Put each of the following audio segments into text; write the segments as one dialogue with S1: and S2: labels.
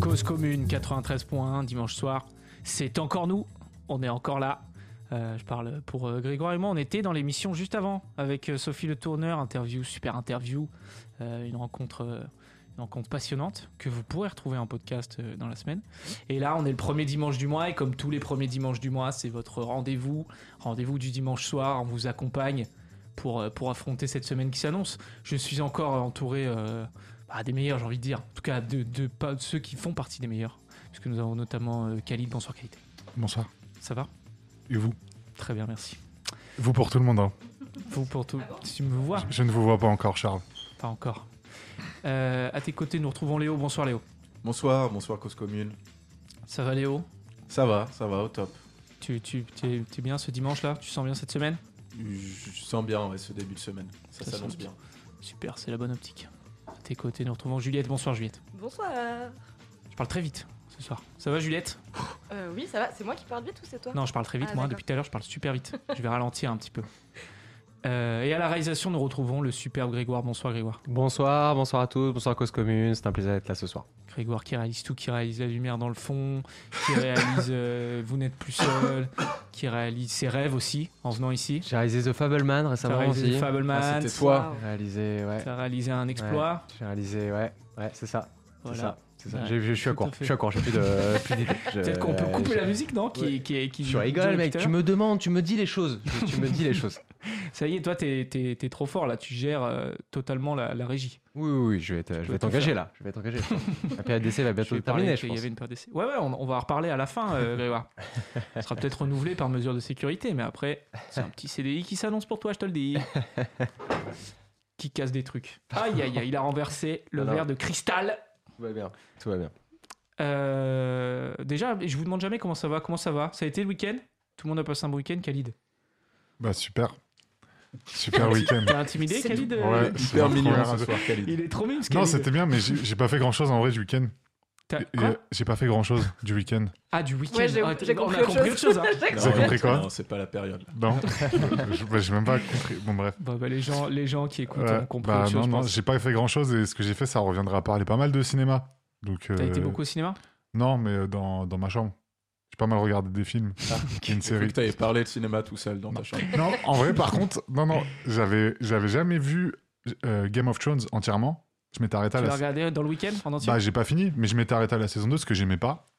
S1: Cause commune, 93.1, dimanche soir. C'est encore nous, on est encore là. Euh, je parle pour euh, Grégoire et moi, on était dans l'émission juste avant avec euh, Sophie Le Tourneur, interview, super interview, euh, une rencontre. euh, une rencontre passionnante que vous pourrez retrouver en podcast euh, dans la semaine. Et là, on est le premier dimanche du mois et comme tous les premiers dimanches du mois, c'est votre rendez-vous, rendez-vous du dimanche soir. On vous accompagne pour, euh, pour affronter cette semaine qui s'annonce. Je suis encore entouré euh, bah, des meilleurs, j'ai envie de dire. En tout cas, de, de, pas, de ceux qui font partie des meilleurs. Puisque nous avons notamment euh, Khalid. Bonsoir Khalid.
S2: Bonsoir.
S1: Ça va
S2: Et vous
S1: Très bien, merci.
S2: Vous pour tout le monde. hein.
S1: Vous pour tout. Tu me vois
S2: Je ne vous vois pas encore, Charles.
S1: Pas encore. Euh, à tes côtés, nous retrouvons Léo. Bonsoir Léo.
S3: Bonsoir, bonsoir Cause Commune.
S1: Ça va Léo
S3: Ça va, ça va, au top.
S1: Tu, tu t'es, t'es bien ce dimanche-là Tu sens bien cette semaine
S3: Je je sens bien ouais, ce début de semaine, ça
S1: Ça
S3: s'annonce
S1: sent-
S3: bien.
S1: Super, c'est la bonne optique. À tes côtés, nous retrouvons Juliette. Bonsoir Juliette.
S4: Bonsoir.
S1: Je parle très vite ce soir. Ça va Juliette
S4: Euh, oui, ça va, c'est moi qui parle vite ou c'est toi
S1: Non, je parle très vite,
S4: Ah,
S1: moi.
S4: d'accord.
S1: Depuis tout à l'heure, je parle super vite. je vais ralentir un petit peu. Euh, et à la réalisation, nous retrouvons le superbe Grégoire. Bonsoir Grégoire.
S5: Bonsoir, bonsoir à tous, bonsoir Cause Commune, c'est un plaisir d'être là ce soir.
S1: Grégoire qui réalise tout, qui réalise la lumière dans le fond, qui réalise euh, Vous n'êtes plus seul, qui réalise ses rêves aussi en venant ici.
S5: J'ai réalisé The Fableman
S1: Ça
S5: récemment
S1: réalisé
S5: aussi.
S1: Fableman,
S3: Ah, c'était toi.
S5: J'ai réalisé, ouais.
S1: ça a réalisé un exploit.
S5: J'ai réalisé, ouais, ouais, c'est ça, c'est
S1: Voilà.
S5: ça, c'est ça.
S1: Ouais,
S5: J'ai- je suis à
S1: tout à
S5: court,
S1: fait.
S5: je suis à court, j'ai plus de- plus d'idées. Je-
S1: Peut-être qu'on peut couper
S5: Euh, je-
S1: la musique, non qui, qui, qui,
S5: Je rigole, mec, tu me demandes, tu me dis les choses, Je- tu me dis les choses.
S1: Ça y est, toi, t'es es, trop fort là, tu gères euh, totalement la, la régie.
S5: Oui, oui, oui, je vais être- je
S1: peux
S5: vais
S1: tout
S5: t'engager là, je vais t'engager. La période d'essai va
S1: Je
S5: bientôt
S1: vais
S5: se
S1: parler
S5: terminer,
S1: qu'il
S5: je
S1: y
S5: pense.
S1: avait une période d'essai. Ouais, ouais, on, on va en reparler à la fin, euh, Grégoire. Ça sera peut-être renouvelé par mesure de sécurité, mais après, c'est un petit CDI qui s'annonce pour toi, je te le dis. qui casse des trucs. Aïe, aïe, aïe, il a renversé le
S5: Alors.
S1: verre de cristal.
S5: Tout va bien, tout va bien.
S1: Euh, déjà, je vous demande jamais comment ça va, comment ça va. Ça a été le week-end Tout le monde a passé un bon week-end, Khalid
S2: Bah super. Super week-end.
S1: T'es intimidé,
S4: C'est
S1: Khalid
S2: Ouais, c'est
S3: Hyper
S2: ma
S3: mignon
S2: première-
S3: ce soir, Khalid.
S1: Il est trop mince,
S2: Non,
S1: Khalid.
S2: c'était bien, mais j'ai j'ai pas fait grand-chose en vrai du week-end.
S1: T'as-
S2: Et-
S1: quoi
S2: et J'ai pas fait grand-chose du week-end.
S1: Ah, du week-end.
S4: Ouais, j'ai-
S1: Ah,
S4: j'ai
S1: on
S4: compris
S1: a
S4: autre
S1: compris autre chose. hein.
S3: Non,
S2: Vous avez
S3: ouais,
S2: compris quoi
S3: Non, c'est pas la période. là.
S2: Non. Je- bah, j'ai même pas compris. Bon bref.
S1: Bah, bah, les, gens, les gens qui écoutent
S2: Ouais,
S1: ont compris
S2: bah,
S1: autre chose.
S2: non,
S1: je
S2: non,
S1: pense.
S2: j'ai pas fait grand-chose et ce que j'ai fait, ça reviendra à parler pas mal de cinéma. Donc.
S1: T'as
S2: euh,
S1: été beaucoup au cinéma
S2: Non, mais euh, dans, dans ma chambre. J'ai pas mal regardé des films.
S1: Ah,
S2: et une
S3: J'ai cru
S2: série.
S3: que t'avais parlé de cinéma tout seul dans ta chambre.
S2: Non, en vrai, par contre, non, non, j'avais, j'avais jamais vu euh, Game of Thrones entièrement. Je m'étais arrêté à
S1: Tu l'as
S2: la.
S1: regardé dans le week-end en entier
S2: Bah, j'ai pas fini, mais je m'étais arrêté à la saison 2 parce que j'aimais pas.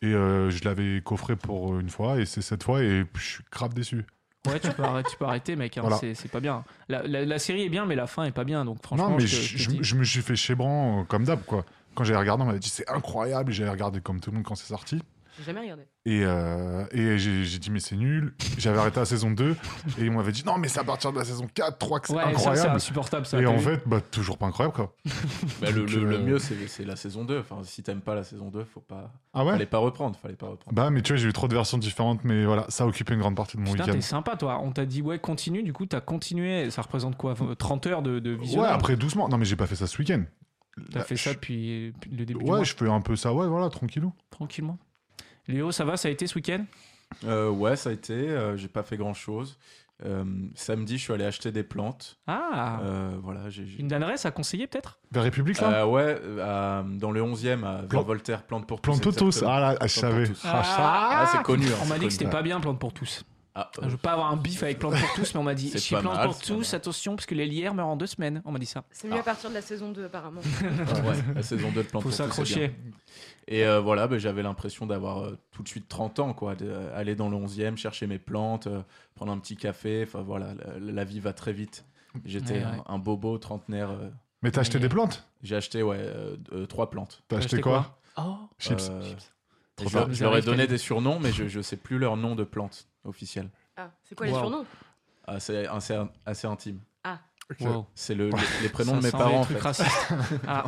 S2: Et euh, je l'avais coffré pour euh, une fois, et c'est cette fois, et je suis grave déçu.
S1: Ouais, tu peux, arrêter, tu peux arrêter, mec. hein,
S2: Voilà.
S1: c'est, c'est pas bien. La, la- la série est bien, mais la fin est pas bien. Donc, franchement,
S2: Non, mais
S1: je, te-
S2: je,
S1: je te
S2: je-
S1: dis-
S2: je me suis fait chébran euh, comme d'hab, quoi. Quand j'ai regardé, on m'avait dit c'est incroyable, j'ai regardé comme tout le monde quand c'est sorti.
S4: J'ai jamais regardé.
S2: Et, euh, et j'ai, j'ai dit mais c'est nul. J'avais arrêté à la saison 2, et on m'avait dit non, mais c'est à partir de la saison 4, 3 que c'est
S1: Ouais, ça, c'est
S2: incroyable.
S1: insupportable. Ça,
S2: et
S1: t'as
S2: en
S1: vu
S2: fait, bah, toujours pas incroyable, quoi.
S3: Bah, le,
S2: Donc,
S3: le-
S2: euh,
S3: le mieux, c'est c'est la saison 2. Enfin, si t'aimes pas la saison 2, faut pas.
S2: Ah ouais
S3: Fallait pas reprendre, fallait pas reprendre.
S2: Bah, mais tu vois, j'ai eu trop de versions différentes, mais voilà, ça a occupé une grande partie de mon
S1: Putain,
S2: week-end.
S1: t'es sympa, toi. On t'a dit, ouais, continue. Du coup, t'as continué. Ça représente quoi 30 heures de, de
S2: Ouais,
S1: visionnage
S2: après doucement. Non, mais j'ai pas fait ça ce week-end.
S1: T'as
S2: Là,
S1: fait ça
S2: je-
S1: depuis depuis le début du mois,
S2: Ouais, je fais un peu ça, ouais, voilà, tranquillou.
S1: tranquillement. Léo, ça va Ça a été ce week-end
S3: Euh, ouais, ça a été. euh, j'ai pas fait grand chose. samedi, je suis allé acheter des plantes.
S1: Ah
S3: Euh, voilà, j'ai. j'ai-
S1: Une adresse à conseiller, peut-être
S2: Vers République, là
S3: Euh, ouais, euh, à- dans le 11e, à
S2: Plan-
S3: vers Voltaire, plante pour tous.
S2: Plante tous.
S3: exactement.
S2: Ah là, ah, je
S3: Plante pour
S2: savais.
S3: tous.
S1: Ah,
S3: Ah, c'est connu. hein,
S1: On
S3: c'est
S1: m'a dit que
S3: connu.
S1: c'était pas bien, Plante pour tous.
S3: Ah,
S1: Je veux pas avoir un bif avec Plante pour tous, mais on m'a dit
S3: C'est
S1: chez
S3: pas
S1: Plante
S3: mal,
S1: pour
S3: c'est pas
S1: tous,
S3: mal.
S1: attention, parce que les lières meurent en deux semaines. On m'a dit ça.
S4: C'est mieux
S3: Ah.
S4: à partir de la saison 2, apparemment.
S3: euh, ouais, la saison 2 de Plante
S1: Faut
S3: pour tous, c'est bien.
S1: s'accrocher.
S3: Et euh, voilà, bah, j'avais l'impression d'avoir euh, tout de suite 30 ans, quoi. D'aller dans le 11e, chercher mes plantes, euh, prendre un petit café. Enfin voilà, la, la vie va très vite.
S1: Ouais,
S3: J'étais
S1: ouais.
S3: un, un bobo trentenaire. euh,
S2: Mais t'as acheté
S1: Mais-
S2: des plantes
S3: j'ai acheté, ouais, euh, euh, trois plantes.
S2: T'as
S1: T'as
S2: acheté
S1: acheté
S2: quoi
S1: Oh.
S2: Chips.
S3: Euh,
S1: Chips.
S3: et
S1: Trop
S3: je
S1: fort.
S3: leur- je
S1: Nous
S3: leur ai
S1: arrive,
S3: donné
S1: Camille.
S3: des surnoms, mais je, je sais plus leur nom de plantes officielles.
S4: Ah, c'est quoi les
S1: Wow.
S4: surnoms
S3: Ah, c'est assez, assez intime.
S1: Wow.
S3: C'est le, le- les prénoms
S1: Ça
S3: de mes
S1: sent
S3: parents.
S1: les
S3: en
S1: trucs
S3: fait.
S1: racistes. Ah,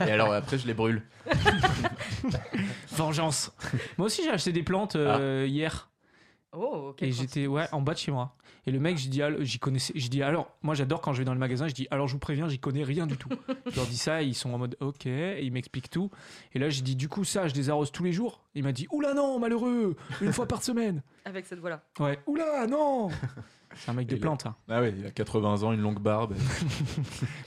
S3: Et alors après, je les brûle.
S1: vengeance. Moi aussi, j'ai acheté des plantes
S3: Ah.
S1: euh, hier.
S4: Oh, ok.
S1: Et j'étais ouais, en bas de chez moi. Et le mec, j'ai dit, al- j'y connaissais. J'ai dit, alors, moi j'adore quand je vais dans le magasin, je dis, alors je vous préviens, j'y connais rien du tout. je leur dis ça, et ils sont en mode, ok, et ils m'expliquent tout. Et là, j'ai dit, du coup, ça, je les arrose tous les jours. Il m'a dit, oula, non, malheureux, une fois par semaine.
S4: Avec cette voix-là.
S1: Ouais, oula, non C'est un mec de
S3: Il a-
S1: plante. hein.
S3: Ah oui, il a 80 ans, une longue barbe.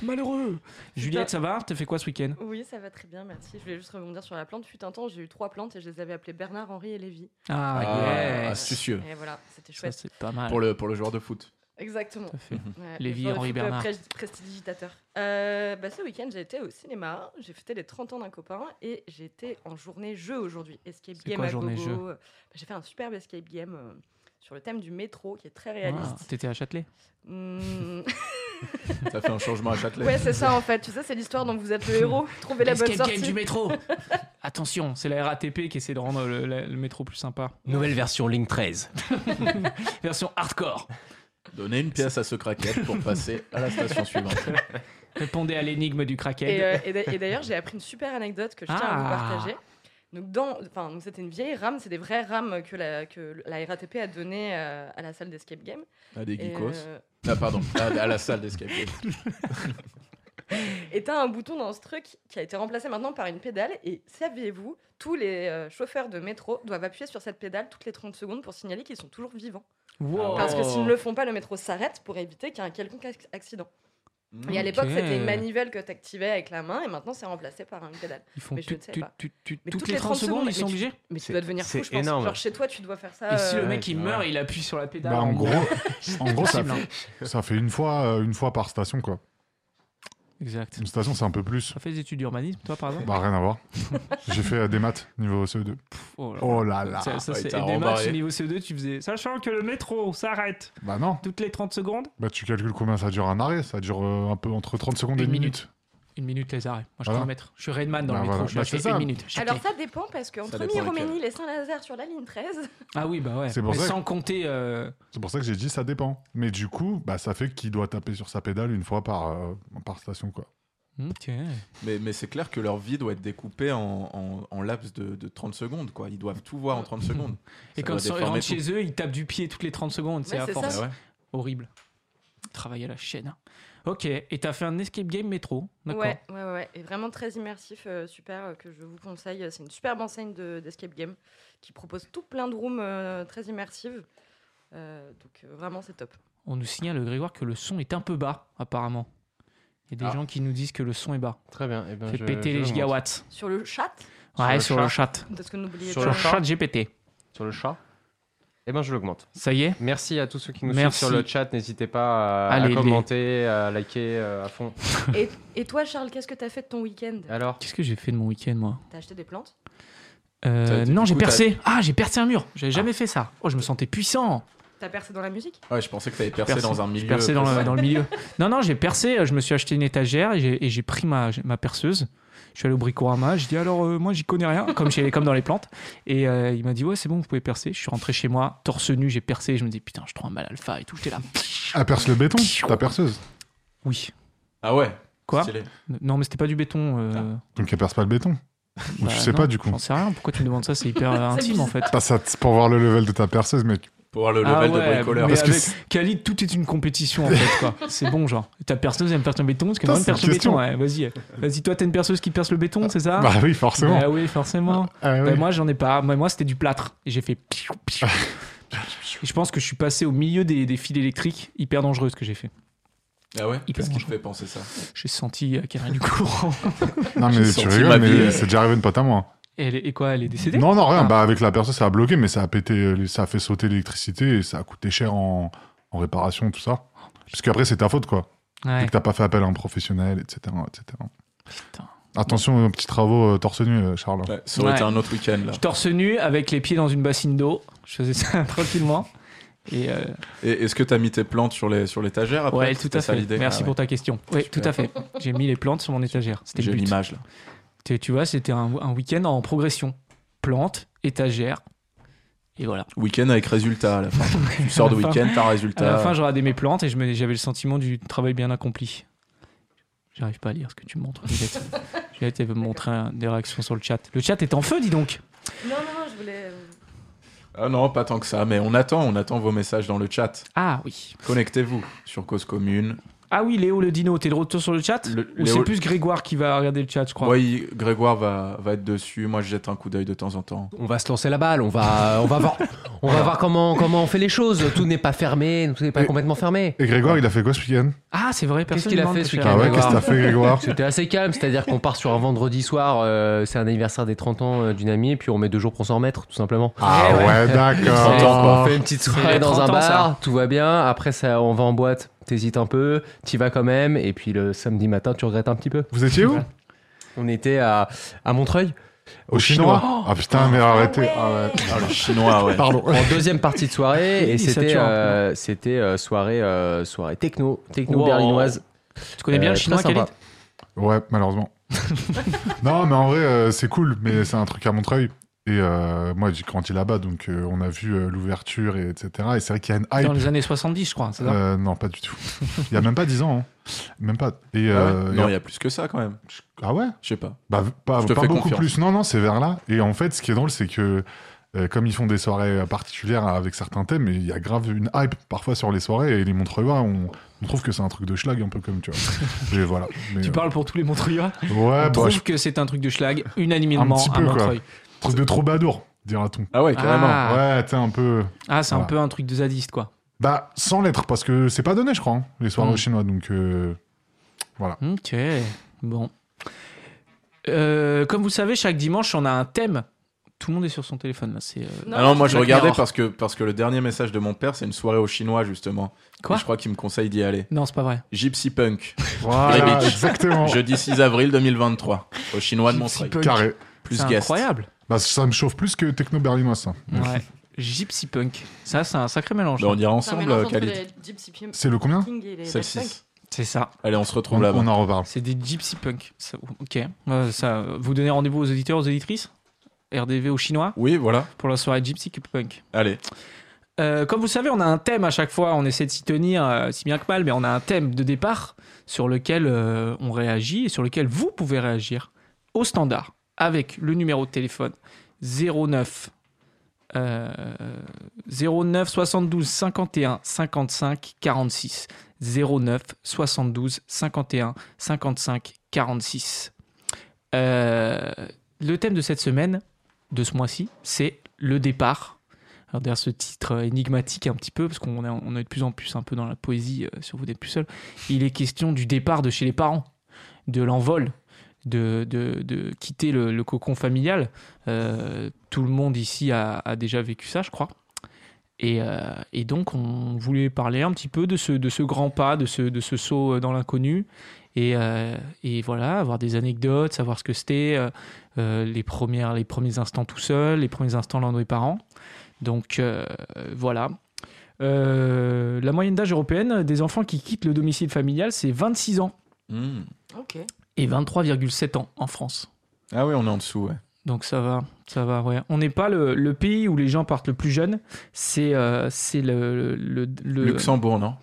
S1: Malheureux Juliette, ça va T'as fait quoi ce week-end
S4: Oui, ça va très bien, merci. Je voulais juste rebondir sur la plante. Fut un temps, j'ai eu trois plantes et je les avais appelées Bernard, Henri et Lévi.
S1: Ah,
S3: Ah,
S1: yes
S3: astucieux.
S4: Et voilà, c'était
S1: Ça,
S4: chouette.
S1: c'est pas mal.
S3: Pour le, pour le joueur de foot.
S4: Exactement.
S1: Tout à fait.
S4: Ouais,
S1: Lévi,
S4: le joueur de
S1: Henri
S4: foot, euh,
S1: Bernard.
S4: pré- Prestidigitateur. Euh, bah, ce week-end, j'ai été au cinéma, j'ai fêté les 30 ans d'un copain et j'étais en journée jeu aujourd'hui. Escape
S1: C'est
S4: game
S1: quoi,
S4: à
S1: journée
S4: gogo.
S1: jeu
S4: Bah, j'ai fait un superbe escape game euh, sur le thème du métro qui est très
S1: Ah,
S4: réaliste.
S1: T'étais à Châtelet
S4: Hmm.
S3: Ça fait un changement à Châtelet.
S4: ouais, c'est ça en fait. Tu sais, c'est l'histoire dont vous êtes le héros. Trouvez la bonne
S1: Escape game
S4: sortie.
S1: du métro Attention, c'est la RATP qui essaie de rendre le, la- le métro plus sympa.
S5: Nouvelle version Ligne 13.
S1: Version hardcore.
S3: Donner une pièce à ce craquette pour passer à la station suivante.
S1: Répondez à l'énigme du craquet.
S4: Et, euh, et d'a- et d'ailleurs, j'ai appris une super anecdote que je tiens à vous
S1: Ah.
S4: partager. Donc, dans, enfin, donc c'était une vieille rame, c'est des vraies rames que la, que la RATP a données euh, à la salle d'escape game.
S3: À des
S4: Et,
S3: geekos.
S4: euh,
S3: Ah, pardon, à, à la salle d'escape.
S4: Et t'as un bouton dans ce truc qui a été remplacé maintenant par une pédale. Et saviez-vous, tous les euh, chauffeurs de métro doivent appuyer sur cette pédale toutes les 30 secondes pour signaler qu'ils sont toujours vivants.
S1: Wow.
S4: Parce que
S3: Oh.
S4: s'ils ne le font pas, le métro s'arrête pour éviter qu'il y ait un quelconque ac- accident. Et à l'époque,
S1: Ok.
S4: c'était une manivelle que t'activais avec la main et maintenant c'est remplacé par une pédale.
S1: Ils font
S4: Mais je
S1: tu-
S4: ne sais
S1: tu-
S4: pas.
S1: tu- tu-
S4: Mais
S1: toutes les 30 secondes, ils sont
S4: mais tu-
S1: obligés.
S4: Mais tu
S5: C'est-
S4: dois devenir
S5: c'est
S4: fou, je pense.
S5: énorme.
S4: Genre chez toi, tu dois faire ça.
S1: Et si
S4: euh,
S1: le mec il
S3: ouais.
S1: meurt, il appuie sur la pédale.
S2: Bah, en gros, en gros ça,
S1: Possible, hein.
S2: fait, ça fait une fois, euh, une fois par station, quoi.
S1: Exact.
S2: Une station, c'est un peu plus.
S1: T'as fait des études d'urbanisme, toi, par exemple
S2: Bah, rien à voir. J'ai fait euh, des maths niveau CE2.
S1: Oh là là.
S2: Oh là là.
S1: Ça, ça,
S3: ouais,
S1: c'est-
S3: t'as
S1: et des matchs
S3: rembarré.
S1: niveau CO2, tu faisais. Sachant que le métro s'arrête
S2: Bah, non.
S1: toutes les 30 secondes.
S2: Bah, tu calcules combien ça dure un arrêt. Ça dure euh, un peu entre 30 secondes et
S1: Une
S2: une
S1: minute.
S2: minute.
S1: Une minute les arrêts. Moi, je
S2: Voilà.
S1: peux mettre. Je suis Redman dans
S2: Bah,
S1: le métro.
S2: voilà.
S1: Je
S2: Bah,
S1: suis
S2: c'est
S1: à
S2: ça.
S1: une minute. Chacun.
S4: Alors ça dépend parce qu'entre
S3: dépend lesquels.
S4: Miroménil et Saint-Lazare sur la ligne 13,
S1: Ah oui, bah ouais.
S2: C'est pour
S1: Mais
S2: ça que-
S1: sans compter. euh,
S2: C'est pour ça que j'ai dit ça dépend. Mais du coup, bah, ça fait qu'il doit taper sur sa pédale une fois par, euh, par station, quoi.
S1: Ok.
S3: Hmm. Mais, mais c'est clair que leur vie doit être découpée en, en, en laps de, de 30 secondes. quoi. Ils doivent tout voir en 30 secondes.
S1: Et
S3: Ça
S1: quand
S3: doit
S1: ils sont- ils
S3: déformer
S1: rentrent
S3: tout.
S1: chez eux, ils tapent du pied toutes les 30 secondes. C'est
S4: Ouais,
S1: à
S4: c'est
S1: force.
S4: ça.
S3: Ah ouais.
S1: Horrible. Travailler à la chaîne. hein. Ok. Et t'as fait un escape game métro. D'accord.
S4: Ouais, ouais, ouais, ouais. Et vraiment très immersif, euh, super, euh, que je vous conseille. C'est une superbe enseigne de- d'escape game qui propose tout plein de rooms euh, très immersives. Euh, donc euh, vraiment, c'est top.
S1: On nous signale, Grégoire, que le son est un peu bas, apparemment. Il y a des
S3: Ah.
S1: gens qui nous disent que le son est bas.
S5: Très bien. eh ben,
S1: Fais
S5: je-
S1: péter
S5: je
S1: les
S5: le monte.
S1: gigawatts.
S4: Sur le chat,
S1: Ouais,
S5: Sur
S1: sur
S5: le
S1: le chat.
S4: parce que n'oubliez
S1: Sur
S5: Sur
S4: pas.
S1: le
S5: le
S1: chat GPT.
S5: Sur le chat Eh ben, je l'augmente.
S1: Ça y est
S5: Merci à tous ceux qui nous
S1: Merci.
S5: suivent sur le chat. N'hésitez pas à, à
S1: Allez, les-
S5: commenter, à liker euh, à fond.
S4: Et, et toi, Charles, qu'est-ce que t'as fait de ton week-end
S3: Ah.
S5: Alors,
S1: Qu'est-ce que j'ai fait de mon week-end, moi
S4: T'as acheté des plantes
S1: Euh,
S3: T'as-
S1: Non,
S3: du
S1: j'ai
S3: coup, t'as-
S1: percé. Ah, j'ai percé un mur. J'avais jamais fait ça. Oh, je me sentais puissant.
S4: T'as percé dans la musique
S3: Ouais, je pensais que t'avais percé,
S1: Percé.
S3: dans un milieu.
S1: Percé dans le, dans le milieu. Non, non, j'ai percé. euh, Je me suis acheté une étagère et j'ai- et j'ai pris ma, ma perceuse. Je suis allé au bricorama. Je dis alors, euh, moi, j'y connais rien, comme, chez, comme dans les plantes. Et euh, il m'a dit, ouais, c'est bon, vous pouvez percer. Je suis rentré chez moi, torse nu, j'ai percé. Je me dis, putain, je trouve un mal alpha et tout. J'étais là.
S2: Elle perce le béton, ta perceuse.
S1: Oui.
S3: Ah ouais
S1: Quoi
S3: stylé.
S1: Non, mais c'était pas du béton. euh,
S2: Donc, elle perce pas le béton. Ou
S1: bah,
S2: tu sais
S1: non,
S2: pas, du coup.
S1: J'en sais rien. Pourquoi tu me demandes ça C'est hyper euh,
S4: C'est
S1: intime, en fait.
S2: Bah, ça, c'est pour voir le level de ta perceuse, mais
S3: Pour voir le level
S1: Ah ouais,
S3: de bricoleur.
S1: mais
S2: Parce que
S1: avec
S2: c'est-
S1: Khalid, tout est une compétition en fait. quoi. C'est bon, genre. Ta perceuse, elle me perce un béton parce que
S2: Putain,
S1: moi, elle me
S2: c'est
S1: perce
S2: une
S1: le béton.
S2: question.
S1: Ouais, vas-y, vas-y. Toi, t'as une perceuse qui perce le béton, c'est ça
S2: Bah oui, forcément.
S1: Bah oui, forcément.
S2: Ah oui.
S1: Bah, moi, j'en ai pas. Moi, moi, c'était du plâtre. Et j'ai fait. piou, piou.
S2: Ah.
S1: Et je pense que je suis passé au milieu des, des fils électriques, hyper dangereux ce que j'ai fait.
S3: Ah ouais
S1: Il
S3: Qu'est-ce qui te
S1: mange.
S3: fait penser ça
S1: J'ai senti euh, qu'elle a du courant.
S2: Non,
S3: J'ai
S2: mais tu
S3: sorti ma
S2: rigoles, mais
S3: vie, euh.
S2: c'est déjà arrivé une pote à moi.
S1: Et, elle est- et quoi, elle est décédée
S2: Non, non, rien.
S1: Ah.
S2: Bah, avec la perceuse, ça a bloqué, mais ça a pété, euh, ça a fait sauter l'électricité et ça a coûté cher en, en réparation, tout ça. Parce qu'après, c'est ta faute, quoi.
S1: Ouais.
S2: Vu que t'as pas fait appel à un professionnel, etc. etc.
S1: Putain.
S2: Attention aux petits travaux euh, torse nu, euh, Charles.
S3: Ouais, Ça aurait
S1: Ouais.
S3: été un autre week-end là.
S1: Je torse nu avec les pieds dans une bassine d'eau. Je faisais ça tranquillement. Et euh,
S3: Et est-ce que t'as mis tes plantes sur les sur l'étagère après
S1: ouais, tout
S3: C'était
S1: à
S3: ça
S1: fait.
S3: l'idée
S1: Merci
S3: Ah ouais.
S1: pour ta question. Oui,
S3: Super.
S1: tout à fait. J'ai mis les plantes sur mon étagère. C'était
S3: J'ai
S1: le but.
S3: l'image là.
S1: Tu- Tu vois, c'était un, un week-end en progression. Plantes, étagères. Et voilà.
S3: Week-end avec résultat à la fin. tu sors de
S1: À la fin-
S3: week-end, t'as un
S1: À la
S3: résultat.
S1: fin, j'aurais aimé mes plantes et je me- j'avais le sentiment du travail bien accompli. J'arrive pas à lire ce que tu me montres, Juliette. Juliette, elle veut me montrer un- des réactions sur le chat. Le chat est en feu, dis donc
S4: Non, non, non, je voulais. euh,
S3: Ah non, pas tant que ça, mais on attend, on attend vos messages dans le chat.
S1: Ah oui.
S3: Connectez-vous sur Cause Commune,
S1: Ah oui, Léo le dino, t'es de retour sur le chat
S3: Le-
S1: Ou
S3: Léo-
S1: c'est plus Grégoire qui va regarder le chat, je crois.
S3: Ouais, il- Grégoire va, va être dessus. Moi, je jette un coup d'œil de temps en temps.
S5: On va se lancer la balle, on va, on va voir, on va voir comment, comment on fait les choses. Tout n'est pas fermé, tout n'est pas
S2: Et-
S5: complètement fermé.
S2: Et Grégoire, il a fait quoi ce week-end
S1: Ah, c'est vrai,
S5: Qu'est-ce
S1: personne
S5: qu'il a
S1: ne demande,
S5: fait ce
S1: cher.
S5: week-end,
S2: Ah ouais,
S5: Grégoire.
S2: qu'est-ce que t'as fait, Grégoire
S5: C'était assez calme, c'est-à-dire qu'on part sur un vendredi soir, euh, c'est un anniversaire des 30 ans euh, d'une amie, et puis on met deux jours pour s'en remettre, tout simplement.
S2: Ah
S1: ouais.
S2: ouais,
S5: Ouais, On
S2: d'accord.
S5: fait une petite
S1: C'est les
S5: soirée dans un
S1: 30 ans,
S5: bar,
S1: ça.
S5: tout va bien. Après, ça, on va en boîte, t'hésites un peu, t'y vas quand même, et puis le samedi matin, tu regrettes un petit peu.
S2: Vous étiez où
S5: On était à, à Montreuil,
S2: Au Chinois. Ah putain, mais arrêtez.
S4: Ah ouais.
S3: Ah, le chinois, ouais.
S2: Pardon.
S5: en deuxième partie de soirée, et
S1: Il
S5: c'était
S1: sature un peu.
S5: euh, c'était euh, soirée euh, soirée techno, techno
S1: Wow.
S5: berlinoise.
S1: Tu connais bien
S5: Euh,
S1: le
S5: très
S1: chinois,
S5: sympa.
S1: Khalid
S2: Ouais, malheureusement. non, mais en vrai, euh, c'est cool, mais c'est un truc à Montreuil. Et euh, moi, j'ai grandi là-bas, donc euh, on a vu euh, l'ouverture, et etc. Et c'est vrai qu'il y a une hype.
S1: Dans les années 70, je crois, c'est ça
S2: Euh, non, pas du tout. Il y a même pas 10 ans. hein. Même pas. Et, euh,
S3: Ah non,
S2: et-
S3: il y a plus que ça quand même.
S2: Ah ouais
S3: Je sais pas.
S2: Bah, v- pas,
S3: Je te
S2: pas
S3: fais
S2: beaucoup
S3: confiance.
S2: plus. Non, non, c'est vers là. Et en fait, ce qui est drôle, c'est que euh, comme ils font des soirées euh, particulières avec certains thèmes, il y a grave une hype parfois sur les soirées. Et les Montreuillois, on, on trouve que c'est un truc de schlag, un peu comme tu vois. et voilà. Mais,
S1: Tu
S2: euh,
S1: parles pour tous les Montreuillois
S2: Ouais,
S1: On
S2: bah,
S1: trouve
S2: je-
S1: que c'est un truc de schlag, unanimement,
S2: Un petit
S1: à
S2: peu, quoi.
S1: Montreuil.
S2: truc de troubadour, dira-t-on.
S3: Ah ouais, carrément.
S1: Ah.
S2: Ouais, t'es un peu.
S1: Ah, c'est un
S2: Voilà.
S1: peu un truc de zadiste, quoi.
S2: Bah, sans l'être, parce que c'est pas donné, je crois, hein, les soirées
S1: Mm.
S2: au chinois. Donc, euh,
S1: Ok, bon. Euh, comme vous le savez, chaque dimanche, on a un thème. Tout le monde est sur son téléphone, là. C'est, euh,
S3: Ah non, moi je
S1: Black
S3: regardais
S1: Mirror.
S3: parce que, parce que le dernier message de mon père, c'est une soirée au chinois justement.
S1: Quoi
S3: Et je crois qu'il me conseille d'y aller.
S1: Non, c'est pas vrai.
S3: Gypsy Punk,
S1: Ah,
S2: voilà,
S3: bitches.
S2: exactement.
S3: jeudi 6 avril 2023, au chinois de
S1: Oh. Gypsy
S3: Montreuil.
S1: Punk.
S2: Carré.
S3: Plus
S1: c'est
S3: guest.
S1: incroyable.
S2: Bah, ça me chauffe plus que techno berlinois, ça.
S1: Ouais. Gypsy Punk. Ça, c'est un sacré mélange.
S3: Bah, on ira
S4: C'est un
S3: ensemble,
S4: mélange
S3: euh,
S4: entre
S3: Khalid.
S4: les Gypsy Pim-
S2: C'est le combien
S4: King et les
S3: C'est le
S4: Daft Punk.
S3: 6.
S1: C'est ça.
S3: Allez, on se retrouve
S2: on,
S3: là-bas.
S2: on en reparle.
S1: C'est des Gypsy Punk. Ça- ok. Euh, ça, vous donnez rendez-vous aux auditeurs, aux auditrices RDV au chinois
S3: Oui, voilà.
S1: pour la soirée Gypsy Punk.
S3: Allez.
S1: Euh, comme vous savez, on a un thème à chaque fois, on essaie de s'y tenir, euh, si bien que mal, mais on a un thème de départ sur lequel euh, on réagit et sur lequel vous pouvez réagir au standard avec le numéro de téléphone 09 euh, 09 72 51 55 46 09 72 51 55 46. Euh, le thème de cette semaine, de ce mois-ci, c'est le départ. Alors derrière ce titre euh, énigmatique un petit peu, parce qu'on est, on est de plus en plus un peu dans la poésie euh, sur Vous n'êtes plus seul, il est question du départ de chez les parents, de l'envol, de, de, de quitter le, le cocon familial. Euh, tout le monde ici a, a déjà vécu ça, je crois. Et, euh, et donc on voulait parler un petit peu de ce, de ce grand pas, de ce, de ce saut euh, dans l'inconnu. Et, euh, et voilà, avoir des anecdotes, savoir ce que c'était, euh, euh, les, premières, les premiers instants tout seul, les premiers instants loin de mes parents. Donc euh, voilà. Euh, la moyenne d'âge européenne des enfants qui quittent le domicile familial, c'est 26 ans
S3: Hmm.
S4: Ok.
S1: et 23,7 ans en France.
S3: Ah oui, on est en dessous, ouais.
S1: Donc ça va, ça va, ouais. On n'est pas le, le pays où les gens partent le plus jeune, c'est euh, c'est le, le, le-
S3: Luxembourg, non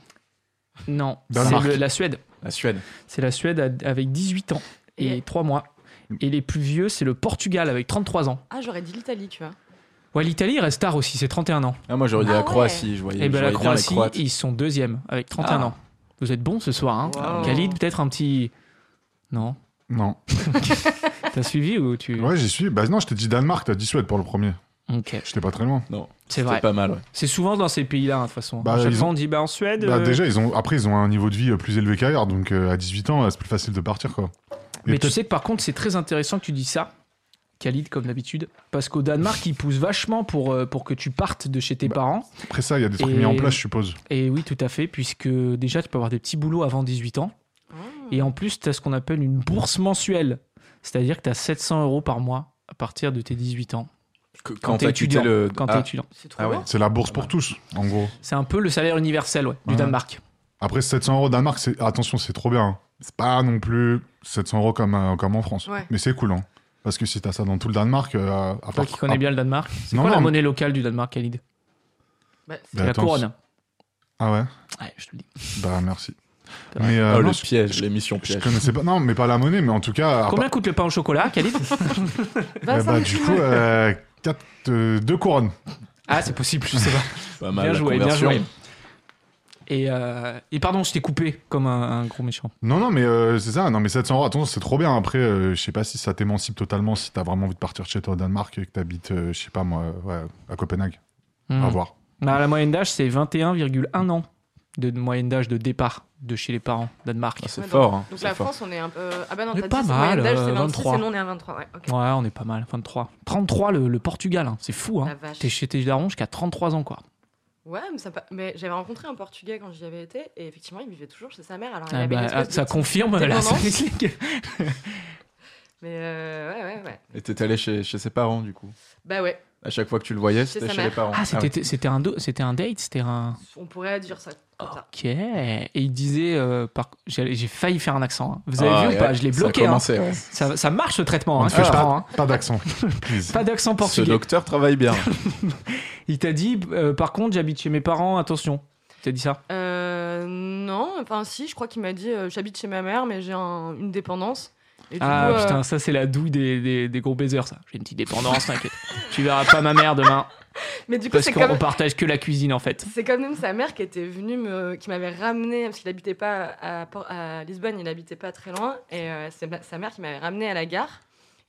S1: Non, c'est
S2: Danemark.
S1: le- la Suède.
S3: La Suède.
S1: C'est la Suède a- avec 18 ans et 3 mois. Et les plus vieux, c'est le Portugal avec 33 ans.
S4: Ah, j'aurais dit l'Italie, tu vois.
S1: Ouais, l'Italie reste tard aussi, c'est 31 ans.
S3: Ah, moi j'aurais dit
S4: Ah
S3: la
S4: ouais.
S3: Croatie, je voyais,
S1: Et ben
S3: je
S1: la
S3: voyais bien les
S1: Croatie,
S3: Croates.
S1: ils sont deuxième avec 31
S3: Ah.
S1: ans. Vous êtes bon ce soir, hein
S4: Wow.
S1: Khalid, peut-être un petit. Non.
S2: Non.
S1: T'as suivi ou tu.
S2: Ouais, j'y suis. Bah non, je t'ai dit Danemark, t'as dit Suède pour le premier.
S1: Ok,
S2: J'étais pas très loin.
S1: c'est
S3: C'était
S1: vrai.
S3: pas mal, ouais.
S1: C'est souvent dans ces pays-là, hein, de toute façon.
S2: Bah,
S1: À chaque
S2: ils
S1: fois, on dit bah, en Suède.
S2: Bah,
S1: euh,
S2: déjà, ils ont... après, ils ont un niveau de vie euh, plus élevé qu'ailleurs, donc euh, à 18 ans, euh, c'est plus facile de partir, quoi. Et
S1: Mais tu
S2: peut-être-
S1: sais que par contre, c'est très intéressant que tu dis ça, Khalid, comme d'habitude. Parce qu'au Danemark, ils poussent vachement pour, euh, pour que tu partes de chez tes
S2: Bah.
S1: parents.
S2: Après ça, il y a des trucs
S1: Et-
S2: mis en place, je suppose.
S1: Et oui, tout à fait, puisque déjà, tu peux avoir des petits boulots avant 18 ans. Et en plus, tu as ce qu'on appelle une bourse mensuelle. C'est-à-dire que tu as 700 euros par mois à partir de tes 18 ans.
S3: Que- Quand,
S1: Quand, tu
S3: t'as
S1: es
S3: quitté
S1: étudiant.
S3: le.
S1: Quand t'es
S3: Ah,
S1: étudiant.
S4: C'est trop
S3: Ah ouais.
S4: bien.
S2: C'est la bourse pour tous, en gros.
S1: C'est un peu le salaire universel ouais, du
S2: Ouais.
S1: Danemark.
S2: Après, 700 euros au Danemark, c'est... attention, c'est trop bien. hein. C'est pas non plus 700 euros comme, euh, comme en France.
S4: Ouais.
S2: Mais c'est cool, hein. Parce que si t'as ça dans tout le Danemark, euh, à- à
S1: Toi
S2: part-
S1: qui connais
S2: à-
S1: bien le Danemark. C'est
S2: Non,
S1: quoi
S2: non,
S1: la
S2: mais-
S1: monnaie locale du Danemark, Khalid
S4: Bah, c'est-
S2: Bah,
S1: La
S2: attends,
S1: couronne.
S2: Ah ouais
S1: Ouais, je te le dis.
S2: Bah merci.
S1: C'est vrai.
S2: Mais euh,
S3: oh,
S2: non,
S3: le
S2: je,
S3: piège, l'émission
S2: je
S3: piège.
S2: connaissais pas. Non, mais pas la monnaie, mais en tout cas. à
S1: Combien coûte le pain au chocolat, Khalid
S2: part-
S4: Bah,
S2: eh
S4: ça
S2: bah,
S4: me-
S2: du coup, euh, quatre, euh, deux couronnes.
S1: Ah, c'est possible, je sais pas.
S3: Pas mal.
S1: Bien
S3: la
S1: joué, bien
S3: conversion.
S1: joué. Et, euh, et pardon, je t'ai coupé comme un, un gros méchant.
S2: Non, non, mais euh, c'est ça. Non, mais 700 euros, attends, c'est trop bien. Après, euh, je sais pas si ça t'émancipe totalement si t'as vraiment envie de partir de chez toi au Danemark et que t'habites, euh, je sais pas moi, ouais, à Copenhague.
S1: Hmm.
S2: À voir.
S1: Bah, la moyenne d'âge, c'est 21,1 ans de moyenne d'âge de départ de chez les parents Danemark.
S3: Ah, c'est
S4: Ouais,
S3: fort. hein,
S4: Donc
S3: c'est
S4: la
S3: fort.
S4: France, on est un peu. Ah bah non,
S1: On est
S4: t'as
S1: pas
S4: dit,
S1: mal,
S4: moyenne d'âge,
S1: euh,
S4: c'est 26
S1: 23.
S4: et nous on est à 23. Ouais, ok.
S1: Ouais, on est pas mal, 23. 33 le, le Portugal, hein. c'est fou.
S4: La
S1: Hein.
S4: vache.
S1: T'es chez tes darons jusqu'à 33 ans, quoi.
S4: Ouais, mais, ça pa- mais j'avais rencontré un Portugais quand j'y avais été et effectivement il vivait toujours chez sa mère. Alors il
S1: Ah
S4: avait
S1: bah,
S4: une espèce
S1: ah,
S4: de
S1: ça
S4: petit-
S1: confirme la
S4: dépendance.
S1: Swiss League.
S4: Mais euh, ouais, ouais, ouais.
S3: Et t'es allé chez, chez ses parents, du coup.
S4: Bah ouais,
S3: À chaque fois que tu le voyais,
S4: Chez
S3: c'était
S4: sa
S3: chez les
S4: mère.
S3: parents.
S1: Ah,
S3: ouais.
S1: c'était c'était un, do- c'était un date, c'était un.
S4: on pourrait dire ça comme ça.
S1: Ok. Et il disait. euh, par- J'ai j'ai failli faire un accent. hein. Vous avez
S3: Ah,
S1: vu
S3: et
S1: ou pas
S3: ouais,
S1: Je l'ai
S3: ça a
S1: bloqué. hein.
S3: commencé, ouais.
S1: Ça, ça marche ce traitement
S2: On
S1: hein,
S2: ne
S1: que je
S2: fait
S1: prends. hein.
S2: Pas d'accent, please.
S1: Pas d'accent
S3: Ce
S1: portugais.
S3: docteur travaille bien.
S1: Il t'a dit, euh, par contre, j'habite chez mes parents, attention. T'as dit ça
S4: Euh, non, enfin si, je crois qu'il m'a dit euh, j'habite chez ma mère mais j'ai un- une dépendance. Et du
S1: Ah
S4: coup, euh,
S1: putain, ça c'est la douille des, des, des gros baisers, ça. J'ai une petite dépendance, t'inquiète. tu verras pas ma mère demain.
S4: Mais du coup
S1: Parce
S4: c'est
S1: qu'on
S4: comme...
S1: partage que la cuisine en fait.
S4: C'est quand même sa mère qui était venue, me, qui m'avait ramené, parce qu'il habitait pas à, Por- à Lisbonne, il habitait pas très loin, et euh, c'est ma- sa mère qui m'avait ramené à la gare.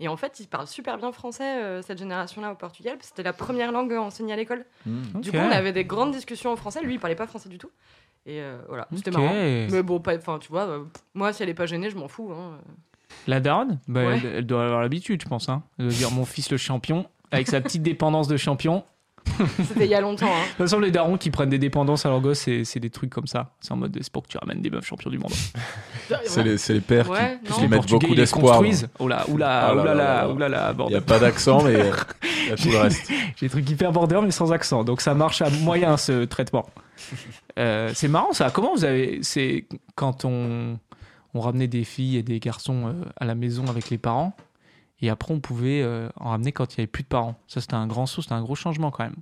S4: Et en fait, ils parlent super bien français, euh, cette génération-là, au Portugal, parce que c'était la première langue enseignée à l'école.
S3: Hmm.
S4: Du
S1: Ok.
S4: coup, on avait des grandes discussions en français, lui, il parlait pas français du tout. Et euh, voilà, c'était
S1: Ok.
S4: marrant. Mais bon, pas- enfin, tu vois, euh, pff, moi, si elle est pas gênée, je m'en fous. hein.
S1: La daronne Bah,
S4: Ouais.
S1: elle, elle doit avoir l'habitude, je pense. Hein, de dire mon fils le champion, avec sa petite dépendance de champion.
S4: C'était il y a longtemps. hein.
S1: De toute façon, les darons qui prennent des dépendances à leurs gosses, c'est c'est des trucs comme ça. C'est en mode, c'est pour que tu ramènes des meufs champions du monde.
S3: C'est les, c'est les pères
S4: Ouais,
S3: qui,
S4: non.
S3: qui
S1: les
S3: mettent beaucoup
S1: ils les
S3: d'espoir. Il
S1: construisent. Oh là, oula,
S3: Ah là
S1: oula,
S3: là là
S1: là,
S3: là.
S1: oula, là, bordel.
S3: n'y a pas d'accent, mais euh, il y a tout le reste.
S1: J'ai des trucs hyper border mais sans accent. Donc ça marche à moyen ce traitement. Euh, c'est marrant ça. Comment vous avez. C'est quand on, on ramenait des filles et des garçons euh, à la maison avec les parents. Et après, on pouvait euh, en ramener quand il n'y avait plus de parents. Ça, c'était un grand saut, c'était un gros changement quand même.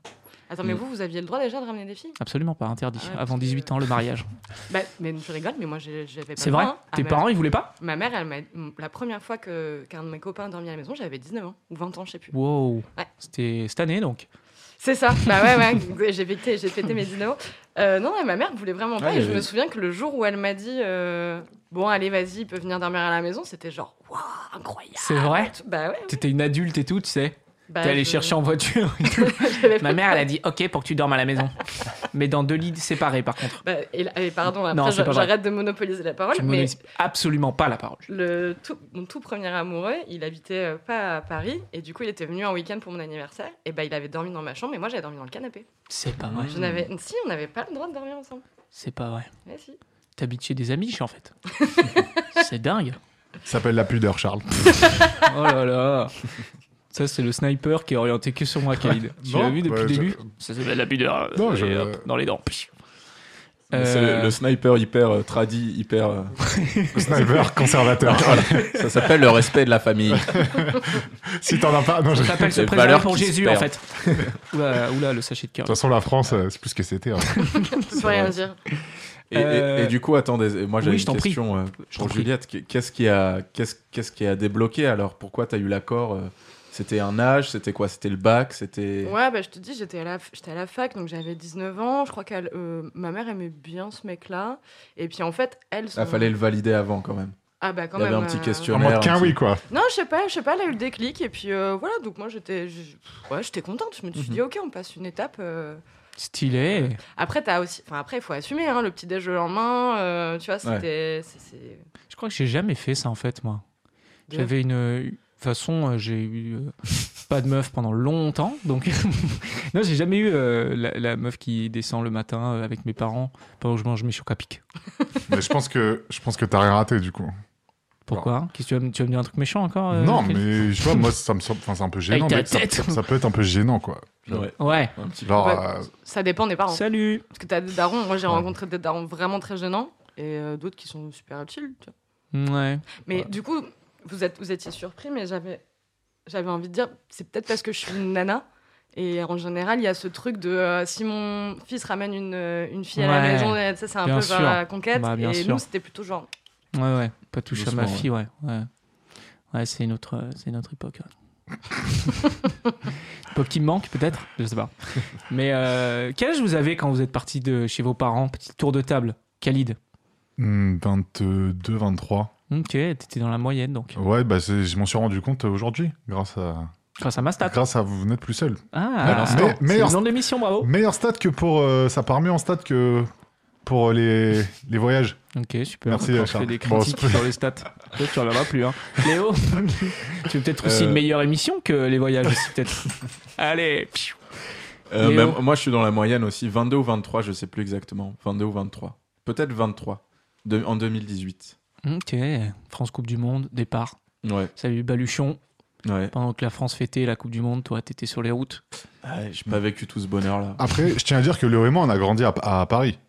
S4: Attends, mais
S3: Mm.
S4: vous, vous aviez le droit déjà de ramener des filles
S1: Absolument pas interdit.
S4: Ah ouais,
S1: Avant
S4: parce que-
S1: 18 ans, le mariage.
S4: bah, Mais tu rigoles, mais moi, j'ai- j'avais pas
S1: C'est
S4: le
S1: vrai
S4: droit, hein. Ah,
S1: Tes
S4: mais-
S1: parents, ils voulaient pas
S4: Ma mère, elle m'a la première fois que qu'un de mes copains dormait à la maison, j'avais 19 ans ou 20 ans, je sais plus.
S1: Wow.
S4: Ouais.
S1: C'était cette année donc.
S4: C'est ça. Bah ouais, ouais. j'ai fêté, j'ai fêté mes 19 ans. Euh, non, non, ma mère voulait vraiment pas.
S3: Ah,
S4: et
S3: il y
S4: je me
S3: avait-
S4: souviens que le jour où elle m'a dit euh, bon, allez, vas-y, il peut venir dormir à la maison, c'était genre waouh, incroyable.
S1: C'est vrai
S4: Bah ouais.
S1: T'étais une adulte et tout, tu sais.
S4: Bah,
S1: T'es allé
S4: je-
S1: chercher en voiture. et tout.
S4: j'avais pas-
S1: Ma mère, elle a dit Ok, pour que tu dormes à la maison. Mais dans deux lits séparés par contre.
S4: Bah, et, là- et pardon,
S1: Non,
S4: après,
S1: c'est pas
S4: j'a-
S1: vrai.
S4: j'arrête de monopoliser la parole.
S1: Tu
S4: mais
S1: monopolises absolument pas la parole.
S4: le tout, mon tout premier amoureux, il habitait euh, pas à Paris et du coup il était venu un week-end pour mon anniversaire et bah il avait dormi dans ma chambre et moi j'avais dormi dans le canapé.
S1: C'est pas
S3: vrai.
S1: vrai.
S4: Je n'avais si on n'avait pas le droit de dormir ensemble.
S1: C'est pas vrai.
S4: Ouais, si.
S1: T'habites chez des amis, en fait. c'est dingue.
S2: Ça s'appelle la pudeur, Charles.
S1: Oh là là. Ça, c'est le sniper qui est orienté que sur moi, Khalid. Tu
S2: Non,
S1: l'as vu depuis
S2: bah,
S1: le
S2: je-
S1: début Ça s'appelle la pudeur.
S2: Non,
S1: Et
S2: je-
S1: hop, dans les dents. Pich.
S3: C'est le,
S1: Euh,
S3: le sniper hyper euh, tradi, hyper. euh,
S2: Sniper, conservateur.
S3: ça s'appelle le respect de la famille.
S2: si t'en as pas. Non, je-
S1: Ça
S2: De
S1: s'appelle se
S3: les
S1: préserver
S3: valeurs
S1: pour
S3: qui se
S1: Jésus, en fait. oula, oula, le sachet de cœur.
S2: toute façon, la France, euh, c'est plus ce que c'était. hein.
S4: Je peux
S3: C'est
S4: rien
S3: vrai.
S4: dire.
S3: Et, et-
S1: Euh,
S3: et du coup, attendez, moi j'avais
S1: oui, je t'en
S3: une
S1: prie.
S3: question euh,
S1: Je t'en
S3: pour
S1: prie.
S3: Juliette. Qu- Qu'est-ce qui a, qu'est-ce, qu'est-ce qui a débloqué alors Pourquoi t'as eu l'accord euh, C'était un âge C'était quoi C'était le bac C'était
S4: Ouais, bah, je te dis, j'étais à, la f- j'étais à la fac, donc j'avais 19 ans. Je crois que ma mère aimait bien ce mec-là. Et puis en fait, elle.
S3: Ah,
S4: son-
S3: fallait le valider avant quand même.
S4: Ah, bah quand
S3: il y avait
S4: même.
S3: un petit
S4: euh,
S2: En
S3: questionnaire.
S2: mode qu'un
S3: un petit-
S2: oui, quoi.
S4: Non, je sais pas, je sais pas, elle a eu le déclic. Et puis euh, voilà, donc moi j'étais je- ouais, j'étais contente. Je me suis
S3: Mhm.
S4: dit, ok, on passe une étape. euh.
S1: Stylé.
S4: Après, t'as aussi. Enfin, après, il faut assumer, hein, le petit déj le lendemain. euh, tu vois, c'était. c'est- c'est-
S1: Je crois que j'ai jamais fait ça, en fait, moi.
S4: De-
S1: J'avais une. De toute façon, euh, j'ai eu euh, pas de meuf pendant longtemps. Donc, non, j'ai jamais eu euh, la, la meuf qui descend le matin euh, avec mes parents pendant que je mange mes chocs à pic.
S2: Mais je pense que, je pense que t'as rien raté, du coup.
S1: Pourquoi Qu'est-ce que tu vas, me- tu vas me dire un truc méchant encore euh,
S2: non,
S1: Khalid
S2: mais je vois, moi, ça me semble. Enfin, c'est un peu gênant.
S1: ta
S2: mais ça,
S1: tête.
S2: ça peut être un peu gênant, quoi.
S3: Ouais,
S1: Ouais.
S3: un petit
S2: Genre,
S4: Ouais.
S2: euh,
S4: Ça dépend des parents.
S1: Salut
S4: Parce que t'as des darons. Moi, j'ai
S2: Ouais.
S4: rencontré des darons vraiment très gênants. Et euh, d'autres qui sont super chill, tu vois.
S1: Ouais.
S4: Mais
S2: Ouais.
S4: du coup, vous, êtes, vous étiez surpris, mais j'avais, j'avais envie de dire, c'est peut-être parce que je suis une nana. Et en général, il y a ce truc de euh, si mon fils ramène une, euh, une fille à la
S1: Ouais.
S4: maison, euh, tu sais, c'est un
S1: Bien
S4: peu
S1: sûr.
S4: vers la conquête.
S1: Bah, bien
S4: et
S1: sûr.
S4: nous, c'était plutôt genre.
S1: Ouais, ouais. Pas touche à ma
S3: Doucement,
S1: fille, ouais. Ouais, Ouais, c'est une autre, euh, c'est une autre époque. ouais. Pop qui me manque peut-être, je sais pas. Mais euh, quel âge vous avez quand vous êtes parti de chez vos parents Petit tour de table, Khalid.
S2: Hmm, 22, 23.
S1: Ok, t'étais dans la moyenne donc.
S2: Ouais, bah, c'est- je m'en suis rendu compte aujourd'hui, grâce à.
S1: Grâce à ma stat.
S2: Grâce à vous n'êtes plus seul.
S1: Ah,
S2: Mais-
S1: c'est le
S2: meilleur-
S1: nom de l'émission, bravo.
S2: Meilleur stat que pour. euh, ça part mieux en stat que pour euh, les, les voyages.
S1: Ok, super.
S2: Merci,
S1: On
S2: Charles.
S1: fait des
S2: Bon,
S1: critiques
S2: c'est-
S1: sur les stats. Toi, tu reviendras plus. Hein. Léo, tu veux peut-être aussi
S3: Euh.
S1: une meilleure émission que les voyages aussi, peut-être. Allez, pfiou.
S3: Euh,
S1: Léo.
S3: bah, moi, je suis dans la moyenne aussi. 22 ou 23, je sais plus exactement. 22 ou 23. Peut-être 23. De- en 2018.
S1: Ok, France Coupe du Monde, départ.
S3: Ouais,
S1: Salut Baluchon.
S3: ouais.
S1: Pendant que la France fêtait la Coupe du Monde, toi, t'étais sur les routes.
S3: Ah, J'ai pas vécu tout ce bonheur-là.
S2: Après, je tiens à dire que Léo et moi, on a grandi à, à Paris.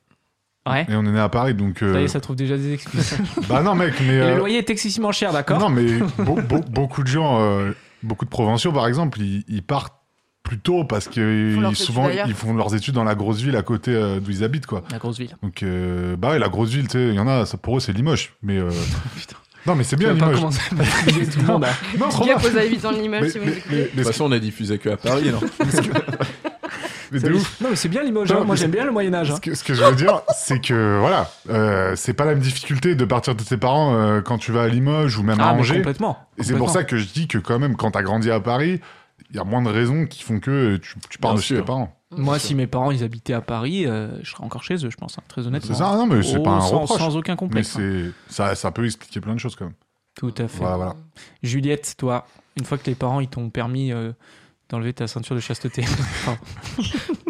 S1: Ouais.
S2: Et on est né à Paris, donc. euh,
S1: Ça y est, ça trouve déjà des excuses.
S2: Bah non, mec, mais.
S1: Et
S2: euh,
S1: le loyer est excessivement cher, d'accord
S2: Non, mais beau- beau- beaucoup de gens, euh, beaucoup de provinciaux, par exemple, ils, ils partent plus tôt parce que
S4: Font leurs
S2: ils-
S4: études
S2: souvent
S4: ailleurs.
S2: ils font leurs études dans la grosse ville à côté euh, d'où ils habitent, quoi.
S1: La grosse ville.
S2: Donc, euh, bah ouais, la grosse ville, tu sais, il y en a, ça, pour eux, c'est Limoges. Mais. euh,
S1: Putain.
S2: Non, mais c'est
S1: Tu
S2: bien
S1: vas pas
S2: Limoges.
S1: commencer à mobiliser tout le monde. hein.
S2: Non, trop bien.
S4: Gap aux habitants de
S2: Mais-
S4: l'immeuble si vous nous
S2: mais- mais-
S4: écoutez.
S2: mais
S3: De toute
S2: c'est-
S3: façon, on a diffusé que à Paris, non
S2: mais de
S1: Salut.
S2: ouf.
S1: Non, mais c'est bien Limoges.
S2: Non,
S1: hein. Moi,
S2: mais-
S1: j'aime bien le Moyen-Âge.
S2: Ce que, ce que je veux dire, c'est que voilà, euh, c'est pas la même difficulté de partir de tes parents euh, quand tu vas à Limoges ou même à
S1: Ah, mais
S2: Angers.
S1: complètement.
S2: Et c'est pour
S1: Complètement.
S2: ça que je dis que quand même, quand t'as grandi à Paris, il y a moins de raisons qui font que tu, tu pars
S3: Bien
S2: de chez
S3: sûr.
S2: tes parents.
S1: Moi, si mes parents ils habitaient à Paris, euh, je serais encore chez eux, je pense, hein, très honnêtement.
S2: C'est ça, non, mais c'est
S1: Oh,
S2: pas un
S1: sans,
S2: reproche.
S1: sans aucun
S2: mais
S1: complexe. hein.
S2: c'est ça, ça peut expliquer plein de choses quand même.
S1: Tout à fait.
S2: Voilà, voilà.
S1: Juliette, toi, une fois que tes parents ils t'ont permis euh, d'enlever ta ceinture de chasteté,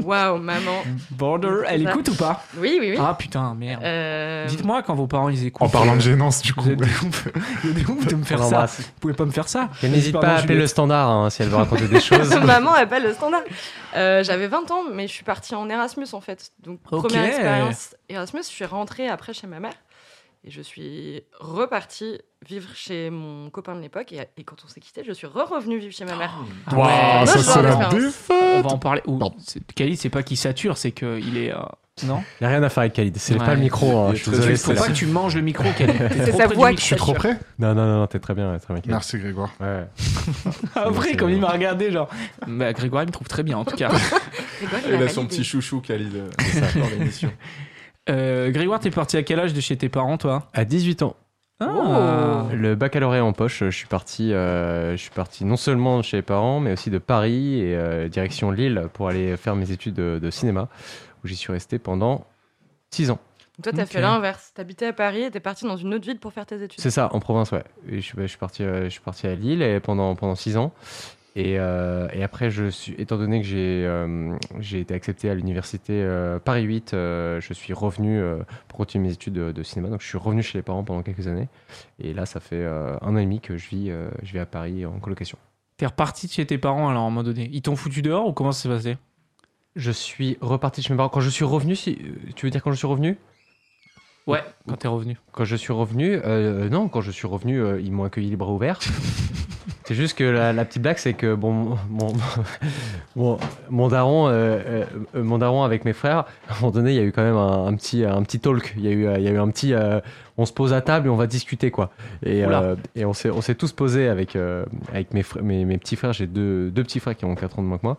S4: Waouh, maman.
S1: Border, elle
S4: Ça.
S1: écoute ou pas
S4: Oui, oui, oui.
S1: Ah putain, merde.
S4: Euh,
S1: Dites-moi quand vos parents ils écoutent.
S2: En parlant de gênance, du coup.
S1: Vous êtes des ouf. Vous êtes des ouf de me faire
S5: On
S1: ça.
S5: l'embrasse.
S1: Vous pouvez pas me faire ça.
S5: Et n'hésite
S1: Pardon,
S5: pas à appeler le
S1: Juliette.
S5: standard hein, si elle veut raconter des choses.
S4: Maman appelle le standard. Euh, J'avais 20 ans, mais je suis partie en Erasmus en fait. Donc,
S1: Ok.
S4: première expérience Erasmus, je suis rentrée après chez ma mère et je suis repartie vivre chez mon copain de l'époque. Et, et quand on s'est quitté, je suis re-revenue vivre chez ma mère.
S1: Ah
S2: Waouh,
S1: ouais.
S2: ça
S4: Moi,
S2: c'est
S4: je vais en
S2: la
S4: faire un.
S1: On
S2: défaite.
S1: va en parler. Ou,
S2: Pardon.
S1: c'est- Khalid, c'est pas qu'il sature, c'est qu'il est. euh, Non
S5: Il n'y a rien à faire avec Khalid. C'est
S1: Ouais.
S5: pas le micro. hein,
S3: Il est
S5: je suis
S3: très
S5: désolé,
S1: Il
S5: c'est
S1: faut
S3: difficile.
S5: la-
S1: pas que tu manges le micro, Khalid. T'es
S4: C'est
S1: trop
S4: sa
S1: près du
S4: voix
S1: micro.
S2: Je suis trop près
S5: Non, non, non, non, t'es très bien. ouais, Très bien Khalid.
S2: Merci Grégoire.
S5: Ouais.
S1: Après,
S5: C'est-
S1: Ah, comme il m'a regardé, genre. Bah, Grégoire, il me trouve très bien, en tout cas.
S4: C'est quoi,
S3: Il a son
S4: validé.
S3: petit chouchou, Khalid, euh, dans l'émission.
S1: Euh, Grégoire, t'es parti à quel âge de chez tes parents, toi
S5: À 18 ans,
S1: Ah.
S5: le baccalauréat en poche, je suis parti, euh, je suis parti non seulement de chez mes parents, mais aussi de Paris et euh, direction Lille pour aller faire mes études de, de cinéma, où j'y suis resté pendant 6 ans.
S4: Toi, t'as
S1: Ok.
S4: fait l'inverse. T'habitais à Paris et t'es partie dans une autre ville pour faire tes études.
S5: C'est ça, en province, ouais. Et je, suis- je suis parti, euh, je suis parti à Lille et pendant pendant six ans. Et, euh, et après, je suis, étant donné que j'ai euh, j'ai été accepté à l'université euh, Paris 8, euh, je suis revenu euh, pour continuer mes études de, de cinéma. Donc, je suis revenu chez les parents pendant quelques années. Et là, ça fait euh, un an et demi que je vis, euh, je vis à Paris en colocation.
S1: T'es reparti de chez tes parents alors à un moment donné. Ils t'ont foutu dehors ou comment ça s'est passé
S5: Je suis reparti de chez mes parents. Quand je suis revenu, si, tu veux dire quand je suis revenu
S1: Ouais, quand t'es revenu.
S5: Quand je suis revenu, euh, non, quand je suis revenu, euh, ils m'ont accueilli les bras ouverts. c'est juste que la, la petite blague, c'est que bon, mon, mon, mon daron, euh, euh, mon daron avec mes frères, à un moment donné, il y a eu quand même un, un petit, un petit talk. Il y a eu, euh, il y a eu un petit, euh, on se pose à table et on va discuter quoi. Et,
S1: Oula.
S5: euh, et on s'est, on s'est tous posés avec, euh, avec mes, frères- mes, mes petits frères. J'ai deux, deux petits frères qui ont 4 ans de moins que moi.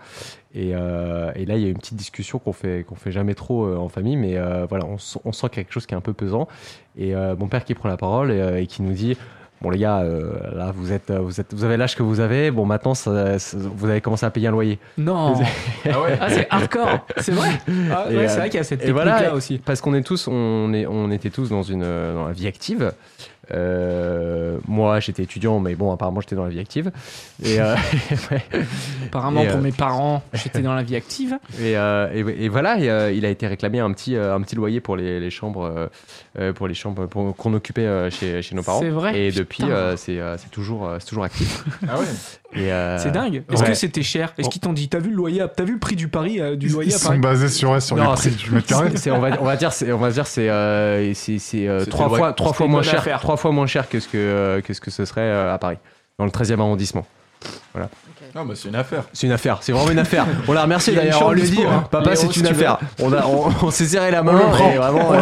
S5: Et, euh, et là, il y a eu une petite discussion qu'on fait, qu'on fait jamais trop euh, en famille, mais euh, voilà, on, sent- on sent quelque chose qui est un peu pesant. Et euh, mon père qui prend la parole et, euh, et qui nous dit Bon, les gars, euh, là, vous, êtes, euh, vous, êtes, vous avez l'âge que vous avez. Bon, maintenant, ça- ça- vous avez commencé à payer un loyer.
S1: Non
S3: Ah ouais
S1: Ah, c'est hardcore C'est vrai ah,
S5: Et,
S1: ouais,
S5: euh,
S1: C'est vrai qu'il y a cette
S5: et
S1: technique-là
S5: voilà,
S1: aussi.
S5: Parce qu'on est tous, on, est, on était tous dans, une, euh, dans la vie active. Euh, moi, j'étais étudiant, mais bon, apparemment, j'étais dans la vie active. Et, euh,
S1: Apparemment,
S5: et, euh,
S1: pour mes parents, j'étais dans la vie active.
S5: Et, euh, et- et voilà, et, euh, il a été réclamé un petit, euh, un petit loyer pour les, les chambres, euh, euh, pour les chambres pour- qu'on occupait euh, chez, chez nos parents.
S1: C'est vrai,
S5: Et
S1: putain.
S5: depuis, euh, c'est euh, c'est toujours, euh, c'est toujours actif.
S3: Ah ouais
S5: Et, euh,
S1: C'est dingue. Est-ce
S5: ouais.
S1: que c'était cher Est-ce qu'ils t'ont dit T'as vu le loyer à- T'as vu le prix du Paris euh, du
S2: Ils, ils
S1: loyer à
S2: sont
S1: Paris
S2: basés sur, ouais, sur
S5: Non,
S2: les prix
S5: c'est-
S2: du mètre carré.
S5: C'est- on va on va dire c'est on va dire c'est euh, c'est c'est, euh,
S3: C'était
S5: trois
S3: le-
S5: fois trois
S1: c'était
S5: fois
S1: une
S5: moins
S1: bonne
S5: cher
S1: affaire.
S5: trois fois moins cher que ce que euh, que ce que ce serait euh, à Paris dans le 13e arrondissement.
S3: Non, mais c'est une affaire.
S5: C'est une affaire, c'est vraiment une affaire. On l'a remercié
S2: Il y a une
S5: d'ailleurs, on
S2: chambre
S5: lui
S2: dispo,
S5: dit
S2: hein.
S5: Papa,
S3: Mais
S5: c'est
S3: oh, si
S5: une
S3: tu
S5: affaire. On, a- on, on s'est serré la main,
S2: le prend.
S5: et vraiment. euh,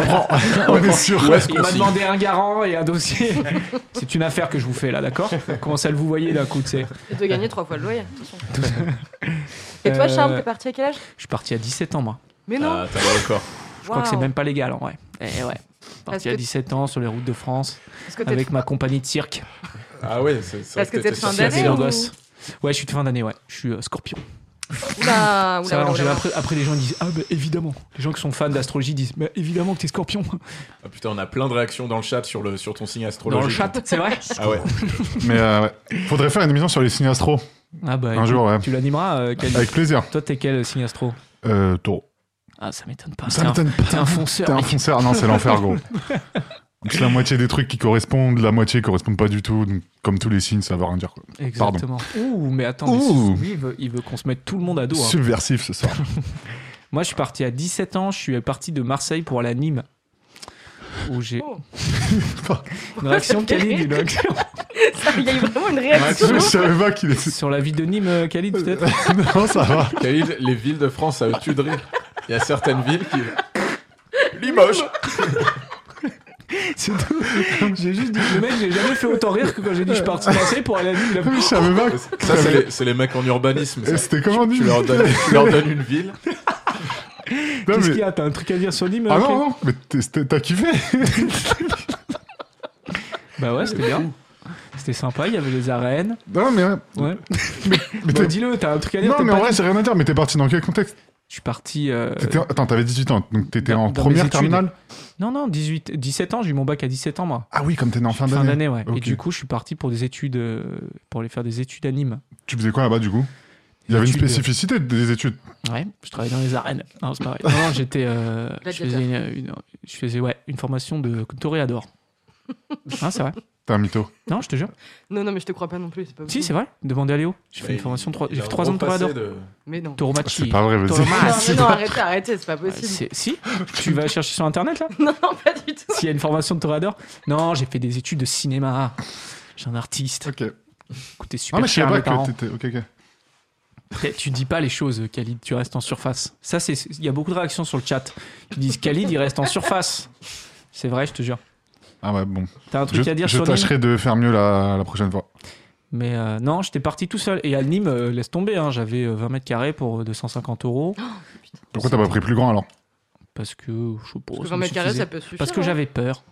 S2: On est sûr.
S3: Ouais, c'est
S1: Il m'a
S3: consigne.
S1: demandé un garant et un dossier. c'est une affaire que je vous fais là, d'accord Comment ça le vous voyez d'un coup, tu sais
S4: Et de gagner trois fois le loyer. attention. Et toi,
S1: Euh,
S4: Charles, t'es parti à quel âge
S1: Je suis parti à 17 ans, moi.
S4: Mais non
S3: Ah, t'as le record.
S1: euh, Je crois que c'est même pas légal, en vrai. Eh ouais. Parti à
S4: que-
S1: 17 ans sur les routes de France
S4: Parce que t'es
S1: avec ma compagnie de cirque.
S3: Ah ouais, c'est c'est
S4: Parce
S3: vrai
S4: que t'es de fin
S1: Je suis assez
S4: d'année
S1: leur
S4: ou-
S1: gosse. Ouais, je suis de fin d'année, ouais. Je suis euh, scorpion.
S4: Oula,
S1: Ça,
S4: oula,
S1: alors,
S4: oula,
S1: j'ai-
S4: oula.
S1: après, après, les gens disent Ah, bah évidemment. Les gens qui sont fans d'astrologie disent Mais évidemment que t'es scorpion.
S3: Ah putain, on a plein de réactions dans le chat sur, le, sur ton signe astrologique.
S1: Dans le chat, c'est vrai
S3: Ah ouais.
S2: Mais euh, ouais. faudrait faire une émission sur les signes astro.
S1: Ah, bah.
S2: Un
S1: écoute,
S2: jour, ouais.
S1: Tu l'animeras, euh, Khalid.
S2: Avec plaisir.
S1: Toi, t'es quel signe astro
S2: Euh, taureau.
S1: Ah, ça m'étonne pas.
S2: Ça
S1: T'es un-
S2: m'étonne pas.
S1: T'es un fonceur.
S2: T'es un
S1: mec.
S2: fonceur. Non, c'est l'enfer, gros. C'est la moitié des trucs qui correspondent, la moitié correspondent pas du tout. Donc, comme tous les signes, ça veut rien dire. quoi.
S1: Exactement. Ouh, mais attends, mais
S2: Ouh.
S1: lui, il veut, il veut qu'on se mette tout le monde à dos. hein.
S2: Subversif ce soir.
S1: Moi, je suis parti à 17 ans, je suis parti de Marseille pour la Nîmes. Où j'ai.
S4: Oh.
S1: une réaction Khalid, une réaction.
S4: Il y a eu vraiment une
S2: Je
S4: réaction.
S2: savais pas qu'il était.
S1: Sur la vie de Nîmes, euh, Khalid, peut-être
S2: non, ça va.
S3: Khalid, les villes de France, ça me tue de rire. Il y a certaines villes qui. Limoges
S1: C'est tout. J'ai juste dit, le mec, j'ai jamais fait autant rire que quand j'ai dit je suis parti de Marseille pour aller à Nîmes. Il a fait,
S2: Je savais pas.
S3: Ça, c'est les, c'est les mecs en urbanisme.
S2: Et
S3: ça.
S2: C'était comment dit
S3: Tu leur, donnes, tu leur donnes une ville.
S2: Non,
S1: Qu'est-ce
S2: mais-
S1: qu'il y a T'as un truc à dire sur Nîmes euh,
S2: Ah
S1: Khalid
S2: non, non, mais t'es- c'était- t'as kiffé
S1: Bah ouais, c'était bien. C'était sympa, il y avait les arènes.
S2: Non, mais ouais.
S1: Ouais.
S2: Mais
S1: Bon,
S2: t'es-
S1: dis-le, t'as un truc à dire
S2: non,
S1: t'es
S2: mais
S1: pas-
S2: en vrai, c'est rien à dire, mais t'es parti dans quel contexte
S1: Je suis parti. euh,
S2: T'étais- Attends, t'avais 18 ans, donc t'étais
S1: dans-
S2: en
S1: dans mes
S2: première
S1: études.
S2: terminale
S1: Non, non, 18, 17 ans, j'ai eu mon bac à 17 ans, moi.
S2: Ah oui, comme t'es né en fin
S1: Fin
S2: d'année.
S1: d'année, ouais.
S2: Ok.
S1: Et du coup, je suis parti pour des études, euh, pour aller faire des études à Nîmes.
S2: Tu faisais quoi là-bas du coup Il y avait une
S1: Études.
S2: spécificité des études.
S1: Ouais, je travaillais dans les arènes. Non, c'est pas vrai. Non, non, j'étais. euh, je
S4: Gladiateur.
S1: faisais, une, une- je faisais ouais, une formation de toréador. Hein, c'est vrai.
S2: T'es un mytho.
S1: Non, je te jure.
S4: Non, non, mais je te crois pas non plus. c'est pas
S1: Si, c'est
S4: possible.
S1: vrai. Demandez à Léo. J'ai fait
S3: Ouais,
S1: une formation de trois.
S3: il
S1: J'ai
S3: a
S1: fait trois ans de
S3: repassé
S1: toréador.
S3: de-
S4: Mais non.
S1: Tauromachi.
S2: Ah, C'est pas vrai, vas-y.
S1: Thomas.
S4: Non,
S1: Ah,
S4: mais
S1: si.
S4: non, arrêtez, arrêtez, c'est pas
S1: Euh,
S4: possible.
S1: c'est- Si, tu vas chercher sur internet là
S4: Non, non, pas du tout.
S1: S'il y a une formation de toréador. Non, j'ai fait des études de cinéma. J'ai un artiste.
S2: Ok.
S1: Écoutez, super
S2: Ah, mais je
S1: cher à
S2: savais
S1: mes
S2: pas
S1: parents.
S2: que t'étais. Ok, ok.
S1: Eh, Tu dis pas les choses, Khalid, tu restes en surface. Ça, c'est. Il y a beaucoup de réactions sur le chat qui disent Khalid, il reste en surface. C'est vrai, je te jure.
S2: Ah ouais, bon.
S1: T'as un
S2: Je,
S1: truc à dire
S2: je
S1: sur Nîmes
S2: tâcherai de faire mieux la, la prochaine fois.
S1: Mais euh, non, j'étais parti tout seul. Et à Nîmes, euh, laisse tomber, hein, j'avais euh, 20 mètres carrés pour euh, 250
S4: Oh,
S1: euros.
S2: Pourquoi t'as pas pris plus grand alors
S1: Parce que, je sais pas,
S4: Parce que
S1: ça
S4: 20
S1: me
S4: mètres carrés,
S1: suffisait.
S4: ça peut suffire.
S1: Parce que
S4: hein.
S1: j'avais peur.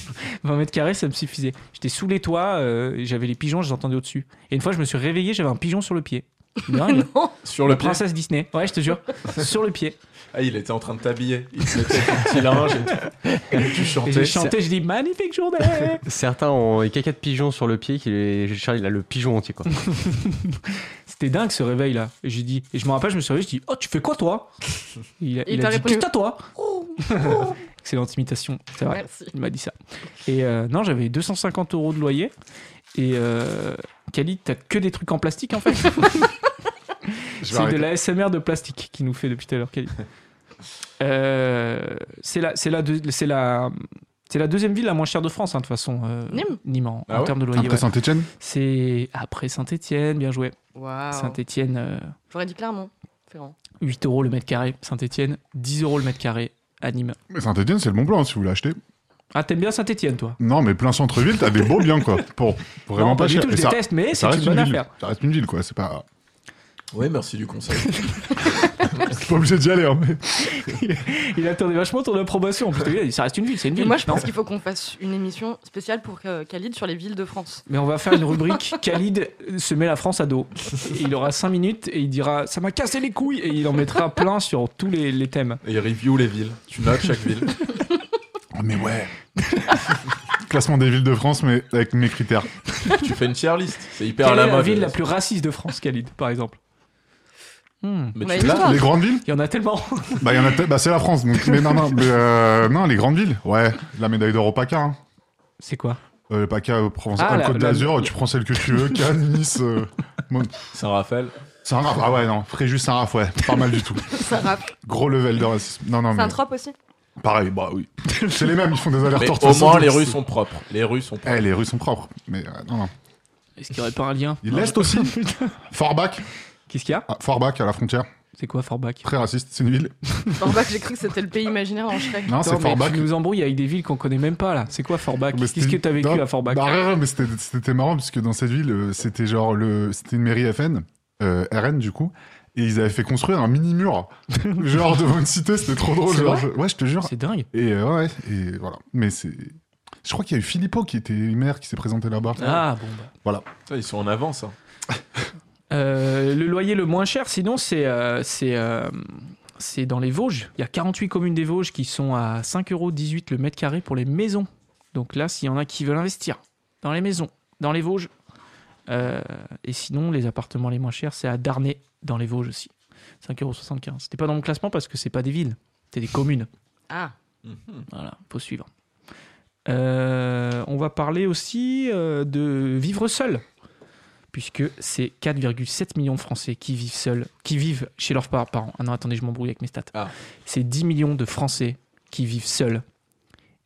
S1: 20 mètres carrés, ça me suffisait. J'étais sous les toits, euh, et j'avais les pigeons, je les entendais au-dessus. Et une fois, je me suis réveillé, j'avais un pigeon sur le pied. Dingue.
S4: Non,
S3: Sur le pied.
S1: Princesse Disney, ouais, je te jure, sur le pied.
S3: Ah, il était en train de t'habiller. Il te mettait son petit linge et tout. Et tu
S1: Et j'ai
S3: chantais.
S1: chanté, je dis magnifique journée.
S5: Certains ont les caca de pigeon sur le pied, qui les- Charles, il a le pigeon entier quoi.
S1: C'était dingue ce réveil là. Et j'ai dit, et je me rappelle, je me suis réveillé, je dis, oh tu fais quoi toi Il a,
S4: Il
S1: il a
S4: t'a
S1: dit,
S4: répondu.
S1: putain toi. Excellente imitation, c'est vrai.
S4: merci.
S1: Il m'a dit ça. Et euh, non, j'avais 250 euros de loyer. Et euh, Khalid, t'as que des trucs en plastique en fait.
S2: Je vais
S1: c'est de
S2: arrêter.
S1: la SMR de plastique qui nous fait depuis tout à l'heure, Khalid. Euh, c'est la, c'est la, deux- c'est la, c'est la deuxième ville la moins chère de France hein, de toute façon. euh,
S4: Nîmes
S1: en, en
S3: Ah ouais
S1: termes de loyer.
S2: Après
S1: ouais.
S2: Saint-Etienne
S1: C'est après Saint-Étienne, bien joué.
S4: Waouh.
S1: Saint-Étienne. euh,
S4: J'aurais dit clairement. Ferrand.
S1: 8 euros le mètre carré, Saint-Etienne, 10 euros le mètre carré, à Nîmes.
S2: Mais Saint-Etienne, c'est le bon plan hein, si vous voulez acheter.
S1: Ah, t'aimes bien Saint-Etienne, toi
S2: Non, mais plein centre-ville, t'as des beaux biens quoi. Pour vraiment
S1: Non,
S2: pas,
S1: du
S2: cher.
S1: tout,
S2: Et
S1: je
S2: ça,
S1: déteste, mais c'est
S2: ça
S1: une
S2: reste une,
S1: bonne
S2: ville.
S1: affaire.
S2: Ça reste une ville quoi. C'est pas,
S3: Oui, merci du conseil.
S2: t'es pas obligé d'y aller. hein, mais-
S1: Il attendait vachement ton approbation. En plus, t'as dit, ça reste une ville, c'est une
S4: Et
S1: ville.
S4: moi, je
S1: Non.
S4: pense qu'il faut qu'on fasse une émission spéciale pour euh, Khalid sur les villes de France.
S1: Mais on va faire une rubrique Khalid se met la France à dos. Et il aura 5 minutes et il dira ça m'a cassé les couilles et il en mettra plein sur tous les, les thèmes.
S3: Et il review les villes. Tu notes chaque ville.
S2: Oh, mais ouais. Classement des villes de France, mais avec mes critères.
S3: Tu fais une tier list. C'est hyper à
S1: Quelle
S3: la
S1: est la
S3: mode.
S1: ville la plus raciste de France, Khalid, par exemple Hmm,
S3: Mais
S4: On a
S3: tu
S4: une
S3: l'as.
S4: histoire.
S2: Les grandes villes
S1: Il y en a tellement.
S2: Bah, il y en a peut-être- bah, c'est la France. Donc, mais non, non, mais, euh, non, les grandes villes. Ouais, la médaille d'or au PACA. Hein.
S1: C'est quoi
S2: Euh, le PACA euh, Provence,
S1: Ah,
S2: euh,
S1: la-
S2: Côte
S1: la-
S2: d'Azur, tu prends celle que tu veux. Cannes, Nice. Euh,
S3: Saint-Raphaël.
S2: Saint-Raph. Ah ouais, non. Fréjus, Saint-Raph, ouais. Pas mal du tout.
S4: Ça rappe.
S2: Gros level de racisme. Non, non,
S4: C'est un
S2: mais.
S4: trope aussi.
S2: Pareil, bah oui. C'est les mêmes, ils font des
S3: Mais
S2: allers-retours. de toute
S3: au
S2: façon,
S3: moins,
S2: donc
S3: les
S2: c'est-
S3: rues sont propres. Les rues sont propres.
S2: Eh, les rues sont propres. Mais euh, non, non.
S1: Est-ce qu'il n'y aurait pas un lien
S2: Il
S1: Non,
S2: l'est
S1: je-
S2: aussi.
S1: Putain.
S2: Forbach,
S1: Qu'est-ce qu'il y a
S2: ah, Forbach à la frontière,
S1: C'est quoi Forbach
S2: très raciste, c'est une ville.
S4: Forbach, j'ai cru que c'était le pays imaginaire en Shrek.
S1: Attends,
S2: Non, Ah, c'est
S1: mais
S2: Forbach.
S1: Tu nous embrouilles avec des villes qu'on connaît même pas là. C'est quoi Forbach
S2: Mais
S1: Qu'est-ce que
S2: c'était-
S1: t'as vécu
S2: non,
S1: à Forbach
S2: Bah, rien, rien, mais c'était c'était marrant parce que dans cette ville, euh, c'était genre le, c'était une mairie FN, euh, RN du coup, et ils avaient fait construire un mini mur, genre devant une cité, c'était trop drôle.
S1: C'est
S2: Genre,
S1: vrai
S2: je- ouais, je te jure.
S1: C'est dingue.
S2: Et euh, ouais, et voilà. Mais c'est, je crois qu'il y a eu Filippo qui était maire, qui s'est présenté là-bas.
S1: Ah bon bah.
S3: Putain, Ils sont en avance. hein.
S1: Euh, le loyer le moins cher, sinon, c'est euh, c'est, euh, c'est dans les Vosges. Il y a 48 communes des Vosges qui sont à 5,18€ le mètre carré pour les maisons. Donc là, s'il y en a qui veulent investir dans les maisons, dans les Vosges. Euh, et sinon, les appartements les moins chers, c'est à Darnay, dans les Vosges aussi. 5,75€. C'était pas dans mon classement parce que c'est pas des villes, c'est des communes.
S4: Ah,
S3: Mhm.
S1: Voilà, faut suivre. Euh, on va parler aussi euh, de vivre seul, puisque c'est 4,7 millions de Français qui vivent seuls, qui vivent chez leurs parents. Par an. ah non, attendez, je m'embrouille avec mes stats.
S3: Ah.
S1: C'est 10 millions de Français qui vivent seuls,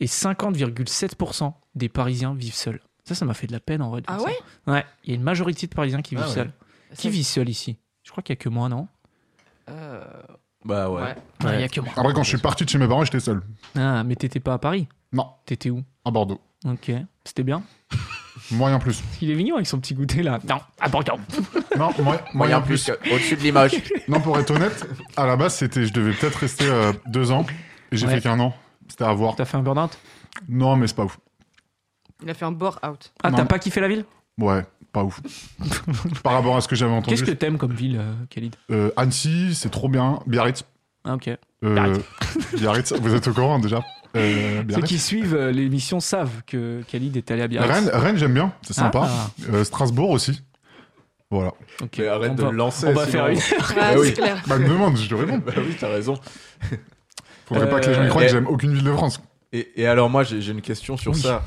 S1: et 50,7% des Parisiens vivent seuls. Ça, ça m'a fait de la peine en vrai. de
S4: ah
S1: faire
S4: ouais
S1: ça. Ouais, il y a une majorité de Parisiens qui
S3: Ah
S1: vivent
S3: ouais.
S1: seuls. Qui
S4: Ça-
S1: vit seul ici Je crois qu'il y a que moi, non
S4: euh,
S3: Bah ouais.
S4: ouais.
S1: Non,
S3: Ouais.
S1: il y a que moi.
S2: Après, quand je suis parti de chez mes parents, j'étais seul.
S1: Ah, mais t'étais pas à Paris
S2: Non,
S1: T'étais où
S2: à Bordeaux.
S1: Ok, c'était bien.
S2: Moyen plus.
S1: Il est mignon avec son petit goûter là. Non, important.
S2: Non, moyen, moyen plus.
S3: que- au-dessus de l'image.
S2: Non, pour être honnête, à la base, c'était, je devais peut-être rester euh, deux ans, et j'ai
S1: Ouais.
S2: fait qu'un an. C'était à voir.
S1: T'as fait un burn-out
S2: Non, mais c'est pas ouf.
S4: Il a fait un bore out.
S1: Ah,
S2: Non.
S1: t'as pas kiffé la ville
S2: Ouais, pas ouf. Par rapport à ce que j'avais entendu,
S1: Qu'est-ce que t'aimes comme ville, euh, Khalid
S2: euh, Annecy, c'est trop bien. Biarritz.
S1: Ah, ok.
S2: euh,
S1: Biarritz.
S2: Biarritz, vous êtes au courant déjà. Euh,
S1: Ceux
S2: Biarritz.
S1: qui suivent euh, l'émission savent que Khalid est allé à Biarritz.
S2: Rennes, Rennes, j'aime bien, c'est sympa.
S1: Ah,
S2: Euh, Strasbourg aussi. Voilà.
S1: ok.
S3: Mais arrête
S1: on
S3: de
S1: va-
S3: le lancer.
S1: on va
S3: sinon-
S1: faire une-
S4: Ah,
S3: oui.
S4: c'est clair.
S2: Bah, me demande, je te réponds.
S3: bah oui, t'as raison.
S2: Faudrait pas que les gens y croient
S3: Euh,
S2: que j'aime aucune ville de France.
S3: Et, et alors moi, j'ai j'ai une question sur
S1: Oui.
S3: ça.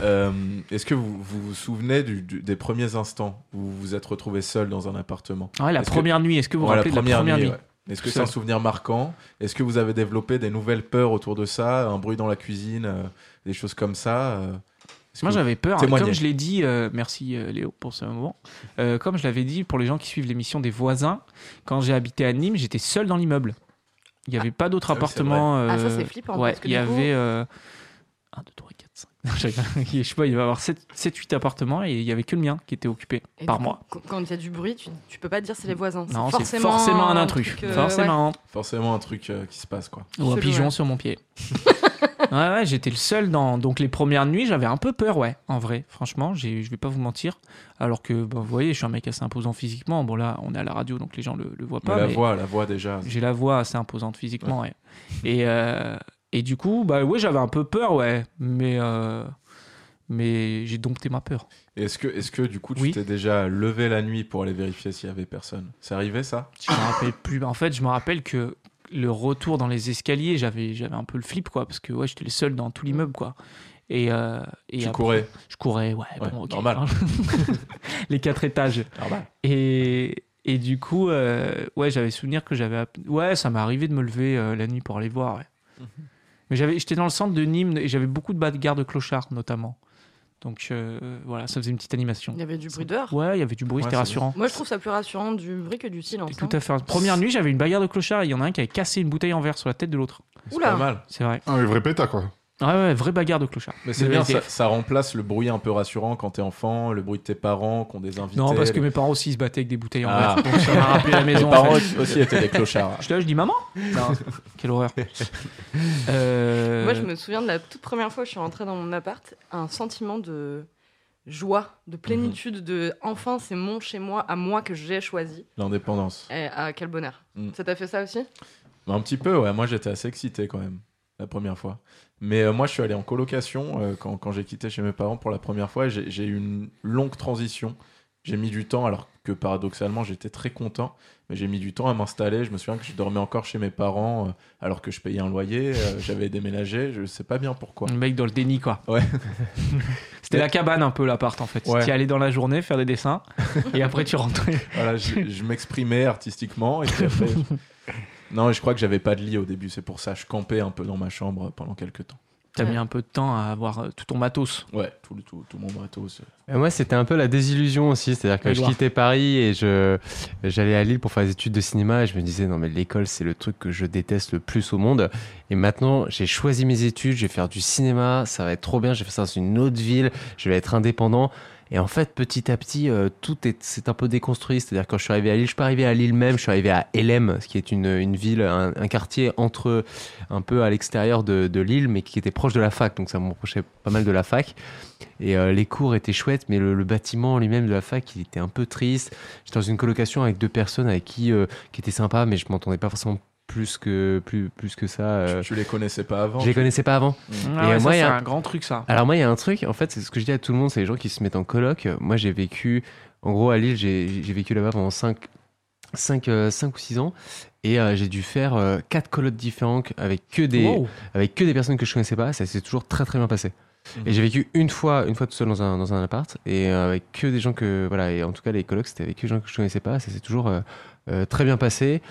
S3: Euh, Est-ce que vous, vous vous souvenez du- du- des premiers instants où vous vous êtes retrouvé seul dans un appartement
S1: Ah Ouais, la
S3: Est-ce
S1: première nuit, est-ce que vous vous
S3: Ouais,
S1: rappelez de la première nuit,
S3: ouais. Est-ce que
S1: Tout
S3: c'est un
S1: seul.
S3: souvenir marquant Est-ce que vous avez développé des nouvelles peurs autour de ça Un bruit dans la cuisine, euh, des choses comme ça euh, est-ce
S1: Moi
S3: que-
S1: j'avais peur, hein.
S3: témoignez.
S1: comme je l'ai dit, euh, merci euh, Léo pour ce moment, Euh, comme je l'avais dit pour les gens qui suivent l'émission des voisins, quand j'ai habité à Nîmes, j'étais seul dans l'immeuble. Il n'y avait pas d'autres
S3: Ah oui, c'est
S1: appartements.
S4: Ah, ça,
S1: euh,
S4: c'est flippant,
S1: Ouais,
S4: parce que
S1: il y
S4: du coup-
S1: avait euh, 1, 2, 3, 4, 5. Je sais pas, il va y avoir 7-8 appartements et il y avait que le mien qui était occupé
S4: Et
S1: par
S4: du
S1: moi.
S4: coup, Quand il y a du bruit, tu, tu peux pas dire c'est les voisins.
S1: Non, c'est forcément un intrus.
S4: truc, euh, ouais.
S1: forcément.
S3: Forcément un truc euh, qui se passe quoi.
S1: Ou un
S4: Chelou,
S1: pigeon
S4: ouais.
S1: sur mon pied. ouais, ouais, j'étais le seul dans. Donc les premières nuits, j'avais un peu peur, ouais, en vrai. Franchement, j'ai- je vais pas vous mentir. Alors que, bah, vous voyez, je suis un mec assez imposant physiquement. Bon, là, on est à la radio, donc les gens le, le voient
S3: Mais
S1: pas.
S3: la
S1: Ah, mais
S3: voix, la voix déjà.
S1: J'ai la voix assez imposante physiquement, ouais. Et, euh, et du coup, bah ouais, j'avais un peu peur, ouais. Mais, euh, mais j'ai dompté ma peur.
S3: Est-ce que, est-ce que du coup tu
S1: Oui.
S3: t'es déjà levé la nuit pour aller vérifier s'il y avait personne C'est arrivé ça
S1: Je me rappelle plus. En fait, je me rappelle que le retour dans les escaliers, j'avais j'avais un peu le flip, quoi, parce que ouais, j'étais le seul dans tout l'immeuble, quoi. Et, euh, et
S3: Tu
S1: après-
S3: courais
S1: Je courais, ouais.
S3: Ouais,
S1: bon, ok.
S3: normal.
S1: les quatre étages.
S3: Normal.
S1: Et, et du coup, euh, ouais, j'avais souvenir que j'avais. app- Ouais, ça m'est arrivé de me lever euh, la nuit pour aller voir. ouais.
S3: Mhm.
S1: Mais j'avais, j'étais dans le centre de Nîmes et j'avais beaucoup de bas de garde clochards, notamment. Donc euh, voilà, ça faisait une petite animation.
S4: Il y avait du bruit dehors.
S1: Ouais, il y avait du bruit,
S3: Ouais,
S1: c'était
S3: c'est
S1: rassurant.
S4: Moi, je trouve ça plus rassurant du bruit que du silence.
S1: Tout
S4: hein.
S1: à fait. Première nuit, j'avais une bagarre de clochards et il y en a un qui avait cassé une bouteille en verre sur la tête de l'autre.
S3: C'est
S4: Oula.
S3: pas mal.
S1: C'est vrai.
S2: Un Ah, vrai péta, quoi.
S1: Ouais, ouais, vraie bagarre de clochards.
S3: Mais c'est
S1: De
S3: bien, ça,
S1: SDF.
S3: ça remplace le bruit un peu rassurant quand t'es enfant, le bruit de tes parents, qu'on des invités.
S1: Non, parce que
S3: les,
S1: mes parents aussi ils se battaient avec des bouteilles en
S3: Ah.
S1: verre. Donc ça m'a rappelé la
S3: les
S1: maison. en
S3: parents
S1: fait.
S3: aussi étaient des clochards. hein,
S1: Je suis là, je dis maman Non, quelle horreur. Euh,
S4: Moi, je me souviens de la toute première fois où je suis rentrée dans mon appart, un sentiment de joie, de plénitude, de enfin, c'est mon chez moi, à moi que j'ai choisi.
S3: L'indépendance.
S4: Et ah, quel bonheur.
S1: Mm.
S3: Mhm.
S4: Ça t'a fait ça aussi
S3: Un petit peu, ouais. Moi, j'étais assez excité quand même, la première fois. Mais euh, moi, je suis allé en colocation euh, quand, quand j'ai quitté chez mes parents pour la première fois. et J'ai j'ai eu une longue transition. J'ai mis du temps, alors que paradoxalement, j'étais très content. Mais j'ai mis du temps à m'installer. Je me souviens que je dormais encore chez mes parents, euh, alors que je payais un loyer. euh, J'avais déménagé. Je sais pas bien pourquoi.
S1: Le mec dans le déni, quoi.
S3: Ouais.
S1: C'était la cabane un peu, l'appart, en fait.
S3: Ouais.
S1: Tu y allais dans la journée faire des dessins et après tu rentrais.
S3: Voilà, je, je m'exprimais artistiquement. Et puis après, je- Non, et je crois que j'avais pas de lit au début. C'est pour ça que je campais un peu dans ma chambre pendant quelques temps.
S1: T'as
S4: Ouais.
S1: mis un peu de temps à avoir euh, tout ton matos.
S3: Ouais, tout, le- tout, tout mon matos. euh.
S5: Et Moi, c'était un peu la désillusion aussi. C'est-à-dire que je
S1: Edouard.
S5: quittais Paris et je j'allais à Lille pour faire des études de cinéma et je me disais non mais l'école c'est le truc que je déteste le plus au monde. Et maintenant, j'ai choisi mes études, je vais faire du cinéma, ça va être trop bien. J'ai fait ça dans une autre ville, je vais être indépendant. Et en fait, petit à petit, euh, tout est c'est un peu déconstruit. C'est-à-dire quand je suis arrivé à Lille, je suis pas arrivé à Lille même, je suis arrivé à Elem, ce qui est une, une ville, un, un quartier entre un peu à l'extérieur de, de Lille, mais qui était proche de la fac. Donc ça me rapprochait pas mal de la fac. Et euh, les cours étaient chouettes, mais le, le bâtiment lui-même de la fac, il était un peu triste. J'étais dans une colocation avec deux personnes avec qui, euh, qui étaient sympas, mais je m'entendais pas forcément plus que, plus, plus que ça. euh,
S3: tu, tu les connaissais pas avant
S5: je les connaissais pas avant.
S1: Ah ouais,
S5: moi,
S1: ça,
S5: il y
S1: c'est
S5: a-
S1: un grand truc, ça.
S5: Alors moi, il y a un truc, en fait, c'est ce que je dis à tout le monde, c'est les gens qui se mettent en coloc. Moi, j'ai vécu, en gros, à Lille, j'ai j'ai vécu là-bas pendant 5, 5, ou 6 ans. Et euh, j'ai dû faire 4 colocs différents avec que des
S1: Wow.
S5: avec que des personnes que je connaissais pas, ça s'est toujours très très bien passé.
S3: Mhm.
S5: Et j'ai vécu une fois, une fois tout seul dans un, dans un appart, et euh, avec que des gens que, voilà, et en tout cas les colocs, c'était avec que des gens que je connaissais pas, ça s'est toujours euh, euh, très bien passé.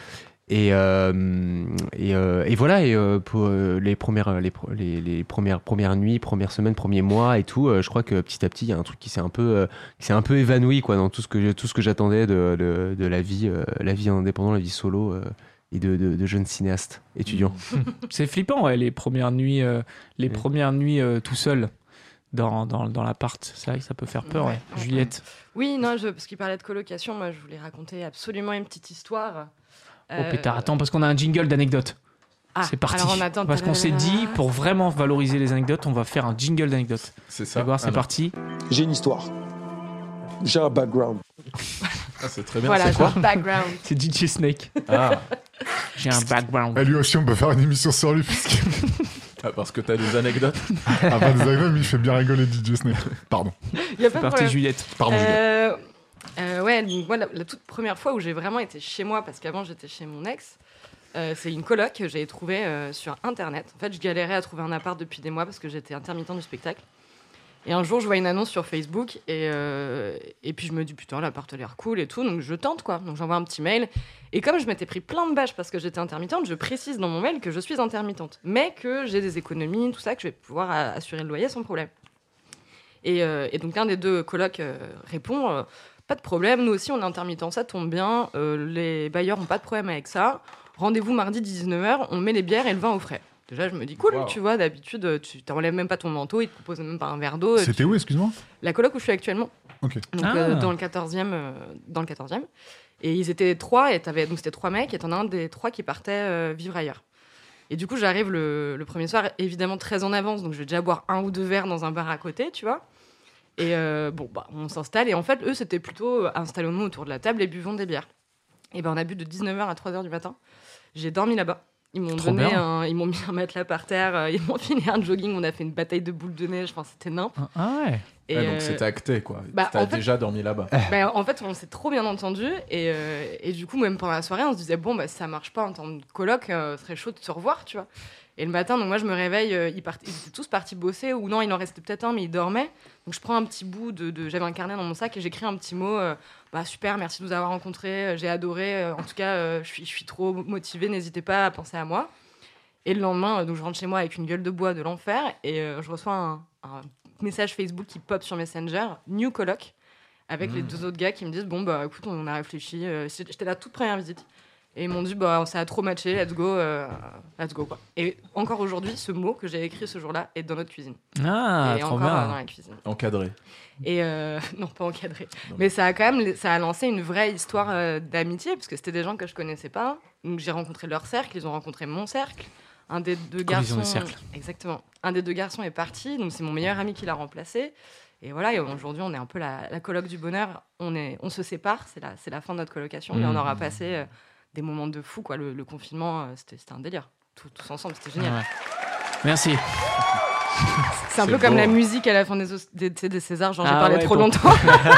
S5: Et, euh, et, euh, et voilà, et euh, pour euh, les premières, les, pro- les, les premières, premières nuits, premières semaines, premiers mois et tout, euh, je crois que petit à petit, il y a un truc qui s'est un peu, euh, qui s'est un peu évanoui quoi, dans tout ce que, je- tout ce que j'attendais de, de, de la vie, euh, la vie indépendante, la vie solo euh, et de, de, de jeune cinéaste étudiant.
S1: C'est flippant, ouais, les premières nuits, euh, les
S5: Oui.
S1: premières nuits euh, tout seul dans, dans, dans l'appart. C'est vrai que ça peut faire peur, ouais.
S4: Ouais, ouais.
S1: Juliette.
S4: Oui, non, je, parce qu'il parlait de colocation, moi je voulais raconter absolument une petite
S1: Oh
S4: histoire. Euh,
S1: pétard, attends, parce qu'on a un jingle d'anecdotes.
S4: ah,
S1: c'est parti.
S4: Alors on attend.
S1: parce qu'on s'est dit, pour vraiment valoriser les anecdotes, on va faire un jingle d'anecdotes.
S3: C'est ça.
S1: Grégoire, c'est
S3: Ah, non.
S1: parti.
S6: J'ai une histoire. J'ai un background.
S3: Ah, c'est très bien.
S4: Voilà,
S3: c'est quoi
S4: genre background.
S1: C'est DJ Snake.
S3: ah,
S1: J'ai un background.
S2: Ah, lui aussi, on peut faire une émission sur lui, puisqu'il
S3: ah, parce que t'as des anecdotes.
S2: a pas des anecdotes, mais il fait bien rigoler DJ Snake. Pardon.
S4: Il y a
S1: C'est
S4: pas
S1: parti,
S4: de problème.
S1: Juliette.
S2: Pardon, Juliette.
S4: Euh, euh, ouais, donc moi, la, la toute première fois où j'ai vraiment été chez moi, parce qu'avant j'étais chez mon ex, euh, c'est une coloc que j'ai trouvée euh, sur internet. En fait, je galérais à trouver un appart depuis des mois parce que j'étais intermittent du spectacle. Et un jour, je vois une annonce sur Facebook et, euh, et puis je me dis putain, l'appart a l'air cool et tout, donc je tente quoi. Donc j'envoie un petit mail. Et comme je m'étais pris plein de bâches parce que j'étais intermittente, je précise dans mon mail que je suis intermittente, mais que j'ai des économies, tout ça, que je vais pouvoir euh, assurer le loyer sans problème. Et, euh, et donc l'un des deux colocs euh, répond euh, Pas de problème, nous aussi on est intermittent, ça tombe bien, euh, les bailleurs n'ont pas de problème avec ça. Rendez-vous mardi 19h, on met les bières et le vin au frais. Déjà, je me dis cool,
S3: Wow.
S4: tu vois, d'habitude, euh, tu t'enlèves même pas ton manteau, ils te proposent même pas un verre d'eau. euh,
S2: C'était où, excuse-moi
S4: La coloc où je suis actuellement.
S2: Ok.
S4: Donc,
S1: Ah.
S4: euh, dans, le 14e, euh, dans le 14e. Et ils étaient trois, et t'avais, donc c'était trois mecs, et t'en as un des trois qui partait euh, vivre ailleurs. Et du coup, j'arrive le, le premier soir, évidemment très en avance, donc je vais déjà boire un ou deux verres dans un bar à côté, tu vois. Et euh, bon, bah, on s'installe, et en fait, eux, c'était plutôt euh, installons-nous autour de la table et buvons des bières. Et ben, on a bu de 19h à 3h du matin. J'ai dormi là-bas. Ils m'ont
S1: Trop
S4: donné
S1: bien.
S4: un- ils m'ont mis un matelas par terre, euh, ils m'ont filé un jogging, on a fait une bataille de boules de neige, enfin, c'était nain.
S1: Ah, Ah ouais.
S4: Et
S3: Ah, donc
S4: euh,
S3: c'était acté quoi.
S4: bah,
S3: T'as
S4: en fait-
S3: déjà dormi là-bas.
S4: bah, en fait, on s'est trop bien entendu et, euh, et du coup, même pendant la soirée, on se disait bon, bah ça marche pas en termes de colloque, euh, serait chaud de se revoir, tu vois. Et le matin, donc moi, je me réveille, euh, ils, part- ils étaient tous partis bosser ou non, il en restait peut-être un, mais ils dormaient. Donc je prends un petit bout de, de- j'avais un carnet dans mon sac et j'écris un petit mot, euh, bah super, merci de nous avoir rencontrés, euh, j'ai adoré, euh, en tout cas, euh, je suis, je suis trop motivée, n'hésitez pas à penser à moi. Et le lendemain, euh, donc je rentre chez moi avec une gueule de bois de l'enfer et euh, je reçois un, un message Facebook qui pop sur Messenger, new colloque avec les
S1: Mmh.
S3: Mm.
S4: deux autres gars qui me disent bon bah écoute on a réfléchi euh, c'est- j'étais la toute première visite et ils m'ont dit bah ça a trop matché let's go euh, let's go quoi et encore aujourd'hui ce mot que j'ai écrit ce jour-là est dans notre cuisine
S1: Ah,
S4: et
S1: trop
S4: encore euh, dans
S1: bien.
S4: la cuisine
S3: Encadré.
S4: et euh, non pas encadré
S3: Non.
S4: mais ça a quand même ça a lancé une vraie histoire euh, d'amitié parce que c'était des gens que je connaissais pas donc j'ai rencontré leur cercle ils ont rencontré mon cercle un des deux
S1: Collision
S4: garçons
S1: de cercle.
S4: exactement un des deux garçons est parti donc c'est mon meilleur ami qui l'a remplacé et voilà et aujourd'hui on est un peu la, la coloc du bonheur on est on se sépare c'est la c'est la fin de notre colocation mais on
S1: Mhm.
S4: aura passé euh, des moments de fou quoi le, le confinement euh, c'était c'était un délire Tout- tous ensemble c'était génial
S1: Ouais. Merci.
S4: c'est un
S3: C'est
S4: peu comme
S3: beau.
S4: la musique à la fin des, os- des, tu sais, des Césars genre j'ai
S1: Ah
S4: parlé
S1: ouais,
S4: trop
S1: pour-
S4: longtemps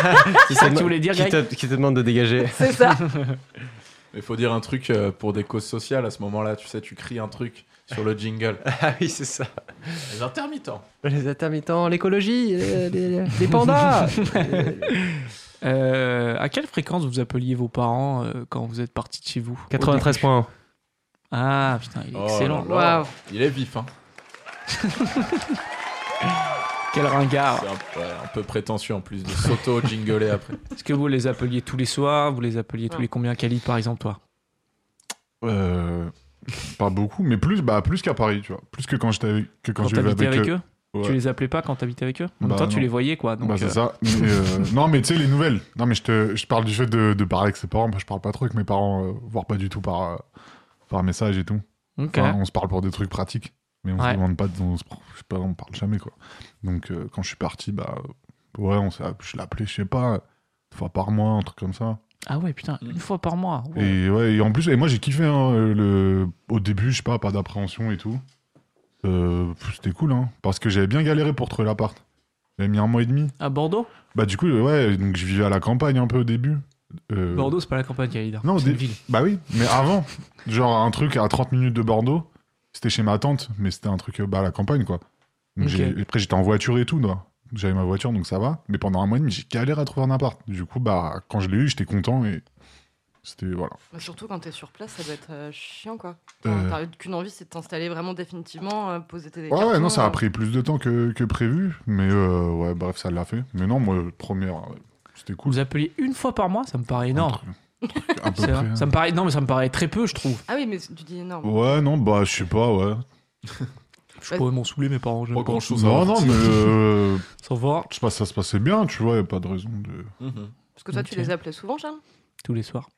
S1: C'est ça que tu voulais dire,
S5: qui
S1: Greg
S5: te, qui te demande de dégager.
S4: c'est ça
S3: Il faut dire un truc euh, pour des causes sociales à ce moment-là. Tu sais, tu cries un truc sur le jingle.
S5: Ah oui, c'est ça.
S3: Les intermittents.
S5: Les intermittents, l'écologie, les, les- les pandas.
S1: Euh, à quelle fréquence vous appeliez vos parents euh, quand vous êtes partis de chez vous
S5: 93.1.
S1: Ah putain, il est
S3: Oh
S1: excellent.
S3: là là.
S4: Waouh.
S3: Il est vif, hein.
S1: Quel ringard
S3: C'est un, ouais, un peu prétentieux en plus de s'auto-jingler après.
S1: Est-ce que vous les appeliez tous les soirs Vous les appeliez tous
S4: Non.
S1: les combien Khalid, par exemple, toi
S2: Euh, pas beaucoup, mais plus, bah, plus qu'à Paris, tu vois. Plus que quand j'étais avec- euh, que quand,
S1: Quand
S2: je vivais
S1: t'habitais avec, eux
S2: ouais.
S1: Tu les appelais pas quand t'habitais avec eux En même
S2: Bah,
S1: temps, tu
S2: non.
S1: les voyais, quoi. Donc,
S2: Bah, c'est
S1: euh,
S2: ça. Mais, euh, non, mais tu sais, les nouvelles. Non, mais je, te, je parle du fait de, de parler avec ses parents. Moi, je parle pas trop avec mes parents, euh, voire pas du tout par, euh, par message et tout.
S1: ok.
S2: Enfin, on se parle pour des trucs pratiques, mais on
S1: Ouais.
S2: se demande pas, de- on, se, je sais pas, on parle jamais, quoi. Donc, euh, quand je suis parti, bah, euh, ouais, on s'est- je l'appelais, je sais pas, une fois par mois, un truc comme ça.
S1: Ah ouais, putain, une fois par mois. Wow.
S2: Et ouais, et en plus, et moi j'ai kiffé hein, euh, le... au début, je sais pas, pas d'appréhension et tout. Euh, pff, C'était cool, hein, parce que j'avais bien galéré pour trouver l'appart. J'avais mis un mois et demi.
S1: À Bordeaux
S2: Bah du coup, ouais, donc je vivais à la campagne un peu au début. Euh,
S1: Bordeaux, c'est pas la campagne, Khalid. hein.
S2: Non, au
S1: c'est une
S2: début.
S1: ville.
S2: Bah oui, mais avant, genre un truc à 30 minutes de Bordeaux, c'était chez ma tante, mais c'était un truc euh, bah, à la campagne, quoi.
S1: Ok.
S2: Donc j'ai- Après, j'étais en voiture et tout, quoi. J'avais ma voiture, donc ça va. Mais pendant un mois et demi, j'ai galéré à trouver un appart. Du coup, bah, quand je l'ai eu, j'étais content et c'était, voilà.
S4: Bah, surtout quand t'es sur place, ça doit être euh, chiant quoi.
S2: Euh.
S4: T'as t'as qu'une envie, c'est de t'installer vraiment définitivement, euh, poser tes.
S2: Ouais, ouais,
S4: cartons,
S2: non, ça a
S4: euh.
S2: pris plus de temps que, que prévu, mais euh, ouais, bref, ça l'a fait. Mais non, moi, première, ouais, c'était cool.
S1: Vous appeliez une fois par mois Ça me paraît
S2: Un
S1: énorme.
S2: truc- un truc à peu
S1: C'est vrai.
S2: près, hein.
S1: Ça me paraît... Non, mais ça me paraît très peu, je trouve.
S4: Ah oui, mais tu dis énorme.
S2: Ouais, non, bah, je sais pas, ouais.
S1: Je pourrais m'en saouler, mes parents. j'aime
S3: Pas
S1: pas.
S3: grand chose
S2: Non, non, mais euh,
S1: Ça va,
S2: je sais pas, ça se passait bien, tu vois, y a pas de raison de.
S3: Mhm.
S4: Parce que toi,
S1: Ok.
S4: tu les appelais souvent, Charles
S1: tous les soirs.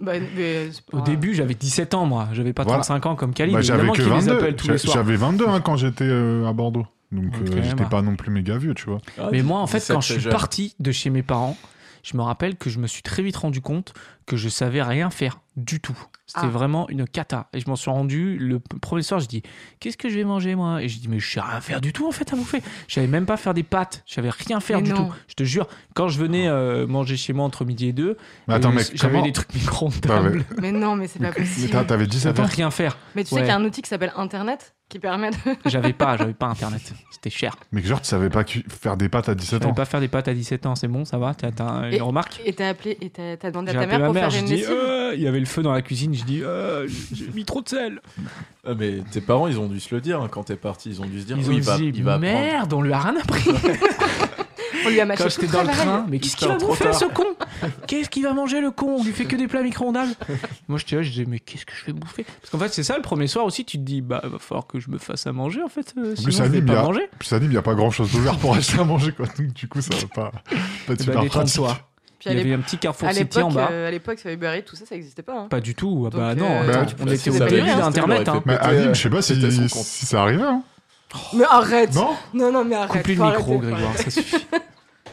S4: Bah, mais c'est pas-
S1: Au début, j'avais 17 ans, moi. J'avais pas
S2: Voilà.
S1: 35 ans comme Khalid.
S2: Bah, j'avais
S1: évidemment
S2: que
S1: qu'il les appelle
S2: 22.
S1: tous les
S2: J'a-
S1: soirs.
S2: J'avais 22 hein, quand j'étais euh, à Bordeaux. Donc,
S1: Ok,
S2: euh,
S1: ouais,
S2: j'étais
S1: bah.
S2: pas non plus méga vieux, tu vois.
S3: Ah,
S1: Mais moi, en fait, quand
S2: euh,
S1: je suis parti de chez mes parents, je me rappelle que je me suis très vite rendu compte que je savais rien faire du tout. C'était
S4: Ah.
S1: vraiment une cata. Et je m'en suis rendu le p- premier soir, je dis Qu'est-ce que je vais manger, moi Et je dis Mais je sais rien faire du tout, en fait, à bouffer. Je savais même pas faire des pâtes. Je savais rien faire
S4: Mais
S1: du
S4: non.
S1: tout. Je te jure, quand je venais euh, manger chez moi entre midi et deux,
S2: Mais attends,
S1: euh,
S2: mec,
S1: j'avais
S2: comment.
S1: des trucs micro-ondes.
S2: T'avais-
S1: Je
S4: Mais non, mais c'est pas
S2: Mais
S4: possible.
S2: t'as- t'avais
S1: savais
S2: 17 ans
S1: rien faire.
S4: Mais tu sais
S1: Ouais.
S4: qu'il y a un outil qui s'appelle Internet qui permet de.
S1: J'avais pas, j'avais pas internet. C'était cher.
S2: Mais genre, tu savais pas cu- faire des pâtes à
S1: Je
S2: 17
S1: savais
S2: ans.
S1: pas faire des pâtes à 17 ans, c'est bon, ça va T'as t'as une
S4: Et-
S1: remarque
S4: Et t'as appelé et t'as t'as demandé à
S1: J'ai
S4: ta
S1: appelé
S4: mère
S1: ma
S4: pour
S1: mère,
S4: faire
S1: je
S4: une
S1: dis
S4: lessive.
S1: Euh, il y avait le feu dans la cuisine, je dis Euh, j'ai mis trop de sel.
S3: Ah, mais tes parents, ils ont dû se le dire hein, quand t'es parti. Ils ont dû se dire
S1: Ils
S3: oui,
S1: ont
S3: il va,
S1: dit
S3: il va apprendre.
S1: merde, on lui a rien appris
S4: On lui a mâché
S1: quand
S4: tout
S1: j'étais dans le
S4: travail.
S1: train. Mais qu'est-ce qu'il va
S3: Putain,
S1: nous
S3: trop
S1: faire
S3: tard.
S1: ce con Qu'est-ce qu'il va manger le con On lui fait que des plats micro-ondables. Moi j'étais là, je disais mais qu'est-ce que je vais bouffer Parce qu'en fait c'est ça le premier soir aussi, tu te dis bah va falloir que je me fasse à manger en fait, euh,
S2: plus,
S1: sinon
S2: à
S1: je vais
S2: Nîmes, il y
S1: pas
S2: a-
S1: manger.
S2: Puis ça dit, il y a pas grand chose d'ouvert pour acheter à manger, quoi. Donc, du coup, ça va pas, pas être
S1: Bah,
S2: super pratique.
S1: détrompe-toi.
S4: Puis à
S1: Il y avait
S4: l'époque-
S1: un petit carrefour
S4: à
S1: city en
S4: l'époque,
S1: bas.
S4: euh, à l'époque, sur Uber Eats, tout ça, ça n'existait pas. hein.
S1: Pas du tout, ah
S4: Donc,
S1: bah non,
S4: euh,
S2: Bah,
S1: attends,
S4: tu
S1: on
S4: pouvais
S1: était au
S4: pas
S1: début
S4: y aller, hein,
S1: d'internet.
S3: c'était
S1: hein.
S3: horrible.
S2: Mais à
S3: C'était-
S2: Nîmes, je sais pas si,
S3: c'était son compte.
S2: si ça arrivait. Hein.
S4: Mais arrête
S2: Non
S4: Non, non, mais arrête.
S1: Coupe-lui
S4: faut
S1: le micro,
S4: arrêter, faut
S1: Grégoire,
S4: arrêter.
S1: ça suffit.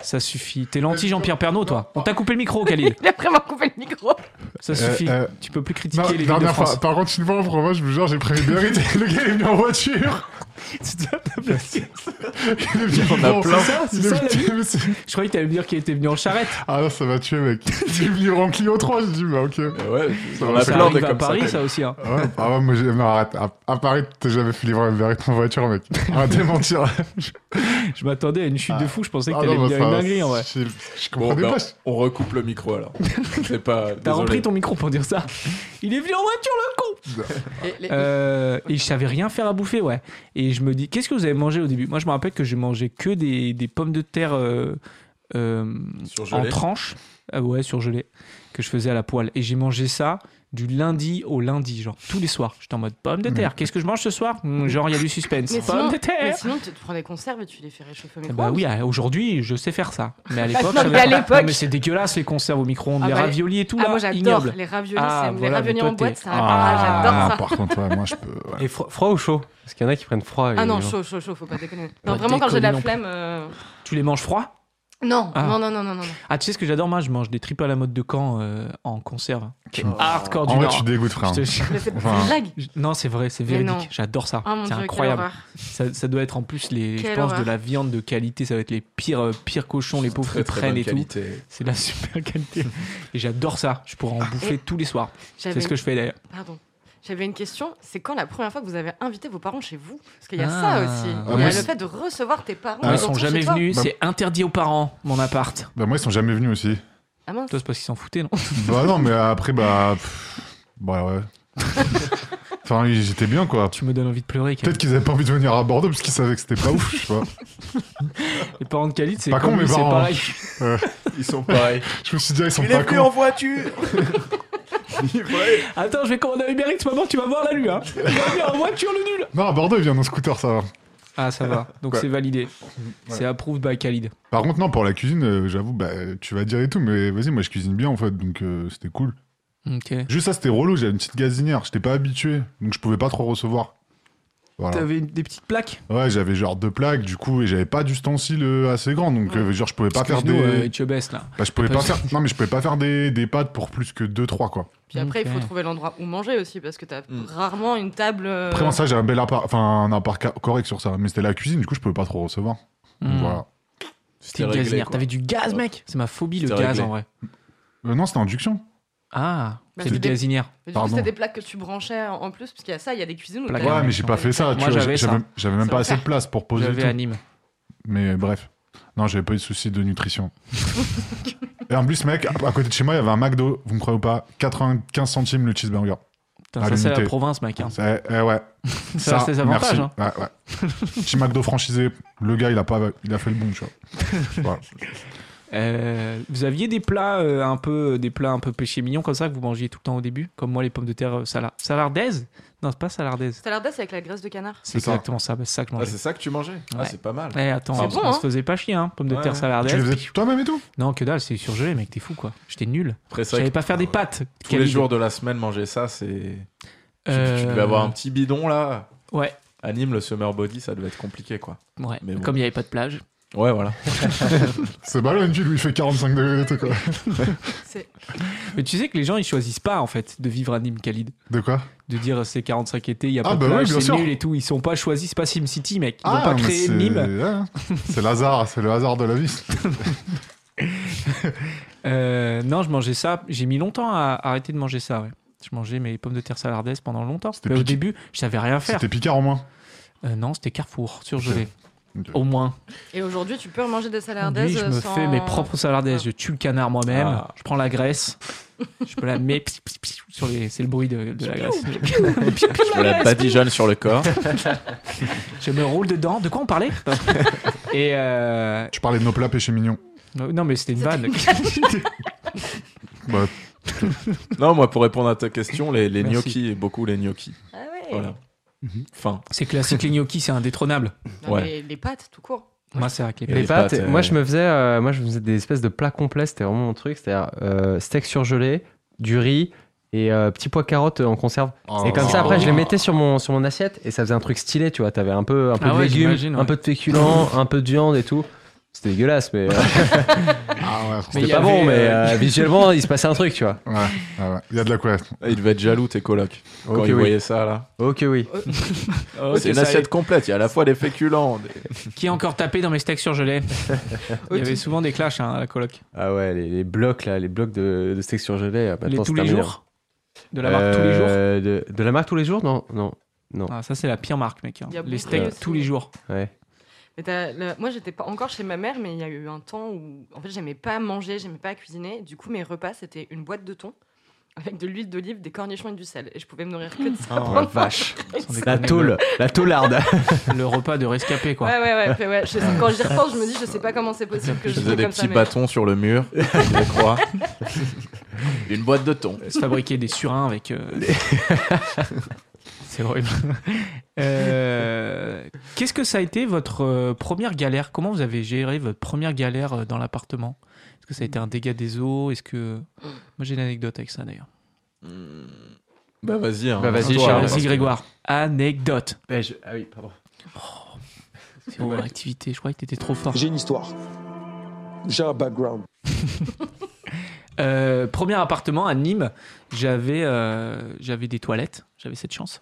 S1: Ça suffit. T'es l'anti Jean-Pierre Pernaud, toi. On t'a coupé le micro, Khalid.
S4: Il a vraiment coupé le micro.
S1: Ça
S2: Euh,
S1: suffit.
S2: euh,
S1: tu peux plus critiquer
S2: Non,
S1: les villes de
S2: dernière
S1: France.
S2: fois. Par contre, une fois, pour moi, je vous jure, j'ai pris Uber Eats, le gars il est venu en voiture. Il est venu
S3: Il y en a
S2: en-
S3: plein.
S1: C'est ça, c'est
S2: il est
S1: ça, la
S2: venu-
S1: vie.
S2: mais c'est-
S1: Je croyais que t'allais me dire qu'il était venu en charrette.
S2: Ah non, ça m'a tué, mec. Il est venu en Clio 3, j'ai dit, bah ok.
S3: Euh, Ouais, on
S2: va,
S3: a
S1: ça
S3: plein de
S1: arrive à
S3: comme
S1: Paris, ça,
S3: ça.
S1: aussi. hein.
S2: Ah ouais, ah ouais, moi, j'ai- non, arrête. À, à Paris, t'as jamais fait livrer Uber Eats en voiture, mec. Arrête de mentir.
S1: Je m'attendais à une chute de fou. Je pensais que
S2: Ah
S1: t'allais
S2: non,
S1: me
S2: bah,
S1: dire une
S2: ça-
S1: dinguerie, en vrai.
S2: Je, je
S3: Bon,
S2: comprenais
S3: ben,
S2: pas.
S3: on recoupe le micro alors. C'est pas.
S1: T'as
S3: désolé.
S1: repris ton micro pour dire ça. Il est venu en voiture, le con
S4: Et les-
S1: Euh, Et je savais rien faire à bouffer, ouais. Et je me dis, qu'est-ce que vous avez mangé au début Moi, je me rappelle que j'ai mangé que des, des pommes de terre euh, euh, en
S3: Surgelé.
S1: tranches, Ah ouais, surgelé, que je faisais à la poêle. Et j'ai mangé ça du lundi au lundi, genre tous les soirs. J'étais en mode pomme de terre. Qu'est-ce que je mange ce soir Hmm, Genre, il y a du suspense.
S4: Mais
S1: pomme
S4: sinon-
S1: de
S4: Mais
S1: terre
S4: sinon, tu te prends des conserves et tu les fais réchauffer au
S1: Ah
S4: micro.
S1: Bah oui, ah, aujourd'hui, je sais faire ça. Mais à l'époque,
S4: Bah,
S1: j'avais
S4: non, mais à
S1: pas-
S4: l'époque-
S1: Non, mais c'est dégueulasse les conserves au micro-ondes,
S4: Ah
S1: les
S4: bah,
S1: raviolis et tout,
S4: Ah,
S1: là,
S4: moi j'adore
S1: ignoble.
S4: les raviolis,
S1: Ah,
S4: c'est- les
S1: voilà, mais
S4: raviolis
S1: toi,
S4: en
S1: t'es-
S4: boîte, ça ah, j'adore ça.
S2: par contre, ouais, moi, je peux.
S1: Oh,
S2: ouais.
S5: Et fro- froid ou chaud Parce qu'il y en a qui prennent froid. et-
S4: Ah non, chaud, chaud, chaud, faut pas déconner. Non,
S1: Pas
S4: vraiment, quand j'ai de la
S1: déconner
S4: flemme. euh,
S1: Tu les manges froids
S4: Non,
S1: Ah.
S4: non, non, non, non, non.
S1: Ah, tu sais ce que j'adore, moi Je mange des tripes à la mode de Caen euh, en conserve. C'est hardcore du
S2: En vrai,
S1: Nord.
S2: tu dégoûtes, frère.
S1: Je te jure.
S4: Mais c'est c'est
S2: Enfin,
S4: une blague.
S1: Je- Non, c'est vrai, c'est
S4: Mais non.
S1: véridique. J'adore ça.
S4: Ah mon
S1: c'est
S4: dieu,
S1: incroyable.
S4: quelle horreur.
S1: Ça, ça doit être en plus les, je
S4: Quelle
S1: pense, de
S4: horreur.
S1: la viande de qualité. Ça va être les pires, euh, pires cochons, les pauvres
S3: Très
S1: qui
S3: très
S1: traînent
S3: bonne
S1: et tout.
S3: qualité.
S1: C'est de la super qualité. et j'adore ça. Je pourrais en
S4: Ah,
S1: bouffer tous les soirs. C'est
S4: J'avais
S1: ce que je fais d'ailleurs.
S4: Pardon. J'avais une question, c'est quand la première fois que vous avez invité vos parents chez vous Parce qu'il y a
S1: Ah.
S4: ça aussi.
S1: Ah,
S4: Il y
S2: moi,
S4: a
S2: c'est-
S4: le fait de recevoir tes parents.
S1: Ils
S4: ils
S1: sont
S4: tout
S1: jamais
S4: chez toi.
S1: venus.
S2: Bah-
S1: C'est interdit aux parents, mon appart.
S2: Bah, moi, ils sont jamais venus aussi.
S4: Ah mince.
S1: Toi, c'est parce qu'ils s'en foutaient, non
S2: Bah non, mais après, bah. pff, Bah ouais. Enfin, ils étaient bien, quoi.
S1: Tu me donnes envie de pleurer. Khalid.
S2: Peut-être qu'ils avaient pas envie de venir à Bordeaux parce qu'ils savaient que c'était pas ouf, je sais pas.
S1: Les parents de Khalid, c'est
S2: Pas con,
S1: comme
S2: mais
S1: lui, c'est
S2: parents. hein.
S1: pareil.
S3: Ils sont pareils.
S2: Je me suis dit, ah, ils sont
S3: Il
S2: pas
S3: est plus
S2: cons.
S3: en voiture Ouais.
S1: Attends, je vais commander un Uber Eats, maman, tu vas voir la lui, hein. Il va venir en voiture, le nul.
S2: Non, à Bordeaux, ils viennent en scooter, ça va.
S1: Ah, ça va. Donc
S2: Ouais.
S1: c'est validé. C'est approved by Khalid.
S2: Par contre, non, pour la cuisine, euh, j'avoue, bah, tu vas dire et tout, mais vas-y, moi je cuisine bien en fait, donc euh, c'était cool.
S1: Ok.
S2: Juste ça, c'était relou, j'avais une petite gazinière, j'étais pas habitué, donc je pouvais pas trop recevoir. Voilà.
S1: T'avais une- des petites plaques
S2: Ouais, j'avais genre deux plaques, du coup, et j'avais pas d'ustensile euh, assez grand, donc euh, genre je pouvais pas faire des.
S1: Excuse-nous, euh, tu baisses là.
S2: bah, je pouvais
S1: t'as
S2: pas
S1: pas-
S2: faire. Non, mais je pouvais pas faire des, des pâtes pour plus que 2-3 quoi.
S4: Puis après, il faut
S1: Ok. Hmm.
S4: trouver l'endroit où manger aussi, parce que t'as
S3: Mm.
S4: rarement une table. euh,
S2: Après, moi, ça, j'ai un bel appart, enfin un appart ca- correct sur ça, mais c'était la cuisine, du coup, je pouvais pas trop recevoir. Donc,
S1: Hmm.
S2: Voilà.
S1: C'était une gazinière. T'avais du gaz, mec. C'est ma phobie, le
S3: C'était
S1: gaz
S3: réglé.
S1: en vrai.
S2: Euh, non, c'était induction.
S1: Ah,
S4: Bah,
S1: c'est
S4: c'est
S1: une
S4: des-
S1: gazinière.
S4: Mais du coup,
S2: Pardon.
S4: c'était des plaques que tu branchais en en plus, parce qu'il y a ça, il y a des cuisines où
S1: Plaques.
S4: t'as-
S2: Ouais, mais j'ai pas fait ça, tu
S1: Ah, Moi,
S2: vois,
S1: j'avais
S2: j'avais
S1: ça.
S2: j'avais même
S4: Ça
S2: pas
S4: va
S2: assez de
S4: faire.
S2: place pour poser.
S1: J'avais
S2: tout.
S1: à Nîmes.
S2: Mais euh, bref. Non, j'avais pas eu de soucis de nutrition. Et en plus, mec, à à côté de chez moi, il y avait un McDo, vous me croyez ou pas, 95 centimes le cheeseburger.
S1: Putain,
S2: À
S1: ça, c'est la
S2: l'unité.
S1: province, mec. hein.
S2: C'est- eh ouais.
S1: Ça, c'est des avantages,
S2: merci.
S1: hein.
S2: Ouais, ouais. Chez McDo franchisé, le gars, il a, pas, il a fait le bon, tu vois. Voilà.
S1: Euh, vous aviez des plats euh, un peu des plats un peu péché mignon comme ça que vous mangiez tout le temps au début, comme moi les pommes de terre euh, sala- salardaise Non, c'est pas salardaise.
S4: Ça a l'air d'être avec la graisse de canard.
S1: C'est
S2: C'est ça.
S1: exactement ça, bah, c'est ça que je
S3: Ah,
S1: mangeais.
S3: c'est ça que tu mangeais Ah,
S1: Ouais.
S3: c'est pas mal.
S1: Eh, attends,
S4: C'est
S1: on,
S4: bon,
S1: on
S4: hein.
S1: se faisait pas chier, hein, pommes de
S3: Ouais,
S1: terre
S3: ouais.
S2: Tu les
S1: salardaise.
S2: faisais toi-même et tout
S1: Non, que dalle, c'est surgelé, mec, t'es fou quoi. J'étais nul.
S3: Après,
S1: Je
S3: c'est vrai
S1: savais
S3: que euh,
S1: pas faire des pâtes.
S3: Tous
S1: Khalid.
S3: les jours de la semaine, manger ça, c'est. Tu, tu
S1: Euh,
S3: devais avoir un petit bidon là.
S1: Ouais,
S3: À Nîmes, le summer body, ça devait être compliqué quoi.
S1: ouais.
S3: Mais bon.
S1: Comme il y avait pas de plage.
S3: Ouais, voilà.
S2: C'est ballon, une ville où il fait 45 degrés d'été, quoi.
S4: C'est
S1: Mais tu sais que les gens ils choisissent pas en fait de vivre à Nîmes, Khalid.
S2: De quoi
S1: de dire c'est 45 été, il y a pas
S2: Ah
S1: de
S2: bah
S1: plage,
S2: oui, bien
S1: c'est
S2: sûr.
S1: nul et tout. Ils sont pas choisis, c'est pas SimCity, mec. Ils ont pas
S2: Ah, mais
S1: créé
S2: c'est...
S1: Nîmes.
S2: ouais. C'est le hasard, c'est le hasard de la vie.
S1: Euh, non, je mangeais ça. J'ai mis longtemps à arrêter de manger ça, ouais. Je mangeais mes pommes de terre salardaise pendant longtemps.
S2: C'était
S1: Mais au
S2: piqué.
S1: début, je savais rien faire.
S2: C'était Picard, au moins.
S1: Euh, non, c'était Carrefour, surgelé.
S2: Ok.
S1: Au moins.
S4: Et aujourd'hui, tu peux manger des
S1: Aujourd'hui,
S4: salardaises
S1: je me
S4: sans...
S1: fais mes propres salardaises. Je tue le canard moi-même.
S3: Ah.
S1: Je prends la graisse. je me la mets pss, pss, pss, sur les. C'est le bruit de, de la graisse.
S3: Je me la badigeonne sur le corps.
S1: je me roule dedans. De quoi on parlait Et euh,
S2: Tu parlais de nos plats péchés mignons.
S1: non, mais c'était une vanne.
S2: Bah,
S3: non, moi, pour répondre à ta question, les,
S1: Merci.
S3: les
S1: Mhm.
S3: gnocchis et beaucoup les gnocchis.
S4: Ah ouais.
S3: Voilà. Enfin,
S1: C'est classique, les gnocchis, c'est indétrônable.
S4: Non,
S3: Ouais.
S4: mais les pâtes, tout court.
S1: Moi, c'est avec les
S3: Et
S5: Les
S1: pâtes.
S3: les
S5: pâtes,
S3: pâtes,
S5: moi
S3: euh,
S5: je me faisais, euh, moi je me faisais des espèces de plats complets, c'était vraiment mon truc, c'est-à-dire euh, steak surgelé, du riz et euh, petits pois carottes en conserve. et comme ça après je les mettais sur mon sur mon assiette et ça faisait un truc stylé, tu vois, t'avais un peu un peu
S1: Ah
S5: de
S1: ouais,
S5: légumes,
S1: j'imagine, ouais.
S5: un peu de féculents, un peu de viande et tout. C'était dégueulasse, mais euh,
S2: Ah ouais,
S1: Mais il
S5: c'était
S1: y
S5: pas
S1: avait,
S5: bon, mais
S1: euh,
S5: euh, visuellement il se passait un truc, tu vois.
S2: Ouais, ouais, ouais. Il y a de la couette.
S3: ils devaient être jaloux, tes colocs, quand
S5: Ok
S3: ils
S5: oui,
S3: voyaient ça là.
S5: ok oui.
S3: Oh, c'est une assiette complète, il y a à la fois des féculents. des-
S1: Qui a encore tapé dans mes steaks surgelés Il y
S4: Ok.
S1: avait souvent des clashs hein, à la coloc.
S5: Ah ouais, les, les blocs là, les blocs de, de steak surgelé. euh,
S1: Les
S5: maintenant,
S1: tous
S5: c'est
S1: les
S5: terminé.
S1: jours De la marque tous les jours
S5: Euh, de, de la marque tous les jours Non, non.
S1: Ah, Ça, c'est la pire marque, mec. hein.
S4: Il y a
S1: Les
S4: beaucoup
S1: steaks
S4: aussi.
S1: tous les jours.
S5: Ouais.
S4: Mais t'as le- Moi, j'étais pas encore chez ma mère, mais il y a eu un temps où, en fait, j'aimais pas manger, j'aimais pas cuisiner. Du coup, mes repas, c'était une boîte de thon avec de l'huile d'olive, des cornichons et du sel. Et je pouvais me nourrir que de ça.
S1: Oh,
S3: Ah,
S5: Oh, la vache.
S1: Sans
S5: La
S1: déconner,
S5: tôle, la tôlarde.
S1: Le, le repas de rescapé, quoi.
S4: Ouais, ouais, ouais. fait, ouais. Je sais- quand j'y repense, je me dis, je sais pas comment c'est possible que
S3: Je
S4: je
S3: faisais
S4: sois
S3: des
S4: comme ça.
S3: petits
S4: mais-
S3: bâtons sur le mur, je crois. Une boîte de thon.
S1: Se fabriquer des surins avec. euh, c'est horrible. Euh, Qu'est-ce que ça a été votre euh, première galère Comment vous avez géré votre première galère euh, dans l'appartement Est-ce que ça a été un dégât des eaux Est-ce que. Moi, j'ai une anecdote avec ça, d'ailleurs.
S3: Hmm. Bah vas-y. hein.
S5: Bah, vas-y,
S3: Toi,
S5: Charles,
S3: alors,
S1: Merci,
S5: vas-y,
S3: parce que-
S1: Grégoire. Anecdote.
S5: Ah oui, pardon.
S1: C'est mon activité, je croyais que t'étais trop fort.
S6: J'ai une histoire. J'ai un background.
S1: Euh, premier appartement à Nîmes, j'avais euh, j'avais des toilettes, j'avais cette chance.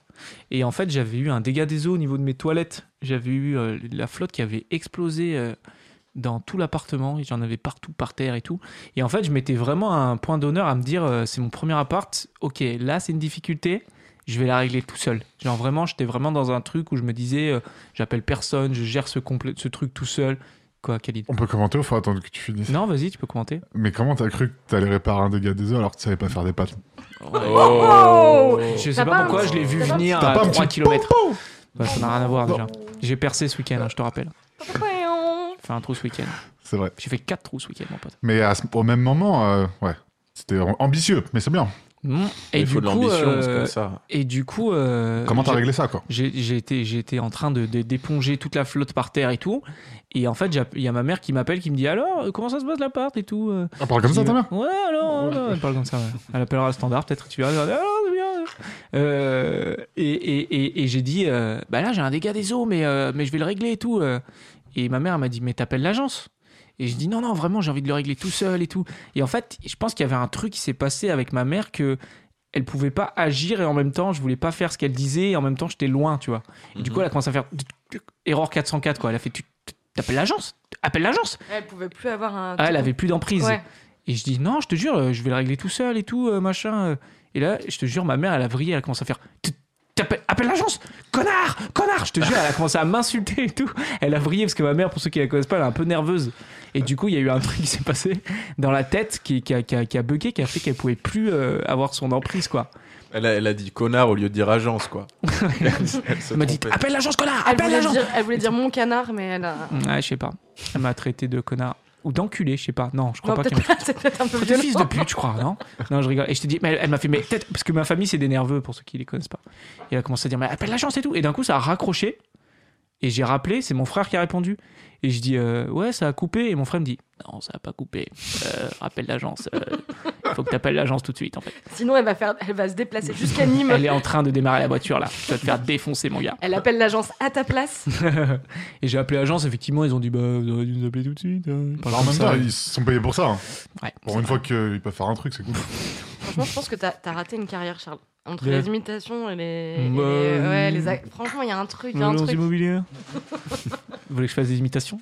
S1: Et en fait, j'avais eu un dégât des eaux au niveau de mes toilettes. J'avais eu euh, la flotte qui avait explosé euh, dans tout l'appartement, et j'en avais partout par terre et tout. Et en fait, je mettais vraiment un point d'honneur à me dire euh, c'est mon premier appart, ok, là c'est une difficulté. Je vais la régler tout seul. Genre vraiment, j'étais vraiment dans un truc où je me disais, euh, j'appelle personne, je gère ce, complé- ce truc tout seul. Quoi, Khalid
S2: On peut commenter ou faut attendre que tu finisses
S1: Non, vas-y, tu peux commenter.
S2: Mais comment t'as cru que t'allais réparer un dégât des eaux alors que tu savais pas faire des pâtes
S4: Oh
S1: Je sais
S4: T'as
S1: pas
S4: pas
S1: pourquoi,
S4: un-
S1: je l'ai vu
S4: t'as pas un
S1: venir
S2: T'as
S1: à
S2: pas un
S1: 3
S2: petit
S1: km. ça n'a rien à voir déjà. J'ai percé ce week-end, hein, je te rappelle. Enfin, un trou ce week-end.
S2: C'est vrai.
S1: J'ai fait 4 trous ce week-end, mon pote.
S2: Mais à ce- au même moment, euh, ouais, c'était ambitieux, mais c'est bien.
S1: Mm. Et,
S3: Il
S1: du
S3: faut de
S1: coup,
S3: l'ambition,
S1: euh,
S3: c'est comme ça.
S1: et du coup. euh,
S2: Comment t'as
S1: j'ai-
S2: réglé ça, quoi
S1: j'ai j'ai été, j'ai été en train de de- d'éponger toute la flotte par terre et tout. Et en fait, j'app- il y a ma mère qui m'appelle, qui me dit Alors, euh, comment ça se passe l'appart et tout euh
S2: On parle comme
S1: Je
S2: ça,
S1: dis,
S2: ta mère
S1: Ouais, alors, alors, elle parle comme ça. ouais. Elle appellera le standard, peut-être. Tu verras. elle va dire, Alors, c'est bien. Euh, et et, et, et j'ai dit euh, Bah là, j'ai un dégât des eaux, mais, euh, mais je vais le régler et tout. euh. Et ma mère elle m'a dit Mais t'appelles l'agence et je dis non, non, vraiment, j'ai envie de le régler tout seul et tout. Et en fait, je pense qu'il y avait un truc qui s'est passé avec ma mère que elle pouvait pas agir et en même temps, je voulais pas faire ce qu'elle disait et en même temps, j'étais loin, tu vois. Et du coup, elle a commencé à faire tuc, tuc, erreur 404, quoi. Elle a fait tu tu- t'appelles l'agence, appelle l'agence.
S4: Elle pouvait plus avoir un.
S1: Ah, elle avait plus d'emprise.
S4: Ouais.
S1: Et je dis non, je te jure, euh, je vais le régler tout seul et tout, euh, machin. euh. Et là, je te jure, ma mère, elle a vrillé, elle a commencé à faire. Tu- t'appelles- Appelle l'agence Connard Connard Je te jure, elle a commencé à m'insulter et tout. Elle a vrillé parce que ma mère, pour ceux qui la connaissent pas, elle est un peu nerveuse. Et du coup, il y a eu un truc qui s'est passé dans la tête qui, qui, a, qui, a, qui a bugué, qui a fait qu'elle pouvait plus euh, avoir son emprise, quoi.
S3: Elle a, elle a dit connard au lieu de dire agence, quoi. elle se
S1: Elle Ah, m'a dit
S3: trompait.
S1: Appelle l'agence, connard
S4: Elle
S1: Appelle
S4: voulait,
S1: l'agence
S4: dire, elle voulait dire mon canard, mais elle a.
S1: Ouais, je sais pas. Elle m'a traité de connard. Ou d'enculé, je sais pas. Non, je crois
S4: Non,
S1: pas qu'elle
S4: Bah, peut-être pas, c'est peut-être un peu
S1: T'es fils de
S4: violent.
S1: pute, je crois, non Non, je rigole. Et je te dis, mais elle, elle m'a fait, mais peut-être, parce que ma famille, c'est des nerveux pour ceux qui les connaissent pas. Et elle a commencé à dire, mais appelle l'agence et tout. Et d'un coup, ça a raccroché. Et j'ai rappelé, c'est mon frère qui a répondu. Et je dis, euh, ouais, ça a coupé. Et mon frère me dit, non, ça a pas coupé. Euh, rappelle l'agence. Euh, faut que t'appelles l'agence tout de suite, en fait.
S4: Sinon, elle va, faire, elle va se déplacer jusqu'à Nîmes.
S1: Elle
S4: Elle,
S1: est en train de démarrer la voiture, là. Tu vas te faire défoncer, mon gars.
S4: appelle l'agence à ta place.
S1: et j'ai appelé l'agence, effectivement, ils ont dit, bah, vous auriez dû nous appeler tout de suite. hein. Ils parlent
S2: En
S1: comme
S2: même
S1: ça.
S2: temps, ils se sont payés pour ça. hein.
S1: Ouais,
S2: Pour une fois qu'ils peuvent faire un truc, c'est cool.
S4: Franchement, je pense que t'as as raté une carrière, Charles. Entre
S1: Ouais.
S4: les imitations et les.
S1: Bah,
S4: et les-
S1: Ouais.
S4: ouais, les ac- Franchement, il y a un truc. il y a un
S1: Agence
S4: truc.
S1: immobilière. Vous voulez que je fasse des imitations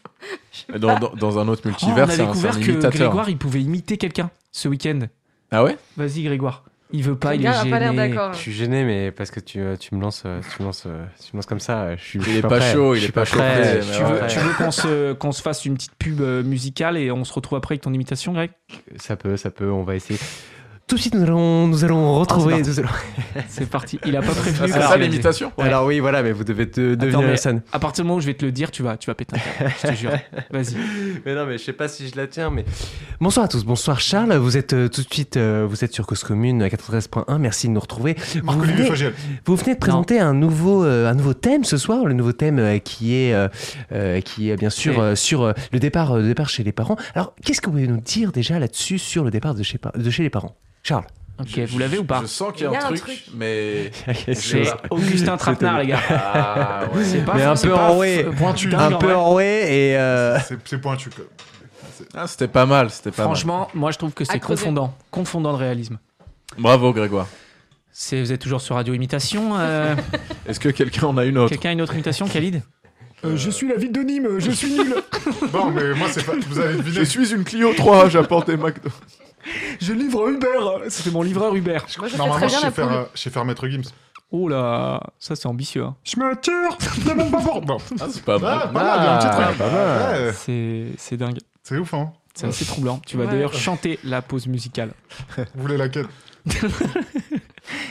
S3: Dans, dans- dans un autre
S1: Oh, on
S3: multivers,
S1: a
S3: c'est un, c'est un
S1: découvert que
S3: imitateur.
S1: Grégoire, il pouvait imiter quelqu'un ce week-end.
S3: Ah ouais
S1: Vas-y, Grégoire. Il veut pas,
S4: Le
S1: il
S4: gars
S1: est
S4: a
S1: gêné.
S4: pas l'air
S1: Ah.
S4: d'accord.
S5: Je suis gêné, mais parce que tu, euh, tu me lances, euh, tu me lances, euh, tu me lances comme ça, euh, je suis. je
S3: Il
S5: suis
S3: est pas
S5: prêt.
S3: chaud, il
S5: Je
S3: est
S5: suis
S3: pas chaud,
S5: prêt,
S3: mais
S5: je
S1: Tu
S5: suis
S3: ouais.
S5: pas
S1: veux,
S5: prêt.
S1: tu veux qu'on se, qu'on se fasse une petite pub euh, musicale et on se retrouve après avec ton imitation, Greg
S5: Ça peut, ça peut, on va essayer. Tout de suite, nous allons, nous allons retrouver. nous allons-
S1: C'est parti. Il a pas
S3: Ah,
S1: prévenu.
S3: C'est
S1: parce
S3: ça
S1: qu'il a dit-
S3: l'imitation
S1: Ouais.
S5: Alors oui, voilà, mais vous devez te, devenir
S1: mais-
S5: la scène.
S1: À partir du moment où je vais te le dire, tu vas, tu vas péter. un câble, Je te jure. Vas-y.
S5: Mais non, mais je sais pas si je la tiens, mais... Bonsoir à tous, bonsoir Charles, vous êtes euh, tout de suite, euh, vous êtes sur Cause Commune euh, 93.1, merci de nous retrouver. Vous
S2: Marc-Olivier
S5: venez,
S2: Fagiel.
S5: vous venez de présenter un nouveau, euh, un nouveau thème ce soir, le nouveau thème euh, qui est, euh, euh, qui est bien sûr
S1: Oui.
S5: euh, sur euh, le départ, euh, le départ chez les parents. Alors, qu'est-ce que vous pouvez nous dire déjà là-dessus sur le départ de chez, par- de chez les parents Charles
S1: Ok,
S3: Je-
S1: vous l'avez ou pas
S3: Je sens qu'il y a, un, truc, mais.
S1: C'est Augustin Trapenard, les gars.
S3: Ah ouais.
S1: C'est pas
S5: Mais un
S1: c'est
S5: peu
S1: pas
S5: enroué.
S1: f-
S2: Pointu.
S1: dingue,
S5: Un
S1: en
S5: peu
S1: vrai.
S5: enroué et... euh,
S2: C'est c'est pointu. quoi.
S3: Ah, c'était pas mal, c'était pas
S1: Franchement, moi, je trouve que c'est
S4: À creuser.
S1: confondant. Confondant de réalisme.
S3: mal. Bravo Grégoire.
S1: C'est- Vous êtes toujours sur Radio Imitation. euh,
S3: Est-ce que quelqu'un en a une autre
S1: Quelqu'un a une autre imitation, Khalid Je suis la ville de Nîmes, je suis nul,
S2: Bon, mais moi, c'est pas. Vous avez deviné.
S3: suis une Clio 3, j'apporte des McDo.
S1: je livre Uber. C'était mon livreur Uber.
S4: Moi, je fais
S2: Normalement,
S4: très
S2: je
S4: bien
S2: sais
S4: la
S2: faire,
S4: poule.
S2: euh, je sais faire Maître Gims.
S1: Oh là, ça c'est ambitieux. hein.
S2: Je me tire Je même pas fort Non.
S3: Ah, c'est pas
S2: Ah,
S3: mal.
S2: pas mal, il y a un petit truc. Ouais,
S1: C'est c'est dingue.
S2: C'est ouf, hein.
S1: C'est assez troublant. Tu vas
S4: Ouais.
S1: d'ailleurs chanter la pause musicale.
S2: Vous voulez laquelle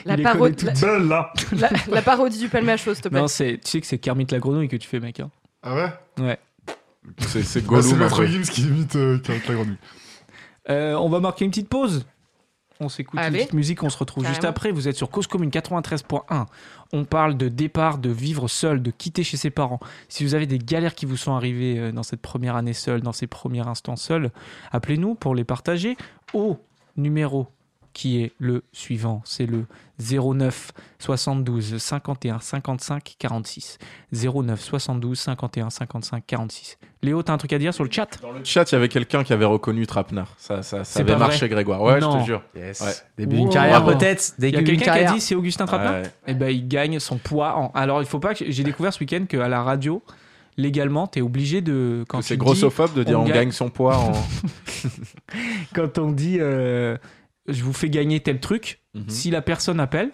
S4: La
S1: Il les
S4: parodie,
S1: connaît toutes belles, là.
S4: la, la- la parodie du palma chaud, s'il te plaît.
S1: Non, c'est tu sais que c'est Kermit la grenouille que tu fais, mec. hein.
S2: Ah ouais
S1: Ouais. Ah.
S3: C'est c'est
S2: Bah, C'est
S3: Gollum. un
S2: Maître
S3: peu.
S2: Gims qui imite euh, Kurt la grenouille.
S1: Euh, on va marquer une petite pause. On s'écoute une
S4: Allez.
S1: petite musique, on se retrouve juste
S4: Carrément.
S1: après. Vous êtes sur Cause Commune 93.1. On parle de départ, de vivre seul, de quitter chez ses parents. Si vous avez des galères qui vous sont arrivées euh, dans cette première année seule, dans ces premiers instants seuls, appelez-nous pour les partager au numéro qui est le suivant. C'est le 09 72 51 55 46. 09 72 51 55 46. Léo, t'as un truc à dire sur le chat
S3: Dans le chat, il y avait quelqu'un qui avait reconnu Trapnar. Ça, ça, ça
S1: C'est
S3: avait
S1: pas
S3: marché,
S1: vrai.
S3: Grégoire. Ouais, je
S1: Non.
S3: te jure.
S5: Yes.
S3: Ouais.
S5: Début d'une
S1: Wow.
S5: carrière
S1: Bravo.
S5: peut-être.
S1: Il y a
S5: Début d'une
S1: quelqu'un qui a
S5: carrière.
S1: dit c'est Augustin Trapenard
S3: Ouais.
S1: Eh ben, il gagne son poids en. Alors, il faut pas que. J'ai découvert ce week-end qu'à la radio, légalement, t'es obligé de. Quand tu
S3: C'est
S1: dis-
S3: grossophobe de dire
S1: on
S3: on
S1: gagne-
S3: gagne son poids en.
S1: Quand on dit euh, je vous fais gagner tel truc,
S3: Mhm.
S1: si la personne appelle,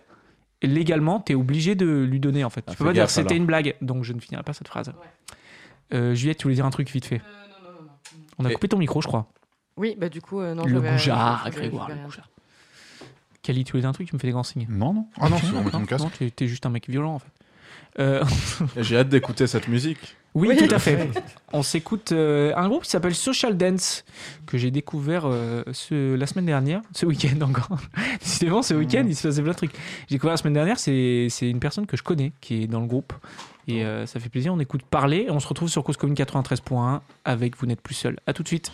S1: légalement, t'es obligé de lui donner en fait.
S3: Ah,
S1: tu peux
S3: fais
S1: pas dire
S3: gaffe,
S1: c'était
S3: alors.
S1: une blague, donc je ne finirai pas cette phrase. Euh, Juliette, tu voulais dire un truc vite fait On a
S3: Et-
S1: coupé ton micro, je crois.
S4: Oui, bah du coup, euh, non,
S1: le
S4: j'avais-
S1: goujard,
S4: j'avais-
S1: Grégoire,
S4: j'avais
S1: le
S4: rien.
S1: goujard. Cali, tu voulais dire un truc, tu me fais des grands signes.
S2: Non, non. Ah non,
S1: Ok,
S2: c'est on met
S1: d'accord,
S2: ton casque.
S1: non, t'es- T'es juste un mec violent en fait. Euh,
S3: J'ai hâte d'écouter cette musique.
S1: oui, tout à fait. On s'écoute euh, un groupe qui s'appelle Social Dance, que j'ai découvert euh, ce- la semaine dernière, ce week-end encore. Décidément, ce week-end, il se faisait plein de trucs. J'ai découvert la semaine dernière, c'est c'est une personne que je connais qui est dans le groupe. Et euh, ça fait plaisir, on écoute parler. On se retrouve sur Cause Commune 93.1 avec Vous n'êtes plus seul. à tout de suite.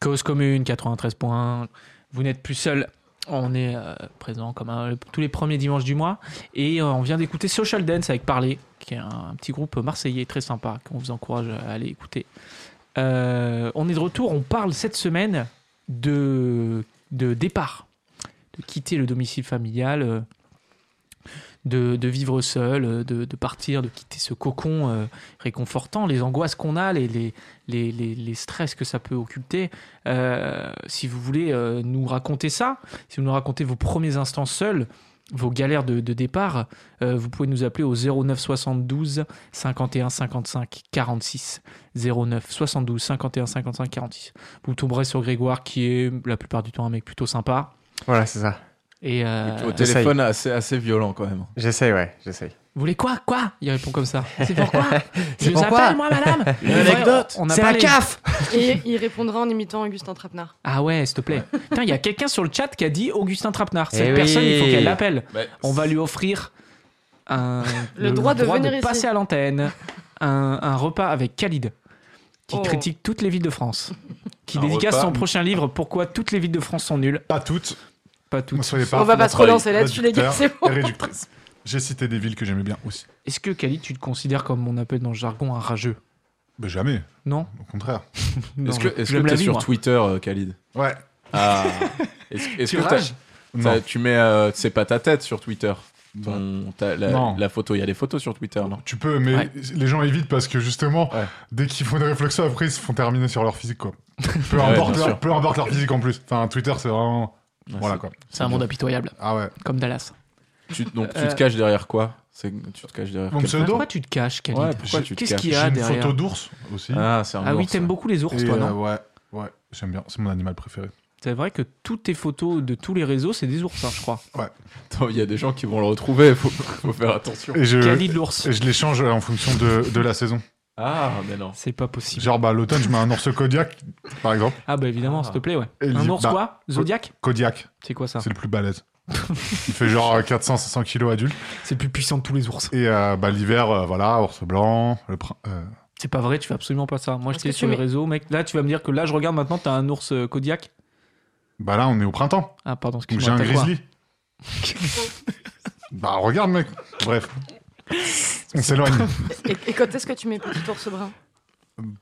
S1: Cause commune, 93 points. Vous n'êtes plus seul. On est euh, présent comme un- tous les premiers dimanches du mois. Et euh, on vient d'écouter Social Dance avec Parler, qui est un petit groupe marseillais très sympa qu'on vous encourage à aller écouter. Euh, on est de retour. On parle cette semaine de, de départ, de quitter le domicile familial, euh, de, de vivre seul, euh, de, de partir, de quitter ce cocon euh, réconfortant, les angoisses qu'on a, les, les, les, les- les stress que ça peut occulter. Euh, si vous voulez euh, nous raconter ça, si vous nous racontez vos premiers instants seuls, vos galères de, de départ, euh, vous pouvez nous appeler au 09 72 51 55 46. 09 72 51 55 46. Vous tomberez sur Grégoire qui est la plupart du temps un mec plutôt sympa.
S7: Voilà, c'est ça.
S1: Et euh,
S3: Au téléphone, assez, assez violent quand même.
S7: J'essaye, ouais, j'essaye.
S1: Vous voulez quoi Quoi Il répond comme ça. C'est pourquoi Je vous
S5: pourquoi
S1: appelle, moi, madame
S3: Une anecdote.
S1: On a
S5: C'est la
S1: parlé-
S5: CAF
S4: Et il répondra en imitant Augustin Trapenard.
S1: Ah ouais, s'il te plaît. Putain, il y a quelqu'un sur le chat qui a dit Augustin Trapenard. Cette
S5: Eh
S1: personne, il faut
S5: oui.
S1: qu'elle l'appelle.
S3: Bah,
S1: On va lui offrir un,
S4: Le droit de venir ici.
S1: passer à l'antenne, un, un repas avec Khalid, qui
S4: Oh.
S1: critique toutes les villes de France, qui
S3: Un
S1: dédicace
S3: repas.
S1: son prochain livre Pourquoi toutes les villes de France sont nulles.
S2: Pas toutes.
S1: Pas toutes.
S2: Soyez
S4: On va pas se relancer
S2: réducteurs
S4: là-dessus, les gars, c'est bon.
S2: et réductrices. J'ai cité des villes que j'aimais bien aussi.
S1: Est-ce que Khalid, tu te considères comme on appelle dans le jargon un rageux
S2: Bah, jamais,
S1: Non.
S2: au contraire.
S1: Non,
S3: Est-ce que est-ce que
S1: j'aime la
S3: t'es
S1: vie,
S3: sur
S1: moi.
S3: Twitter, euh, Khalid
S2: Ouais.
S3: Ah. Est-ce est-ce
S1: Tu
S3: que t'as-
S1: rages
S2: Non.
S3: t'as- tu mets, euh, c'est pas ta tête sur Twitter. Ton- ta- la,
S1: Non.
S3: la photo, il y a des photos sur Twitter, non
S2: Tu peux, mais
S1: Ouais.
S2: les gens évitent parce que justement,
S3: Ouais.
S2: dès qu'ils font des réflexions, après ils se font terminer sur leur physique, quoi. Peu,
S3: Ouais,
S2: importe,
S3: bien
S2: leur,
S3: sûr.
S2: peu importe leur physique en plus. Enfin, Twitter, c'est vraiment.
S3: Ouais,
S2: voilà, quoi.
S1: C'est un monde impitoyable,
S2: Ah ouais.
S1: comme Dallas.
S3: Tu- donc tu
S1: Euh,
S3: te caches derrière quoi C'est- Tu te caches derrière
S2: Mon
S3: quel-
S2: pseudo.
S1: Pourquoi tu te caches, Khalid
S3: Euh, Ouais, pourquoi
S2: J'ai-
S3: tu te
S1: Qu'est-ce
S3: caches
S1: qu'il y
S2: J'ai
S1: a
S2: une
S1: derrière
S2: photo d'ours aussi.
S3: Ah, c'est un
S1: Ah oui,
S3: ours,
S1: t'aimes
S3: ouais.
S1: beaucoup les ours,
S2: Et,
S1: toi,
S2: euh,
S1: non
S2: Ouais, ouais. J'aime bien. C'est mon animal préféré.
S1: C'est vrai que toutes tes photos de tous les réseaux, c'est des ours, hein, je crois.
S3: Attends, Il y a des gens qui vont le retrouver, faut, faut faire attention.
S2: Et je,
S1: Khalid
S3: euh,
S1: l'ours.
S2: et je les change euh, en fonction de, de la saison.
S3: Ah, mais non.
S1: C'est pas possible.
S2: Genre, bah, l'automne, je mets un ours Kodiak, par exemple.
S1: Ah bah évidemment,
S3: Ah.
S1: s'il te plaît, ouais.
S2: Et
S1: Un
S2: l'hi-
S1: ours
S2: bah,
S1: quoi Zodiac
S2: Kodiak,
S1: C'est quoi ça
S2: c'est le plus balèze. Il fait genre euh, 400-500 kilos adulte.
S1: C'est le plus puissant de tous les ours.
S2: Et euh, bah, l'hiver, euh, voilà, ours blanc. Le prin- euh,
S1: C'est pas vrai, tu fais absolument pas ça. Moi,
S4: Est-ce
S1: j'étais
S4: que tu
S1: sur les
S4: mets-
S1: réseaux, mec. Là, tu vas me dire que là, je regarde maintenant, t'as un ours euh, Kodiak.
S2: bah là, on est au printemps.
S1: Ah, pardon,
S2: Donc
S1: excuse-moi.
S2: j'ai un
S1: t'as quoi
S2: grizzly. bah regarde, mec. Bref. On s'éloigne.
S4: Et, et quand est-ce que tu mets petit ours brun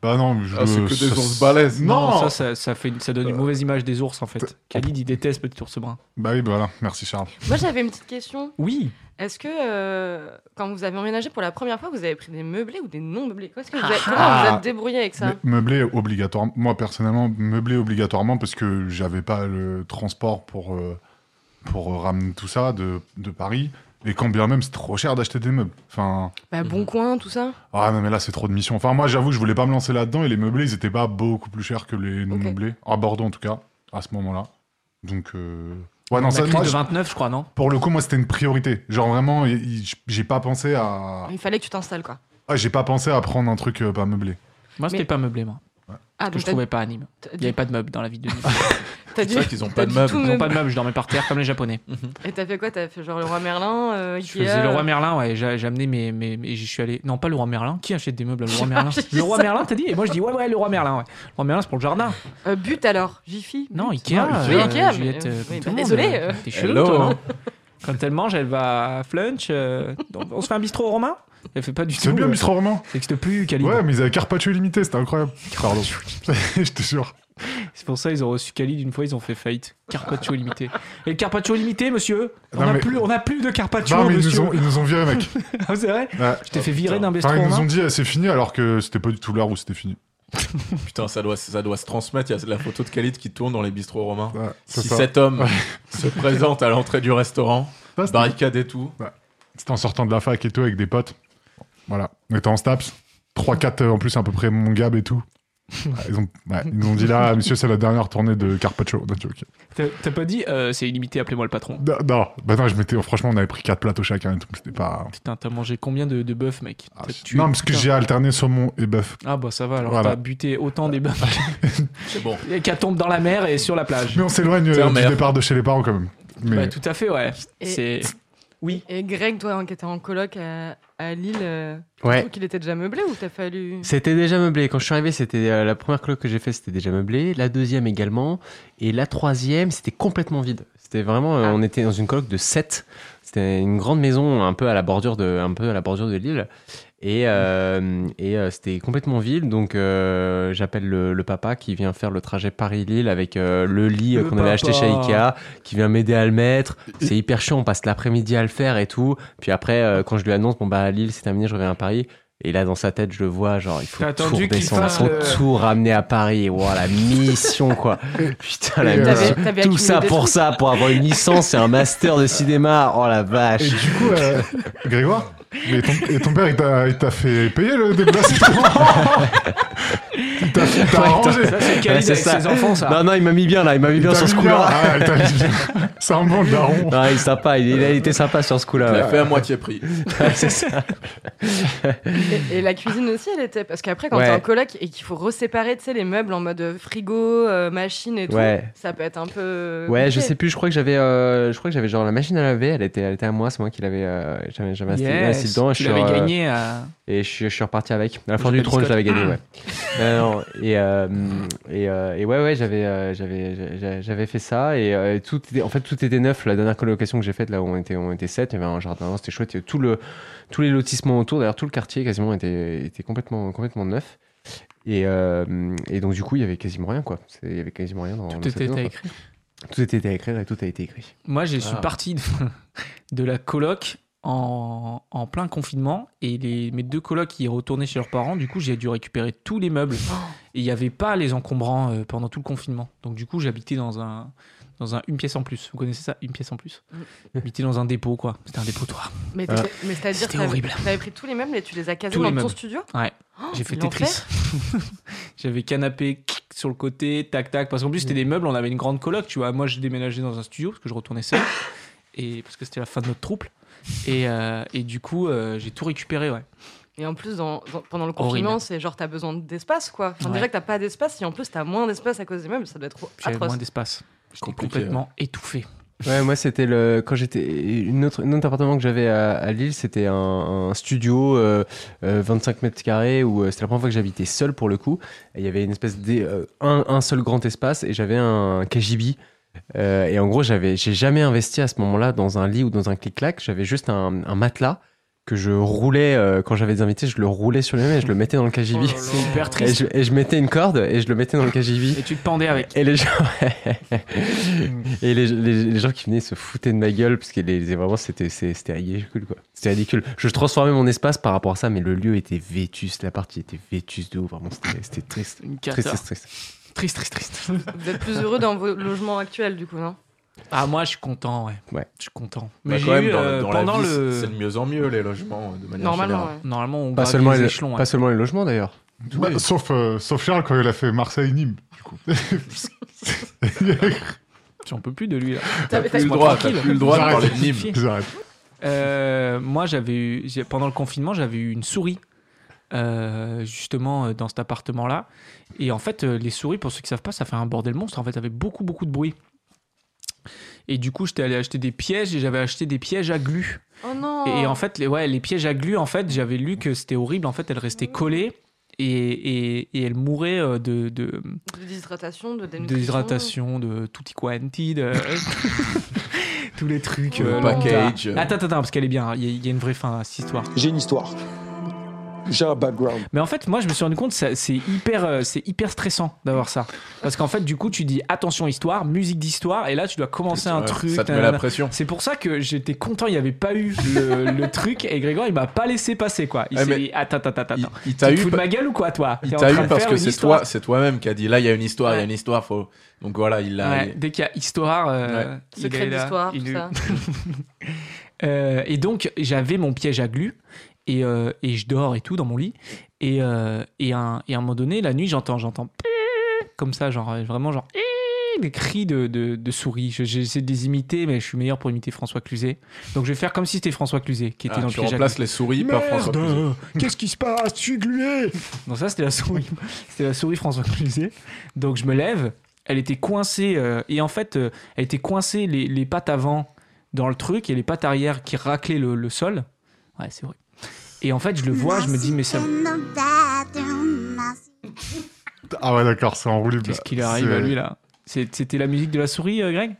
S2: bah non, je.
S3: Ah, c'est que des
S2: ça-
S3: ours balèzes.
S1: Non,
S2: Non Euh,
S1: ça, ça, ça fait, une- ça donne une mauvaise image des ours en fait. Khalid, il déteste petit ours brun.
S2: Bah oui, bah voilà. Merci, Charles.
S4: Moi, j'avais une petite question.
S1: Oui.
S4: Est-ce que euh, quand vous avez emménagé pour la première fois, vous avez pris des meublés ou des non meublés Comment est-ce que vous avez, comment
S2: Ah.
S4: vous êtes débrouillé avec ça
S2: Me- Meublé obligatoirement. Moi, personnellement, meublé obligatoirement parce que j'avais pas le transport pour, euh, pour euh, ramener tout ça de, de Paris. Et quand bien même, c'est trop cher d'acheter des meubles. Enfin,
S4: Bah, bon coin, tout ça.
S2: ah non, mais là, c'est trop de missions. Enfin, moi, j'avoue, je voulais pas me lancer là-dedans et les meublés, ils étaient pas beaucoup plus chers que les non
S4: Ok.
S2: meublés. À Bordeaux, en tout cas, à ce moment-là. Donc, euh, ouais, non,
S1: La
S2: ça,
S1: crise
S2: moi,
S1: de
S2: je-
S1: 29, je crois, non
S2: pour le coup, moi, c'était une priorité. Genre, vraiment, il- il- j'ai pas pensé à.
S4: Il fallait que tu t'installes, quoi.
S2: Ah, j'ai pas pensé à prendre un truc euh, pas meublé.
S1: Moi, c'était
S4: Mais-
S1: pas meublé, moi.
S4: Ah,
S1: Parce que
S4: donc
S1: je trouvais pas à Nîmes.
S4: t'as-
S1: Il y avait
S4: t'as-
S1: pas de meubles dans la ville de Nîmes.
S4: t'as
S3: C'est
S4: dû-
S3: vrai qu'ils ont
S4: t'as
S3: pas de
S4: dû
S3: meubles.
S4: tout
S1: Ils ont
S4: meubler.
S1: pas de meubles, je dormais par terre comme les Japonais.
S4: Et t'as fait quoi T'as fait genre le roi Merlin,
S1: Je
S4: euh, Ikea,
S1: faisais le roi Merlin, ouais, j'ai j'ai amené mes, mes, mes- j'y suis allé. Non, pas le roi Merlin. Qui achète des meubles à le roi Merlin
S4: J'ai dit
S1: Le roi
S4: ça.
S1: Merlin, t'as dit Et moi je dis ouais, ouais, le roi Merlin, ouais. Le roi Merlin, c'est pour le jardin.
S4: euh, But alors, Jiffy.
S1: Non, Ikea.
S2: Ah,
S4: oui,
S1: euh,
S4: Ikea, mais-
S1: Juliette, euh, comme
S4: oui,
S1: tout le
S4: bah,
S1: monde,
S4: désolé,
S1: euh,
S4: euh.
S1: T'es chelou,
S3: Hello. hein.
S1: toi, non Quand elle mange, elle va à flunch. euh, donc, on se fait un bistrot romain Elle fait pas du tout.
S2: C'est bien,
S1: euh,
S2: Mistral Roman.
S1: Ça existe plus, Khalid.
S2: Ouais, mais ils avaient Carpaccio illimité, c'était incroyable. Pardon. je te jure.
S1: C'est pour ça ils ont reçu Khalid une fois, ils ont fait faillite. Carpaccio limité. Et le Carpaccio limité, monsieur On
S2: Non,
S1: a
S2: mais-
S1: plus, on a plus de Carpaccio,
S2: non, mais ils nous,
S1: monsieur.
S2: ont, ils nous ont virés, mec.
S1: Ah, c'est vrai
S2: Ouais.
S1: Je t'ai fait virer d'un bistrot
S2: Enfin, ils nous ont
S1: romain.
S2: dit, eh, c'est fini, alors que c'était pas du tout l'heure où c'était fini.
S3: Putain, ça doit, ça doit se transmettre. Il y a la photo de Khalid qui tourne dans les bistrots romains.
S2: Ouais, c'est
S3: Si
S2: ça.
S3: cet homme
S2: Ouais.
S3: se présente à l'entrée du restaurant,
S2: Ça, c'était-
S3: barricade et tout,
S2: C'était en sortant de la fac et tout, avec des potes. Voilà. On était en STAPS. 3-4 en plus, à peu près mon gab et tout. Ouais, Ils, ont, ouais, ils nous ont dit là, monsieur, c'est la dernière tournée de Carpaccio. On a dit, ok.
S1: T'as t'as pas dit euh, c'est illimité, appelez-moi le patron.
S2: Non, non. Bah non, je m'étais. Franchement, on avait pris 4 plateaux chacun et tout. C'était pas.
S1: Putain, t'as mangé combien de, de bœufs, mec
S2: Ah,
S1: T'as
S2: c'est-
S1: tué-
S2: non, parce que
S1: putain.
S2: j'ai alterné saumon et bœuf.
S1: Ah bah ça va, alors
S2: Voilà.
S1: t'as buté autant des bœufs
S3: c'est bon.
S1: qu'à tombe dans la mer et sur la plage.
S2: Mais on s'éloigne
S3: C'est
S2: euh,
S3: en
S2: du
S3: mer.
S2: départ de chez les parents quand même. Mais
S1: Bah, tout à fait, ouais.
S4: Et-
S1: C'est... Oui.
S4: Et Greg, toi, hein, qui étais en coloc à, à Lille, euh, tu
S5: Ouais. Euh,
S4: trouves qu'il était déjà meublé ou t'as
S1: Mm.
S4: fallu.
S5: C'était déjà meublé. Quand je suis arrivé, c'était euh, la première coloc que j'ai fait, c'était déjà meublé. La deuxième également. Et la troisième, c'était complètement vide. C'était vraiment, euh,
S4: Ah.
S5: on était dans une coloc de 7. C'était une grande maison un peu à la bordure de, un peu à la bordure de l'île. Et, euh,
S1: Mm.
S5: et euh, c'était complètement vide. Donc euh, j'appelle le, le papa qui vient faire le trajet Paris-Lille avec euh, le lit euh,
S1: Le
S5: qu'on avait acheté chez
S1: papa.
S5: Ikea, qui vient m'aider à le mettre. C'est hyper chiant. On passe l'après-midi à le faire et tout. Puis après, euh, quand je lui annonce, bon bah Lille, c'est terminé, je reviens à Paris. Et là, dans sa tête, je le vois, genre, il faut
S1: T'as
S5: tout
S1: attendu qu'il
S5: redescendre,
S1: fasse
S5: faut
S1: le-
S5: tout ramener à Paris. Wow, la mission, quoi. Putain, la
S2: Et, euh,
S5: mission.
S4: T'avais- t'avais
S5: Tout
S4: accumulé
S5: ça
S4: des
S5: pour
S4: trucs.
S5: ça, pour avoir une licence et un master de cinéma. Oh la
S2: Et
S5: vache.
S2: du coup, euh, Grégoire, mais ton, et ton père, il t'a- il t'a fait payer le déplacement Il t'a il t'a arrangé.
S1: Ça, c'est Khalid
S5: Ouais, c'est
S1: avec
S5: ça.
S1: ses enfants, ça.
S5: Non, non, il m'a mis bien là, il m'a mis
S2: Il
S5: bien
S2: t'a
S5: sur ce
S2: mis
S5: coup-là.
S2: bien. Ah, il t'a mis bien. C'est un bon daron.
S5: Non, il est sympa, il, il a été sympa sur ce
S3: Tu l'as
S5: coup-là.
S3: fait à moitié prix.
S5: ouais. Ouais, c'est ça.
S4: Et, et la cuisine aussi, elle était. Parce qu'après, quand
S5: Ouais.
S4: t'es en coloc et qu'il faut reséparer tu sais, les meubles en mode frigo, euh, machine et tout,
S5: Ouais.
S4: ça peut être un peu.
S5: Ouais, je
S4: compliqué.
S5: sais plus, je crois que j'avais euh, je crois que j'avais genre la machine à laver, elle était elle était à moi, c'est moi qui l'avais euh, j'avais j'avais assis- assis
S1: Yes,
S5: dedans et je
S1: tu
S5: suis
S1: l'avais
S5: euh,
S1: gagné à...
S5: et je suis, je suis reparti avec. À la fin
S1: J'ai
S5: du
S1: pas
S5: trône,
S1: dit
S5: je l'avais gagné, ouais. Non, non, et, euh, et, euh, et ouais, ouais, j'avais, euh, j'avais, j'a- j'avais fait ça. Et euh, tout était, en fait, tout était neuf. La dernière colocation que j'ai faite, là où on était, on était sept, il y avait un jardin, c'était chouette. Il y avait Tout le, tous les lotissements autour, d'ailleurs, tout le quartier quasiment était, était complètement, complètement neuf. Et, euh, et donc, du coup, il y avait quasiment rien, quoi. C'est- Il y avait quasiment rien dans dans
S1: Tout
S5: cette
S1: était
S5: maison,
S1: à
S5: quoi.
S1: écrire.
S5: Tout était à écrire et tout a été écrit.
S1: Moi, je suis
S3: Ah.
S1: parti de, de la coloc en, en plein confinement et les, mes deux colocs y retournaient chez leurs parents. Du coup, j'ai dû récupérer tous les meubles et il n'y avait pas les encombrants euh, pendant tout le confinement. Donc, du coup, j'habitais dans un. Dans un, une pièce en plus, vous connaissez ça Une pièce en plus. J'habitais dans un dépôt, quoi. C'était un dépotoir.
S4: Mais, t'étais- mais c'est-à-dire,
S1: Ah. C'était
S4: t'avais-
S1: horrible.
S4: T'avais pris tous les meubles et tu les as casés
S1: Tous les
S4: dans ton
S1: meubles.
S4: studio
S3: Ah,
S1: J'ai fait
S4: l'enfer.
S1: Tetris. J'avais canapé clic, sur le côté, tac tac. Parce qu'en
S3: Mm.
S1: plus, c'était des meubles, on avait une grande coloc, tu vois. Moi, je déménageais dans un studio parce que je retournais seul. Et parce que c'était la fin de notre troupe. Et, euh, et du coup, euh, j'ai tout récupéré, ouais.
S4: Et en plus, dans- dans- pendant le confinement,
S1: Horrible.
S4: c'est genre, t'as besoin d'espace, quoi. Enfin,
S1: Ouais.
S4: Déjà que t'as pas d'espace, et en plus, t'as moins d'espace à cause des meubles, ça doit être
S1: J'avais
S4: atroce.
S1: moins d'espace. J'étais
S3: Compliqué,
S1: complètement étouffé.
S5: Ouais, moi c'était le quand j'étais une autre un autre appartement que j'avais à, à Lille, c'était un, un studio euh, euh, 25 mètres carrés où euh, c'était la première fois que j'habitais seul pour le coup. Et il y avait une espèce de euh, un, un seul grand espace et j'avais un KGB. Euh, et en gros, j'avais j'ai jamais investi à ce moment-là dans un lit ou dans un clic-clac. J'avais juste un, un matelas que je roulais euh, quand j'avais des invités, je le roulais sur le même et je le mettais dans le
S3: Oh
S5: KGB.
S1: C'est hyper
S5: et,
S1: triste.
S5: je, et je mettais une corde et je le mettais dans le KGB.
S1: Et tu te pendais avec.
S5: Et les gens, et les, les- les gens qui venaient se foutaient de ma gueule parce que les, les- vraiment c'était c'est- c'était ridicule quoi. C'était ridicule. Je transformais mon espace par rapport à ça, mais le lieu était vétuste, la partie était vétuste de ouf. Vraiment c'était c'était triste,
S1: Une
S5: triste,
S1: cata.
S5: triste, triste.
S1: Triste, triste, triste.
S4: Vous êtes plus heureux dans vos logements actuels, du coup, non
S1: Ah, moi, je suis content, ouais.
S5: Ouais.
S1: Je suis content.
S3: Bah,
S1: Mais
S3: quand
S1: j'ai
S3: même,
S1: eu,
S3: dans,
S1: euh,
S3: dans
S1: pendant
S3: la vie, c'est-
S1: le.
S3: c'est de mieux en mieux les logements euh, de manière
S4: Normalement,
S3: générale.
S4: ouais.
S1: Normalement, on
S5: Pas
S1: gravit
S5: seulement,
S1: les
S5: les,
S1: échelons.
S5: pas
S1: ouais.
S5: seulement les logements d'ailleurs.
S2: Bah, sauf, euh, sauf Charles quand il a fait Marseille-Nîmes. du coup.
S1: J'en peux plus de lui, là.
S4: T'as-
S3: Plus
S4: t'as-
S3: le droit,
S1: tranquille.
S3: t'as plus le droit de
S2: J'arrête.
S3: parler de Nîmes.
S2: Ils arrêtent.
S1: Euh, moi, j'avais eu, j'ai- pendant le confinement, j'avais eu une souris, euh, justement, euh, dans cet appartement-là. Et en fait, euh, les souris, pour ceux qui savent pas, ça fait un bordel monstre. En fait, ça fait beaucoup, beaucoup de bruit. Et du coup, j'étais allé acheter des pièges et j'avais acheté des pièges à glu.
S4: Oh non
S1: Et en fait, les, ouais, les pièges à glu, en fait, j'avais lu que c'était horrible. En fait, elles restaient collées et, et, et elles mouraient euh, de, de
S4: De déshydratation, de dénutrition.
S1: déshydratation, de tutti quanti, de tous les trucs.
S4: Le
S1: dont
S3: package. euh.
S1: t'as- Attends, attends, attends, parce qu'elle est bien. hein. Il y, a- il y a une vraie fin à cette histoire.
S6: J'ai une histoire. J'ai un background.
S1: Mais en fait, moi, je me suis rendu compte, ça- c'est hyper, euh, c'est hyper stressant d'avoir ça. Parce qu'en fait, du coup, tu dis attention histoire, musique d'histoire, et là, tu dois commencer un
S3: Ouais,
S1: truc. euh,
S3: Ça te met
S1: nanana.
S3: la pression.
S1: C'est pour ça que j'étais content, il n'y avait pas eu le, le truc, et Grégoire, il m'a pas laissé passer, quoi. Il
S3: Ouais,
S1: s'est
S3: mais
S1: dit, attends, attends, attends,
S3: Il,
S1: attends.
S3: il
S1: Tu
S3: t'a
S1: te
S3: eu,
S1: fous de
S3: pa-
S1: ma gueule ou quoi, toi
S3: il
S1: T'es en
S3: t'a
S1: train
S3: eu
S1: de
S3: parce
S1: faire
S3: que
S1: une
S3: c'est
S1: histoire.
S3: toi, c'est toi-même qui a dit là il y a une histoire, il y a
S4: Ouais.
S3: une histoire, faut. Donc voilà, il l'a.
S1: Ouais, dès qu'il y a histoire, euh, il
S4: Secret
S1: est là,
S4: d'histoire,
S1: il
S4: tout
S1: est-
S4: ça.
S1: Euh, et donc, j'avais mon piège à glu. Et, euh, et je dors et tout dans mon lit. Et, euh, et, un, et à un moment donné, la nuit, j'entends, j'entends comme ça, genre euh, vraiment genre des cris de, de, de souris. Je- J'essaie de les imiter, mais je suis meilleur pour imiter François Cluzet. Donc je vais faire comme si c'était François Cluzet qui était
S3: Ah,
S1: dans le
S3: tu
S1: piège à
S3: remplaces les souris par François Cluzet.
S1: Merde Qu'est-ce qui se passe Je suis glué Non, ça, c'était la souris. C'était la souris François Cluzet. Donc, je me lève. Elle était coincée. euh, et en fait, euh, elle était coincée les, les pattes avant dans le truc et les pattes arrière qui raclaient le, le sol. Ouais, c'est horrible. Et en fait, je le vois, je me dis, mais ça.
S7: In the bathroom, I see
S2: Ah ouais, d'accord, c'est enroulé.
S1: Qu'est-ce
S2: bah,
S1: qu'il arrive
S2: c'est-
S1: à lui, là C'est- C'était la musique de la souris, euh, Greg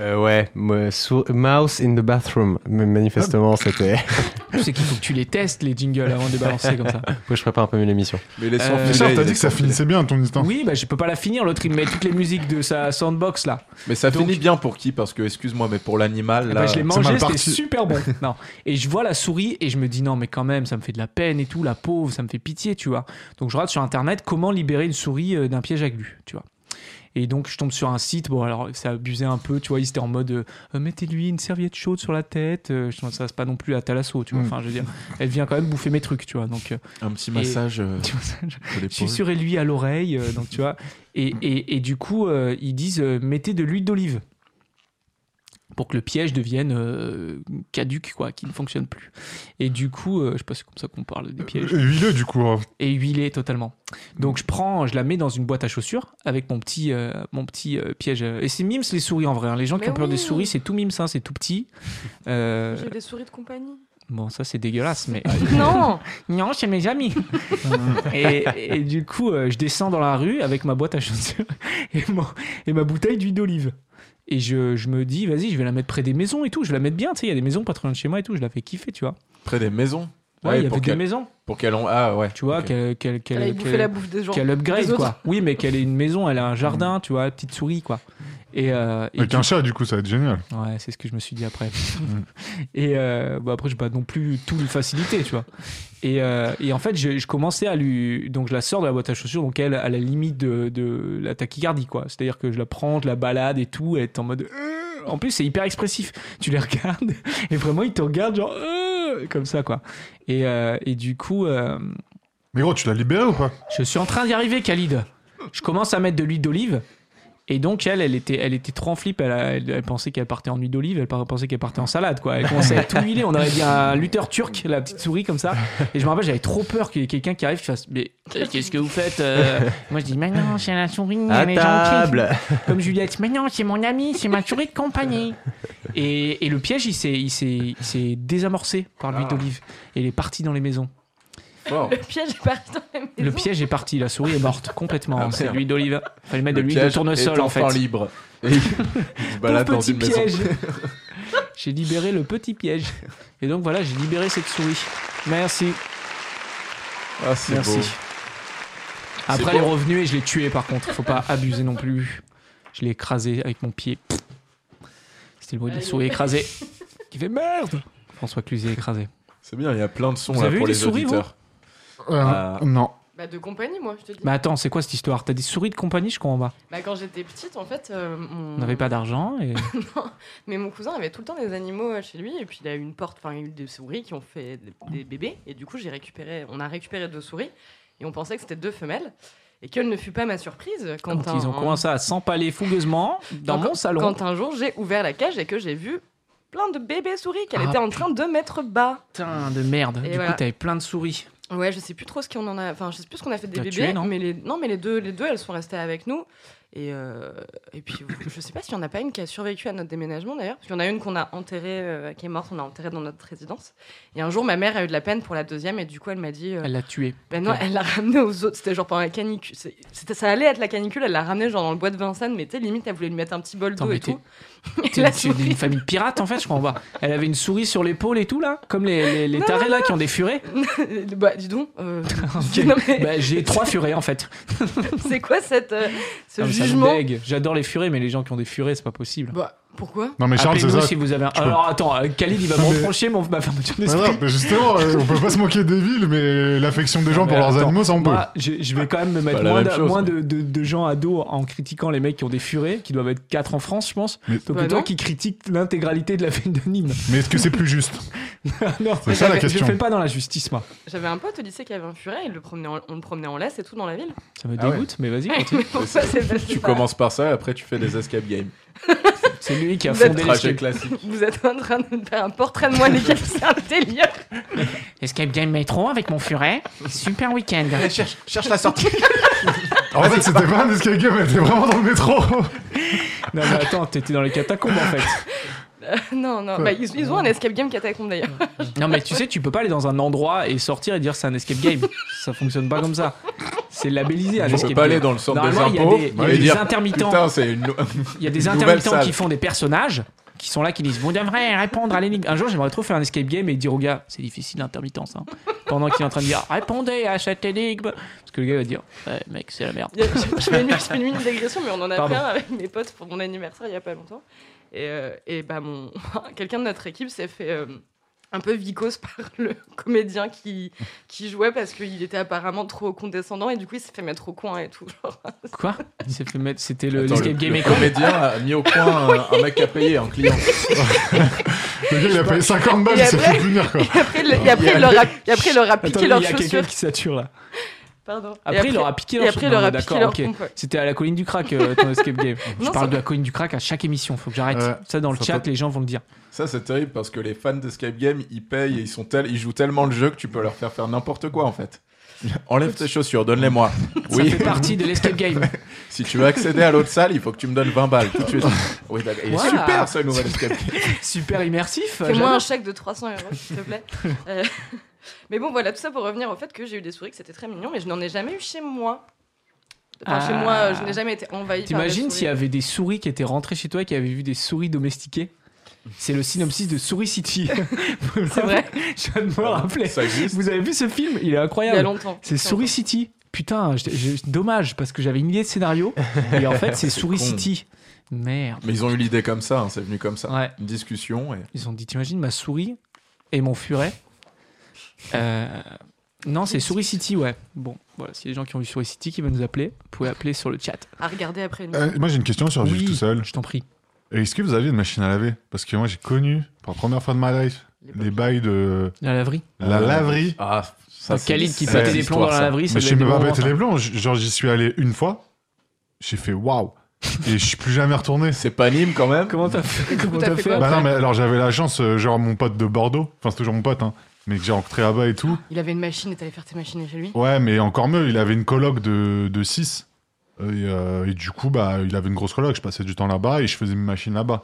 S5: Euh, ouais, moi, sou- mouse in the bathroom. Mais manifestement c'était.
S1: C'est qu'il faut que tu les testes, les jingles, avant de les balancer comme ça.
S5: Faut que je prépare un peu mieux l'émission.
S3: Mais les
S1: Euh,
S3: sans
S1: Mais
S2: Mais
S3: filet,
S2: Charles, t'as
S3: ils
S2: dit que ça
S3: sont filés.
S2: finissait bien ton histoire.
S1: Oui, bah, je peux pas la finir, l'autre, il me met toutes les musiques de sa soundbox, là.
S3: Mais ça
S1: Donc-
S3: finit bien pour qui Parce que, excuse-moi, mais pour l'animal,
S1: Eh
S3: là.
S1: ben, je l'ai
S2: mal
S1: mangé, c'était
S2: parti.
S1: super bon. Non. Et je vois la souris et je me dis non mais quand même ça me fait de la peine et tout, la pauvre, ça me fait pitié, tu vois. Donc je regarde sur internet comment libérer une souris euh, d'un piège à glu, tu vois. Et donc, je tombe sur un site. Bon, alors, ça abusait un peu, tu vois. Ils étaient en mode euh, Euh, mettez-lui une serviette chaude sur la tête. Euh, je trouve ça, c'est pas non plus la thalasso, tu vois.
S2: Mm.
S1: Enfin, je veux dire, elle vient quand même bouffer mes trucs, tu vois. Donc, euh,
S3: Un petit massage euh,
S1: tu vois, ça, je-
S3: de l'épaule.
S1: sur et lui à l'oreille, euh, donc tu vois. Et, et, et du coup, euh, ils disent euh, mettez de l'huile d'olive pour que le piège devienne euh, caduque, quoi, qu'il ne fonctionne plus. Et du coup, euh, je sais pas, c'est comme ça qu'on parle des
S2: Euh,
S1: pièges
S2: Huileux, du coup. hein.
S1: et huilé totalement. Donc je prends, je la mets dans une boîte à chaussures avec mon petit, euh, mon petit euh, piège. Et c'est mimes les souris en vrai. hein. Les gens qui
S4: Mais
S1: ont peur des
S4: oui.
S1: souris, c'est tout mimes, hein, c'est tout petit. Euh,
S4: J'ai des souris de compagnie.
S1: bon, ça c'est dégueulasse, mais
S4: Non
S1: non, chez mes amis. et, et du coup, euh, je descends dans la rue avec ma boîte à chaussures et, mon- et ma bouteille d'huile d'olive. Et je, je me dis, vas-y, je vais la mettre près des maisons et tout. Je la mettre bien, tu sais, il y a des maisons pas très loin de chez moi et tout. Je la fais kiffer, tu vois.
S3: Près des maisons.
S1: Ouais, il y avait
S3: pour
S1: des
S3: qu'elle
S1: maisons,
S3: pour qu'elle en- Ah ouais.
S1: tu vois,
S3: ok.
S1: qu'elle qu'elle- qu'elle-
S4: Elle a bouffé
S1: qu'elle-
S4: la bouffe des gens.
S1: qu'elle
S4: des
S1: upgrade,
S4: autres.
S1: quoi. Oui, mais qu'elle ait une maison, elle a un jardin, tu vois, petite souris, quoi. Et, euh, et
S2: Avec
S1: du-
S2: un chat, du coup, ça va être génial.
S1: Ouais, c'est ce que je me suis dit après. et euh, bah après, je vais pas non plus tout lui faciliter, tu vois. Et, euh, et en fait, je, je commençais à lui. Donc, je la sors de la boîte à chaussures, donc elle, à la limite de, de la tachycardie, quoi. C'est-à-dire que je la prends, je la balade et tout, elle est en mode. euh. En plus, c'est hyper expressif. Tu les regardes et vraiment, ils te regardent, genre. euh, Comme ça, quoi. Et, euh, et du coup. euh,
S2: Mais gros, tu l'as libéré ou pas
S1: je suis en train d'y arriver, Khalid. Je commence à mettre de l'huile d'olive. Et donc, elle, elle était, elle était trop en flip. Elle, a- elle- elle pensait qu'elle partait en huile d'olive. Elle par- pensait qu'elle partait en salade, quoi. Elle commençait à tout huiler. On aurait dit un lutteur turc, la petite souris, comme ça. Et je me rappelle, j'avais trop peur qu'il y ait quelqu'un qui arrive qui fasse Mais euh, qu'est-ce que vous faites euh Moi, je dis Mais non, c'est la souris.
S5: À
S1: elle est gentille
S5: table
S1: comme Juliette. Mais non, c'est mon ami, c'est ma souris de compagnie. Et, et le piège, il s'est, il s'est, il s'est désamorcé par l'huile d'olive. Et il est parti dans les maisons.
S3: Fort.
S4: Le piège est parti dans la maison.
S1: Le piège est parti, la souris est morte complètement.
S3: Ah,
S1: c'est
S3: merde.
S1: l'huile d'olive. Fallait mettre de l'huile de
S3: piège
S1: tournesol
S3: est
S1: en fait.
S3: enfin libre. Et il se balade
S1: Pauvre
S3: dans
S1: petit
S3: une maison.
S1: piège. j'ai libéré le petit piège. Et donc voilà, j'ai libéré cette souris. Merci,
S3: Ah, c'est
S1: merci.
S3: beau.
S1: Après,
S3: beau.
S1: elle est revenue et je l'ai tuée par contre. Faut pas abuser non plus. Je l'ai écrasée avec mon pied. C'était le bruit de la souris écrasée. Qui fait merde François Cluzet écrasé.
S3: C'est bien, il y a plein de sons
S1: Vous
S3: là
S1: avez
S3: pour
S1: eu des
S3: les
S1: souris, vous
S3: auditeurs. Ah,
S2: Euh, Non.
S4: Bah, de compagnie, moi, je te dis.
S1: Mais attends, c'est quoi cette histoire T'as des souris de compagnie, je comprends pas.
S4: Bah, quand j'étais petite, en fait, euh, mon...
S1: On n'avait pas d'argent et.
S4: mais mon cousin avait tout le temps des animaux euh, chez lui, et puis il a eu une porte, enfin, il y a eu des souris qui ont fait des- des bébés, et du coup, j'ai récupéré, on a récupéré deux souris, et on pensait que c'était deux femelles, et quelle ne fut pas ma surprise quand,
S1: Quand
S4: un...
S1: ils ont commencé à s'empaler fougueusement dans
S4: Quand-
S1: mon salon.
S4: quand un jour j'ai ouvert la cage et que j'ai vu plein de bébés souris qu'elle
S1: Ah,
S4: était en train de mettre bas.
S1: Putain de merde. du
S4: Et voilà. Euh.
S1: coup, t'avais plein de souris.
S4: Ouais, je sais plus trop ce qu'on en a. Enfin, je sais plus ce qu'on a fait des
S1: T'as
S4: bébés,
S1: tué, non
S4: mais les non, mais les deux, les deux, elles sont restées avec nous. Et, euh, et puis, je sais pas s'il y en a pas une qui a survécu à notre déménagement d'ailleurs, parce qu'il y en a une qu'on a enterrée, euh, qui est morte, on a enterrée dans notre résidence. Et un jour, ma mère a eu de la peine pour la deuxième, et du coup, elle m'a dit, euh,
S1: Elle l'a tué.
S4: ben non,
S1: ok.
S4: elle l'a ramenée aux autres. C'était genre pendant la canicule. C'est- C'était, ça allait être la canicule, elle l'a ramenée genre dans le bois de Vincennes, mais tu sais, limite, elle voulait lui mettre un petit bol
S1: Attends,
S4: d'eau
S1: mais
S4: et
S1: t'es-
S4: tout. Et
S1: T'es
S4: la
S1: c'est une
S4: souris-
S1: famille pirate en fait, je comprends pas. Elle avait une souris sur l'épaule et tout là, comme les, les, les tarés là qui ont des furets.
S4: bah, dis donc. euh, non, mais
S1: Bah, j'ai trois furets en fait.
S4: c'est quoi cette, euh, ce
S1: Ah, mais ça me
S4: jugement
S1: dégue. J'adore les furets, mais les gens qui ont des furets, c'est pas possible.
S4: Bah, pourquoi
S2: Non, mais Charles, c'est
S1: Appelez-nous
S2: ça.
S1: si vous avez un.
S2: peux-
S1: Alors attends, euh, Khalid il va me
S2: Non, mais-
S1: reprocher mon... ma fermeture
S2: Mais
S1: d'esprit.
S2: non, mais justement, euh, on peut pas se moquer des villes, mais l'affection des gens
S1: Non,
S2: pour
S1: mais
S2: leurs
S1: attends,
S2: animaux, ça on peut.
S1: Moi, je, je vais quand même me mettre
S3: pas la
S1: moins,
S3: même
S1: d'a-
S3: chose,
S1: moins
S3: mais-
S1: de, de- de gens à dos en critiquant les mecs qui ont des furets, qui doivent être 4 en France, je pense,
S2: Mais-
S1: plutôt
S4: Bah
S1: que toi
S4: non.
S1: qui critiques l'intégralité de la ville de Nîmes.
S2: Mais est-ce que c'est plus juste
S1: non,
S2: C'est ça la
S4: j'avais-
S1: je
S2: question.
S1: fais pas dans la justice, moi.
S4: J'avais un pote au lycée qui avait un furet, il le promenait en- on le promenait en laisse et tout dans la ville.
S1: Ça me
S3: Ah ouais.
S1: dégoûte, mais vas-y,
S4: Mais
S1: continue.
S4: pour ça, c'est pas- c'est
S3: Tu
S4: pas-
S3: commences par ça, après tu fais des escape games.
S1: C'est lui qui a
S4: Vous êtes
S1: fondé
S3: Trajet
S1: l'escape.
S3: classique.
S4: Vous êtes en train de me faire un portrait de moi, les gars, c'est un délire.
S1: Escape Game Métro avec mon furet. Super week-end.
S3: cherche, cherche la sortie.
S2: En fait, c'était pas un escape game, elle était vraiment dans le métro.
S1: Non, mais attends, t'étais dans les catacombes en fait.
S4: Euh, non, non, bah, ils, ils ont un escape game catacombe d'ailleurs.
S1: Non, mais tu sais, tu peux pas aller dans un endroit et sortir et dire c'est un escape game. Ça fonctionne pas comme ça. C'est labellisé un
S3: Je
S1: escape
S3: peux pas
S1: game.
S3: aller dans le centre des
S1: Normalement, il y a
S3: impôts
S1: des- il y a
S3: et
S1: des
S3: dire,
S1: intermittents.
S3: Putain, c'est une.
S1: Il y a des
S3: Nouvelle
S1: intermittents
S3: salle.
S1: qui font des personnages qui sont là qui disent vous devrez répondre à l'énigme. Un jour, j'aimerais trop faire un escape game et dire au gars c'est difficile l'intermittence. hein. Pendant qu'il est en train de dire répondez à cette énigme. Parce que le gars va dire ouais, mec, c'est la merde.
S4: Il y a- Je je fais une, je fais une mini digression, mais on en a
S1: Pardon.
S4: fait un avec mes potes pour mon anniversaire il y a pas longtemps. Et, euh, et bah, mon... quelqu'un de notre équipe s'est fait. euh, un peu vicose par le comédien qui, qui jouait parce qu'il était apparemment trop condescendant et du coup il s'est fait mettre au coin et tout. genre.
S1: Quoi Il s'est fait mettre- C'était le
S3: Attends, le,
S1: l'escape game
S3: le
S1: et quoi
S3: comédien a mis au coin un, un mec à payer, un client.
S2: Le gars, il a payé 50 balles,
S4: Et
S2: il s'est
S4: après-
S2: fait punir, quoi.
S4: Et après, il- et après, il leur a, et après, il leur a piqué
S1: Attendez,
S4: leurs
S1: il y a quelqu'un
S4: chaussures.
S1: qui sature là.
S4: Pardon. Et
S1: Après, il leur a piqué
S4: et
S1: leurs
S4: après,
S1: chaussures.
S4: il leur
S1: Non,
S4: a piqué
S1: D'accord,
S4: leurs
S1: ok.
S4: pompes, ouais.
S1: C'était à la colline du crack, euh, ton escape game. Je
S4: Non,
S1: parle
S4: ça-
S1: de la colline du crack à chaque émission, faut que j'arrête.
S2: Ouais.
S1: Ça, dans le
S3: Euh, Ça
S1: chat,
S3: peut-
S1: les gens vont le dire.
S3: Ça, c'est terrible parce que les fans d'Escape Game, ils payent et ils, sont tel- ils jouent tellement le jeu que tu peux leur faire faire n'importe quoi en fait. Enlève tes chaussures, donne-les-moi.
S1: Ça
S3: Oui,
S1: fait partie de l'escape game.
S3: si tu veux accéder à l'autre salle, il faut que tu me donnes 20 balles tout de suite. Oui, d'accord. Et
S1: Wow.
S3: Super ce nouvel Escape Game.
S1: Super immersif.
S4: Fais-moi
S1: j'adore.
S4: un chèque de 300 euros, s'il te plaît. Euh, Mais bon, voilà, tout ça pour revenir au fait que j'ai eu des souris, que c'était très mignon, mais je n'en ai jamais eu chez moi. Enfin,
S1: Ah.
S4: chez moi, euh, je n'ai jamais été envahie par
S1: T'imagines
S4: des
S1: s'il y
S4: souris.
S1: avait des souris qui étaient rentrées chez toi et qui avaient vu des souris domestiquées C'est le synopsis de Souris City.
S4: C'est vrai,
S1: Je viens de me le rappeler.
S3: Ça existe.
S1: Vous avez vu ce film Il est
S4: il y a
S1: incroyable.
S4: longtemps.
S1: C'est Souris City. Putain, j'étais- j'ai- dommage parce que j'avais une idée de scénario et en fait c'est
S3: C'est
S1: Souris
S3: con.
S1: City. Merde.
S3: Mais ils ont eu l'idée comme ça, hein, c'est venu comme ça.
S1: Ouais.
S3: Une discussion et.
S1: Ils ont dit T'imagines ma souris et mon furet Euh, Non, c'est Souris City, ouais. Bon, voilà, s'il y a des gens qui ont vu Souris City qui veulent nous appeler, vous pouvez appeler sur le chat.
S4: À regarder après une
S2: Euh, moi, j'ai une question sur Vivre
S1: Oui.
S2: tout seul.
S1: Je t'en prie.
S2: Et Est-ce que vous aviez une machine à laver Parce que moi, j'ai connu, pour la première fois de ma life, les bails de
S1: La laverie.
S2: la
S3: Euh,
S2: laverie.
S3: Ah, ça.
S1: Enfin,
S3: c'est-
S1: Khalid qui
S3: c'est
S1: pétait
S3: une
S1: des plombs dans
S3: histoire,
S1: la
S3: ça.
S1: laverie, ça
S2: Mais
S1: doit être
S2: je
S1: hein.
S2: sais
S1: des
S2: même pas
S1: bons
S2: péter
S1: moments.
S2: les hein. blancs. J- Genre, j'y suis allé une fois, j'ai fait waouh. Et je suis plus jamais retourné.
S3: C'est pas Nîmes quand même.
S1: Comment t'as fait, comment
S4: t'as
S1: t'as
S4: fait
S1: fait
S4: quoi
S2: Bah non, mais alors j'avais la chance, euh, genre mon pote de Bordeaux, enfin c'est toujours mon pote, hein, mais que j'ai rencontré là-bas et tout.
S4: Il avait une machine et t'allais faire tes machines chez lui.
S2: Ouais, mais encore mieux, il avait une coloc de, de 6. Et, euh, et du coup, bah, il avait une grosse coloc, je passais du temps là-bas et je faisais mes machines là-bas.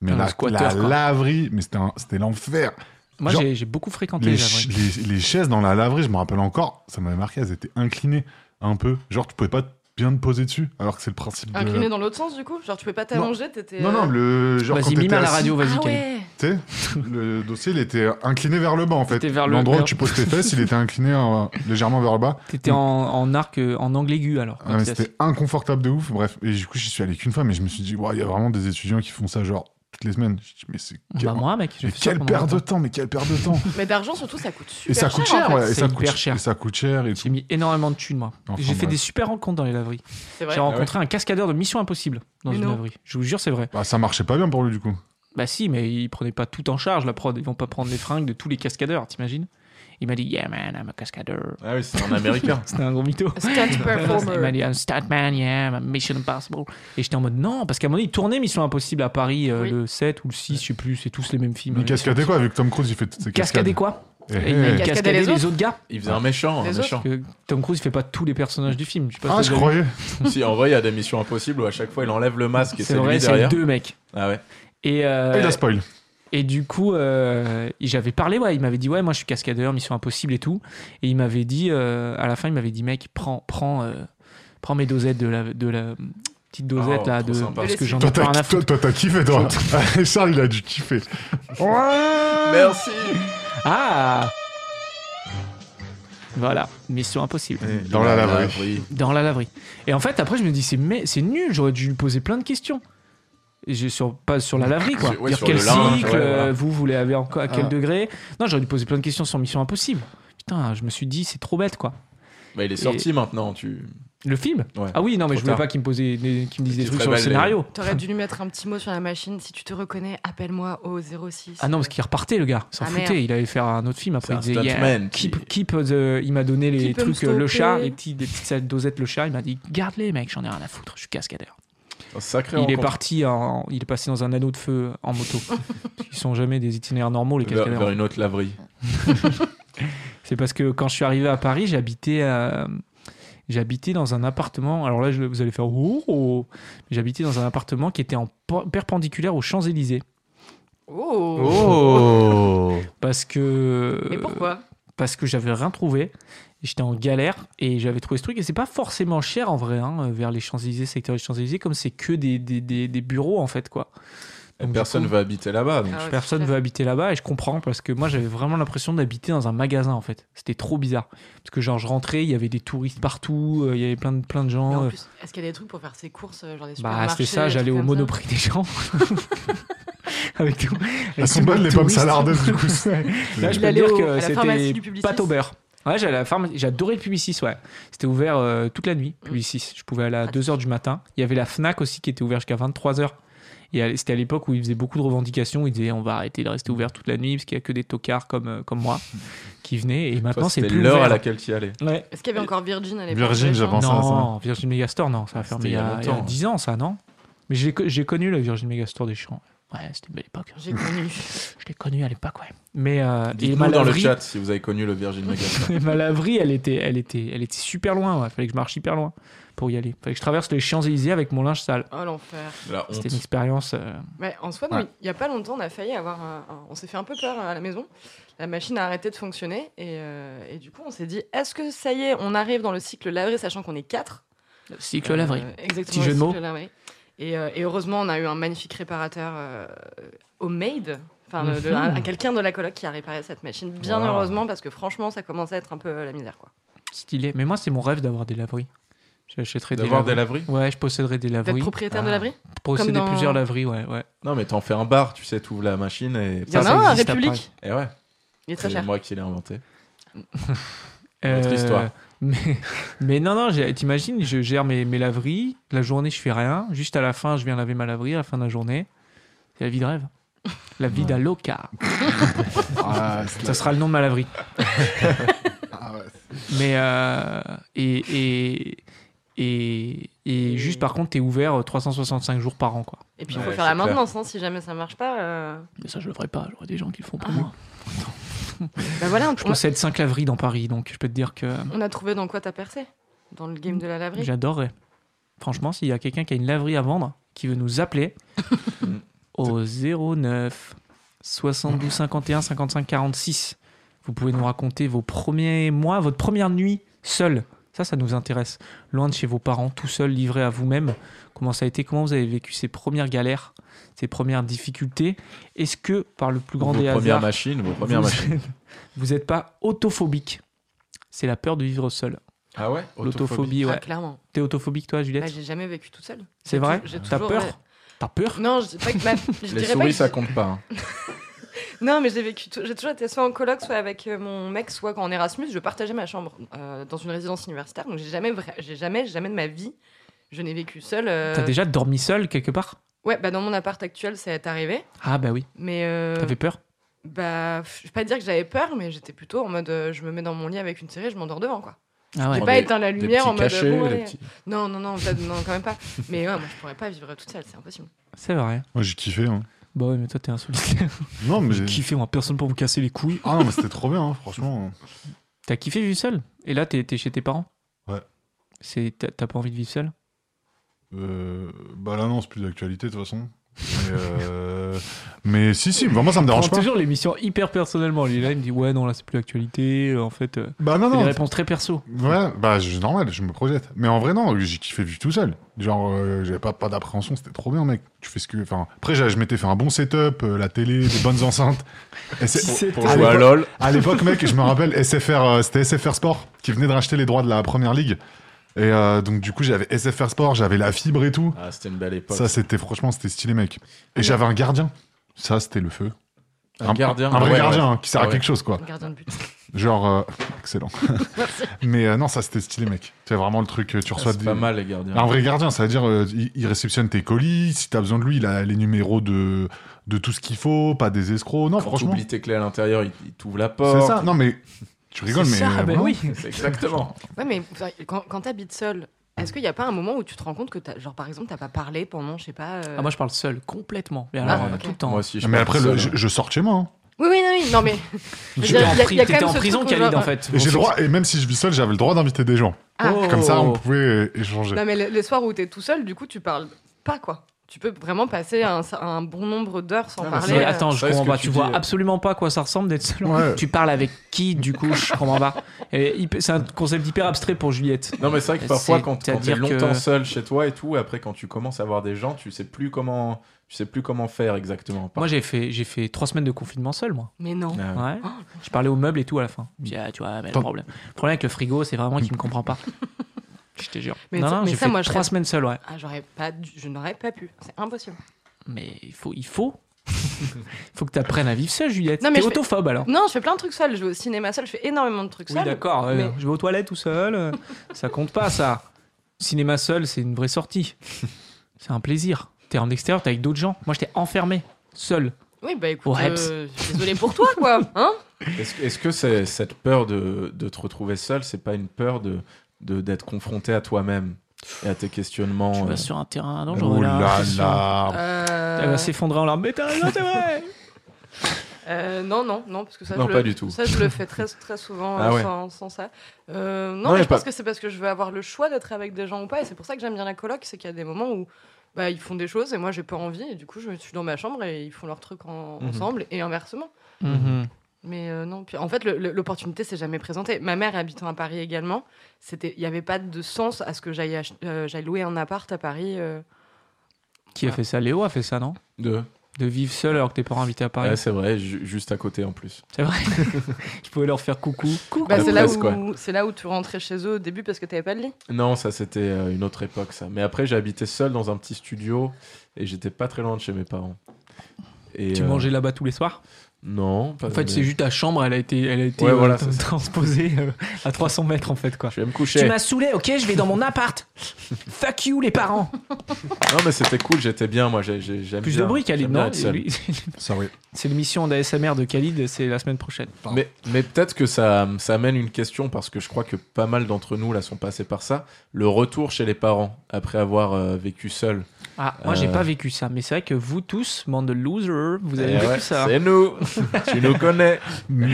S2: Mais
S1: Un
S2: la,
S1: squatteur,
S2: la
S1: quoi.
S2: laverie, mais c'était un- c'était l'enfer.
S1: Moi,
S2: Genre-
S1: j'ai- j'ai beaucoup fréquenté
S2: Les,
S1: les
S2: ch-
S1: laveries.
S2: les- les chaises dans la laverie, je me rappelle encore, ça m'avait marqué, elles étaient inclinées un peu. Genre, tu pouvais pas bien te poser dessus, alors que c'est le principe de.
S4: Incliné dans l'autre sens, du coup Genre, tu pouvais pas t'allonger, t'étais. euh,
S2: Non, non, le. Genre, quand
S1: Vas-y,
S2: t'étais
S1: mime à la
S2: assis,
S1: radio, vas-y,
S4: Ah
S1: Khalid.
S4: ouais
S2: Tu sais, le dossier, il était incliné vers le bas, en fait.
S1: C'était vers le-
S2: L'endroit où
S1: vers-
S2: tu poses tes fesses, il était incliné euh, légèrement vers le bas.
S1: T'étais en, en arc, euh, en angle aigu alors. quand
S2: Ah, mais
S1: t'es
S2: c'était inconfortable de ouf. Bref, et du coup, j'y suis allé qu'une fois, mais je me suis dit, Ouah, il y a vraiment des étudiants qui font ça, genre, toutes les semaines. Je dis, mais c'est
S1: assis.
S2: quel-
S1: Bah, moi, mec, j'ai
S2: mais
S1: fait ça
S2: quelle
S1: pendant
S2: perte de
S1: longtemps.
S2: temps, mais quelle perte de temps.
S4: Mais d'argent, surtout, ça coûte super
S2: et ça coûte cher,
S4: en fait.
S2: ouais, et
S1: c'est
S2: ça
S1: hyper
S2: coûte
S1: cher.
S2: Et ça coûte cher et tout.
S1: J'ai mis énormément de thunes, moi.
S2: Enfin,
S1: j'ai fait
S2: bref.
S1: des super rencontres dans les laveries.
S4: C'est vrai.
S1: J'ai rencontré un cascadeur de Mission Impossible dans
S4: Mais
S1: une
S4: non.
S1: laverie. Je vous jure, c'est vrai.
S2: Bah, ça marchait pas bien pour lui, du coup.
S1: Bah si, mais ils prenaient pas tout en charge, la prod. Ils vont pas prendre les fringues de tous les cascadeurs, t'imagines Il m'a dit, yeah man, I'm a cascadeur.
S3: Ah oui, c'est un américain.
S1: C'était un gros mytho.
S4: Stunt
S1: Il m'a
S4: performer.
S1: dit, I'm Statman, yeah, I'm a Mission Impossible. Et j'étais en mode, non, parce qu'à un moment, ils tournaient Mission Impossible à Paris, euh,
S4: Oui.
S1: le 7 ou le 6, je sais plus, c'est tous les mêmes films.
S2: Mais cascader quoi, vu que Tom Cruise, il fait toutes ces cascades.
S1: Cascader quoi
S2: Eh,
S1: Et il
S2: eh.
S1: a
S4: Cascader
S1: cascadé
S4: les
S1: les, autres gars.
S3: Il faisait un méchant, un
S4: Les
S3: méchant.
S1: Que Tom Cruise, il fait pas tous les personnages du film. Je sais pas si
S2: Ah,
S1: t'as
S2: je
S1: déjà vu.
S2: croyais.
S3: si, en vrai, il y a des missions impossibles où à chaque fois il enlève le masque et
S1: C'est
S3: c'est lui
S1: vrai, c'est
S3: derrière.
S1: deux mecs.
S3: Ah ouais.
S1: Et, euh,
S2: Ah, Il a spoil.
S1: Et du coup, euh, j'avais parlé, ouais, il m'avait dit, ouais, moi je suis cascadeur, mission impossible et tout. Et il m'avait dit, euh, à la fin, il m'avait dit, mec, prends, prends, euh, prends mes dosettes de la, de la petite dosette
S3: Oh,
S1: là,
S3: trop
S1: de,
S3: sympa.
S1: parce que j'en
S2: Toi,
S1: ai pas rien
S2: t'as
S1: à
S2: toi,
S1: foutre.
S2: toi, t'as kiffé, toi. Ah, Charles, il a dû kiffer.
S3: Merci
S1: Ah Voilà, mission impossible.
S2: Dans la laverie.
S1: Dans la laverie. Et en fait, après, je me dis, c'est mais- c'est nul, j'aurais dû lui poser plein de questions. Et j'ai sur, pas sur la laverie, quoi.
S3: Sur- ouais,
S1: Dire
S3: sur
S1: quel
S3: le linge,
S1: cycle,
S3: ouais, voilà.
S1: euh, vous voulez avez encore à quel
S2: Ah.
S1: degré. Non, j'aurais dû poser plein de questions sur Mission Impossible. Putain, je me suis dit, c'est trop bête, quoi.
S3: Bah, il est sorti maintenant. Tu...
S1: Le film
S3: Ouais.
S1: Ah oui, non, mais je
S3: Trop
S1: voulais
S3: tard.
S1: pas qu'il me, posait des- qu'il me dise
S3: Qu'il
S1: des
S3: te
S1: trucs sur le
S3: révèle les-
S1: scénario.
S4: T'aurais dû lui mettre un petit mot sur la machine. Si tu te reconnais, appelle-moi au 06.
S1: Ah non, parce qu'il repartait, le gars. Il s'en
S4: Ah,
S1: foutait.
S4: merde.
S1: Il allait faire un autre film. Après,
S3: C'est
S1: il
S3: un
S1: disait, yeah,
S3: stuntman qui-
S1: keep, keep uh, the- il m'a donné les
S4: Qui peut me
S1: trucs, euh, le
S4: stopper
S1: chat, les, petits, les petites sales dosettes, le chat. Il m'a dit, garde-les, mec, j'en ai rien à foutre. Je suis cascadeur.
S3: Un sacré
S1: Il est
S3: rencontre.
S1: parti, en- il est passé dans un anneau de feu en moto. Ils sont jamais des itinéraires normaux, les
S3: vers, vers
S1: cascadeurs.
S3: une autre laverie.
S1: C'est parce que quand je suis arrivé à Paris, j'habitais à- J'habitais dans un appartement, alors là je- vous allez faire oh, oh. J'habitais dans un appartement qui était en per- perpendiculaire aux Champs-Élysées.
S4: Oh
S5: Oh
S1: Parce que.
S4: Mais pourquoi
S1: Parce que j'avais rien trouvé. J'étais en galère et j'avais trouvé ce truc. Et c'est pas forcément cher en vrai, hein, vers les Champs-Élysées, secteur des Champs-Élysées, comme c'est que des, des, des- des bureaux en fait, quoi.
S3: Et
S1: Donc, du
S3: personne
S1: coup,
S3: va habiter là-bas. donc.
S4: Ah ouais,
S1: Personne
S4: c'est
S1: veut habiter là-bas et je comprends parce que moi j'avais vraiment l'impression d'habiter dans un magasin en fait. C'était trop bizarre parce que genre je rentrais, il y avait des touristes partout, euh, il y avait plein de plein de
S4: Mais
S1: gens.
S4: en
S1: euh,
S4: plus, est-ce qu'il y a des trucs pour faire ses courses, euh, genre des
S1: bah
S4: supermarchés
S1: c'était ça,
S4: des
S1: j'allais
S4: trucs
S1: au
S4: comme ça
S1: Monoprix des gens. avec tout.
S2: Elles sont bonnes, les pommes salardeuses, du coup.
S1: Là, je
S4: Il
S1: peux
S4: allait
S1: dire
S4: au- à
S1: que
S4: la pharmacie du
S1: c'était
S4: Publicis.
S1: pâte au beurre. Ouais, j'allais à la pharmacie- j'ai adoré le Publicis, ouais. C'était ouvert euh, toute la nuit, Publicis. Je pouvais aller à
S4: Pratique.
S1: 2h du matin. Il y avait la FNAC aussi qui était ouverte jusqu'à 23h. Et à- c'était à l'époque où ils faisaient beaucoup de revendications. Ils disaient on va arrêter de rester ouvert toute la nuit parce qu'il n'y a que des tocards comme, euh, comme moi qui venaient. Et maintenant, c'est
S3: C'était
S1: plus
S3: l'heure
S1: ouvert.
S3: à laquelle tu y allais.
S1: Ouais.
S4: Est-ce qu'il y avait encore Virgin à l'époque
S2: Virgin, j'avais
S4: Non.
S2: pensé à ça.
S1: Non, Virgin Megastore, non, ça a fermé il y a,
S3: il y a
S1: il y a
S3: longtemps.
S1: 10 ans, ça, non Mais j'ai co- j'ai connu le Virgin Megastore des Champs. Ouais, c'était une belle époque.
S4: J'ai connu.
S1: Je l'ai connu à l'époque, ouais. Mais euh, et
S3: Ah, Dites-nous
S1: ma
S3: dans le
S1: laverie-
S3: chat si vous avez connu le Virgin Megastore.
S1: Et ma laverie, elle était, elle était, elle était super loin. Ouais. Fallait que je marche hyper loin pour y aller. Fallait que je traverse les Champs Élysées avec mon linge sale.
S4: Oh l'enfer.
S3: La honte.
S1: C'était une expérience. euh,
S4: Mais en soi,
S2: Ouais.
S4: nous, il n'y a pas longtemps, on a failli avoir. un- un- on s'est fait un peu peur hein, à la maison. La machine a arrêté de fonctionner. Et, euh, et du coup, on s'est dit est-ce que ça y est, on arrive dans le cycle laverie, sachant qu'on est quatre
S1: Cycle laverie.
S4: Euh, Exactement.
S1: Petit jeu
S4: le
S1: de mots.
S4: cycle laverie. Et, euh, et heureusement, on a eu un magnifique réparateur euh, homemade. Enfin, le- le-
S1: Mhm.
S4: un- un- quelqu'un de la coloc qui a réparé cette machine, bien
S3: Wow.
S4: heureusement, parce que franchement, ça commençait à être un peu euh, la misère. quoi.
S1: Stylé. Mais moi, c'est mon rêve d'avoir des laveries. J'achèterais des
S3: D'avoir des
S1: laveries.
S3: laveries
S1: Ouais, je posséderais des
S4: D'être
S1: laveries.
S4: propriétaire de
S3: Ah.
S4: laverie
S1: Posséder
S4: Comme dans-
S1: plusieurs laveries, ouais, ouais.
S3: Non, mais t'en fais un bar, tu sais, t'ouvres la machine et.
S4: Il y en
S1: ça
S4: a un à
S1: existe après.
S4: République.
S3: Et ouais,
S4: Il est très
S3: c'est
S4: cher.
S3: moi qui l'ai inventé. Notre histoire.
S1: Euh, Mais, mais non, non, j'ai- t'imagines, je gère mes, mes laveries. La journée, je fais rien. Juste à la fin, je viens laver ma laverie à la fin de la journée. C'est la vie de rêve. La vie d'un loca.
S2: Ah, c'est
S1: Ça sera le nom de ma laverie.
S2: ah, ouais.
S1: Mais euh, et, et, et, et juste par contre, t'es ouvert euh, 365 jours par an, quoi.
S4: Et puis, il faut
S3: Ouais,
S4: faire la
S3: c'est clair.
S4: maintenance, hein, si jamais ça marche pas. euh.
S1: Mais ça, je le ferai pas. J'aurai des gens qui le font pour
S4: Ah.
S1: moi.
S4: Bah voilà, on,
S1: Je possède 5 laveries dans Paris, donc je peux te dire que
S4: on a trouvé dans quoi t'as percé Dans le game de la laverie
S1: j'adorerais. Franchement, s'il y a quelqu'un qui a une laverie à vendre, qui veut nous appeler au 09 72 51 55 46, vous pouvez nous raconter vos premiers mois, votre première nuit seule. Ça, ça nous intéresse. Loin de chez vos parents, tout seul, livré à vous-même. Comment ça a été Comment vous avez vécu ces premières galères, ces premières difficultés Est-ce que, par le plus grand
S3: vos
S1: des
S3: premières
S1: hasards,
S3: machines, vos premières
S1: vous,
S3: machines.
S1: vous n'êtes pas autophobique C'est la peur de vivre seul.
S3: Ah ouais
S1: L'autophobie,
S4: Ah,
S1: ouais.
S4: clairement.
S1: T'es autophobique, toi,
S4: Bah,
S1: Juliette
S4: j'ai jamais vécu toute seule.
S1: C'est
S4: j'ai
S1: vrai
S4: tou- j'ai
S1: T'as
S4: toujours-
S1: peur
S4: ouais.
S1: T'as peur
S4: Non, je, dis pas que ma- je
S3: Les
S4: dirais pas
S3: souris,
S4: que
S3: ça
S4: j'ai-
S3: compte pas. hein.
S4: Non, mais j'ai vécu. tou- J'ai toujours été soit en coloc, soit avec euh, mon mec, soit quand en Erasmus, je partageais ma chambre euh, dans une résidence universitaire. Donc j'ai jamais, vra- j'ai jamais, jamais de ma vie, je n'ai vécu seule. euh,
S1: T'as déjà dormi seul quelque part
S4: Ouais, bah dans mon appart actuel, ça est arrivé.
S1: Ah, bah oui.
S4: Mais euh,
S1: T'avais peur
S4: bah, pff, je vais pas dire que j'avais peur, mais j'étais plutôt en mode, euh, je me mets dans mon lit avec une série, je m'endors devant quoi.
S1: Ah,
S4: J'ai
S1: ouais.
S3: Prends
S4: pas
S3: des-
S4: éteint la
S3: Des
S4: lumière en
S3: petits
S4: mode. euh,
S3: cachets,
S4: bon,
S3: des
S4: allez.
S3: petits-
S4: Non, non, non, peut-être- non, quand même pas. Mais ouais, moi je pourrais pas vivre toute seule, c'est impossible.
S1: C'est vrai.
S2: Moi, j'ai kiffé. hein.
S1: Bah ouais, mais toi, t'es un solitaire.
S2: Non, mais.
S1: J'ai kiffé, moi, personne pour vous casser les couilles.
S2: Ah non, mais c'était trop bien, hein, franchement.
S1: T'as kiffé vivre seul Et là, t'es t'es chez tes parents
S2: Ouais.
S1: C'est- T'as t'as pas envie de vivre seul
S2: Euh, bah là, non, c'est plus d'actualité, de toute façon. Mais, euh, mais si, si, vraiment, ça me dérange
S1: prend
S2: pas.
S1: toujours l'émission hyper personnellement. Lui, là, il me dit Ouais, non, là, c'est plus l'actualité. euh, En fait, euh,
S4: Ah
S2: Bah non,
S1: c'est des
S2: non,
S1: réponses très perso.
S2: Ouais, bah je- normal, je me projette. Mais en vrai, non, j'ai kiffé vivre tout seul. Genre, euh, j'avais pas, pas d'appréhension, c'était trop bien, mec. Tu fais ce que. Enfin, après, j'ai- je m'étais fait un bon setup, euh, la télé, des bonnes enceintes. Et c'est-
S1: C'est-
S3: Pour
S2: à
S3: jouer à
S2: l'époque-
S3: LoL.
S2: à l'époque, mec, je me rappelle, SFR, euh, c'était SFR Sport qui venait de racheter les droits de la première ligue. Et euh, donc, du coup, j'avais SFR Sport, j'avais la fibre et tout.
S3: Ah, c'était une belle époque.
S2: Ça, c'était franchement, c'était stylé, mec. Et j'avais un gardien. Ça, c'était le feu.
S3: Ah, un gardien.
S2: Un vrai
S3: ouais,
S2: gardien
S3: ouais.
S2: hein, qui sert
S3: Ah
S2: à
S3: ouais.
S2: quelque chose, quoi.
S4: Le Gardien de but.
S2: Genre, euh, excellent.
S4: Merci.
S2: Mais euh, non, ça, c'était stylé, mec. C'est vraiment le truc, euh, tu reçois
S3: Ah, C'est
S2: des-
S3: pas mal, hein. les gardiens.
S2: Un vrai gardien, ça veut dire euh, il, il réceptionne tes colis, si t'as besoin de lui, il a les numéros de, de tout ce qu'il faut, pas des escrocs. Non,
S3: Quand
S2: franchement,
S3: t'oublies tes clés à l'intérieur, il, il t'ouvre la porte.
S2: c'est ça. Non mais tu rigoles, mais
S1: C'est ça,
S2: euh,
S1: bah
S2: non.
S1: oui.
S3: C'est exactement.
S4: Ouais, mais enfin, quand, quand t'habites seul, est-ce qu'il n'y a pas un moment où tu te rends compte que, t'as- genre, par exemple, t'as pas parlé pendant, je sais pas. euh,
S1: Ah, moi, je parle seul, complètement. Mais
S4: Ah,
S1: alors,
S4: ouais.
S1: euh, tout le temps.
S3: Moi aussi, je
S2: mais
S3: parle
S2: après,
S3: seul,
S2: le- je,
S3: hein.
S2: je sors de chez moi. hein.
S4: Oui, oui, non, oui, non, mais. Je veux
S1: J'étais
S4: dire,
S1: en,
S4: il y a-
S1: pri-
S4: il y a quand
S1: t'étais
S4: même
S1: en
S4: ce
S1: prison,
S4: truc où
S1: Khalid,
S4: genre-
S1: en fait.
S2: Et j'ai le droit, et même si je vis seul, j'avais le droit d'inviter des gens.
S4: Ah.
S1: Oh.
S2: Comme ça, on pouvait euh, échanger.
S4: Non, mais le- les soirs où t'es tout seul, du coup, tu parles pas, quoi. Tu peux vraiment passer un, un bon nombre d'heures sans
S3: Ah, mais
S4: parler.
S1: Mais
S4: euh.
S1: bah, attends, je
S3: Ça, est-ce
S1: comprends pas.
S3: que tu
S1: Tu, vois
S3: dis, euh,
S1: absolument pas à quoi ça ressemble d'être seul.
S2: Ouais.
S1: Tu parles avec qui, du coup Je comprends pas. Et hyp- C'est un concept hyper abstrait pour Juliette.
S3: Non, mais c'est vrai que parfois,
S1: C'est-
S3: quand, quand t'es
S1: c'est-à-dire que-
S3: longtemps seul chez toi et tout, après, quand tu commences à voir des gens, tu sais plus comment, tu sais plus comment faire exactement.
S1: Moi, j'ai fait, j'ai fait trois semaines de confinement seul, moi.
S4: Mais non.
S3: Ah ouais.
S1: Ouais. Je parlais aux meubles et tout à la fin. Je me dis, ah, tu vois, mais le
S2: Attends.
S1: problème. Le problème avec le frigo, c'est vraiment qu'il me comprend pas. Je te jure.
S4: Mais
S1: non,
S4: ça-
S1: non,
S4: mais
S1: j'ai
S4: ça,
S1: fait
S4: moi, je
S1: trois
S4: reste-
S1: semaines seul, ouais.
S4: Ah, j'aurais pas dû- je n'aurais pas pu. C'est impossible.
S1: Mais il faut, il faut. Faut que tu apprennes à vivre seul, Juliette.
S4: Non, mais
S1: T'es
S4: je fais-
S1: autophobe alors.
S4: Non, je fais plein de trucs seul. Je vais au cinéma seul, je fais énormément de trucs
S1: Oui,
S4: seul.
S1: d'accord. ouais.
S4: mais-
S1: Je vais aux toilettes tout seul. euh, ça compte pas, ça. Cinéma seul, c'est une vraie sortie. C'est un plaisir. T'es en extérieur, t'es avec d'autres gens. Moi, j'étais enfermé, seul.
S4: Oui, bah écoute,
S1: Ouais,
S4: euh, je suis désolée pour toi, quoi. Hein
S3: Est-ce que- est-ce que c'est- cette peur de, de te retrouver seul, c'est pas une peur de de- d'être confronté à toi-même et à tes questionnements
S1: Tu
S3: euh,
S1: vas sur un terrain dangereux.
S2: Oh
S1: là,
S2: là
S1: attention.
S2: là.
S4: Euh,
S1: Elle va s'effondrer en larmes. Mais t'as raison, c'est vrai.
S4: euh, non, non, non, parce que ça,
S3: Non,
S4: je
S3: pas
S4: le...
S3: du tout.
S4: ça, je le fais très, très souvent
S3: Ah
S4: euh,
S3: ouais.
S4: sans, sans ça. Euh, non,
S3: Non,
S4: mais
S3: mais
S4: je pense
S3: pas-
S4: que c'est parce que je veux avoir le choix d'être avec des gens ou pas, et c'est pour ça que j'aime bien la coloc, c'est qu'il y a des moments où bah, ils font des choses et moi j'ai pas envie, et du coup je suis dans ma chambre et ils font leurs trucs en-
S3: Mhm.
S4: ensemble et inversement.
S1: Mhm.
S4: Mais euh, non, puis en fait, le- le- l'opportunité s'est jamais présentée. Ma mère habitant à Paris également, c'était, il n'y avait pas de sens à ce que j'aille ach- euh, j'aille louer un appart à Paris. euh.
S1: Qui a fait ça Léo a fait ça, non
S3: de-
S1: De vivre seul alors que t'es parents invités à Paris.
S3: Ouais, c'est vrai, ju- juste à côté en plus.
S1: c'est vrai. tu pouvais leur faire coucou.
S4: Bah,
S3: la
S4: c'est là
S3: presse, quoi.
S4: où c'est là où tu rentrais chez eux au début parce que tu n'avais pas de lit.
S3: Non, ça c'était euh, une autre époque ça. Mais après j'ai habité seul dans un petit studio et j'étais pas très loin de chez mes parents. Et,
S1: Tu
S3: euh,
S1: mangeais là-bas tous les soirs
S3: Non. Pas
S1: En fait,
S3: mais-
S1: c'est juste ta chambre, elle a été, elle a été
S3: Ouais,
S1: euh,
S3: voilà,
S1: t-
S3: c'est ça.
S1: transposée euh, à 300 mètres en fait, quoi.
S3: Je vais me
S1: Tu
S3: coucher.
S1: m'as saoulé, ok, je vais dans mon appart. Fuck you, les parents.
S3: Non mais c'était cool, j'étais bien moi, j'ai- j'ai- j'aime
S1: Plus
S3: bien-
S1: de bruit, Khalid,
S3: j'aime bien
S1: non
S3: être seul.
S1: Lui-
S2: Ça, oui.
S1: C'est l'émission d'ASMR de Khalid, c'est la semaine prochaine.
S3: Mais, mais peut-être que ça, ça amène une question parce que je crois que pas mal d'entre nous là sont passés par ça. Le retour chez les parents après avoir euh, vécu seul.
S1: Ah, moi j'ai
S3: Euh.
S1: pas vécu ça, mais c'est vrai que vous tous, bande de losers, vous avez
S3: Eh
S1: vécu
S3: ouais,
S1: ça.
S3: C'est nous. tu nous connais.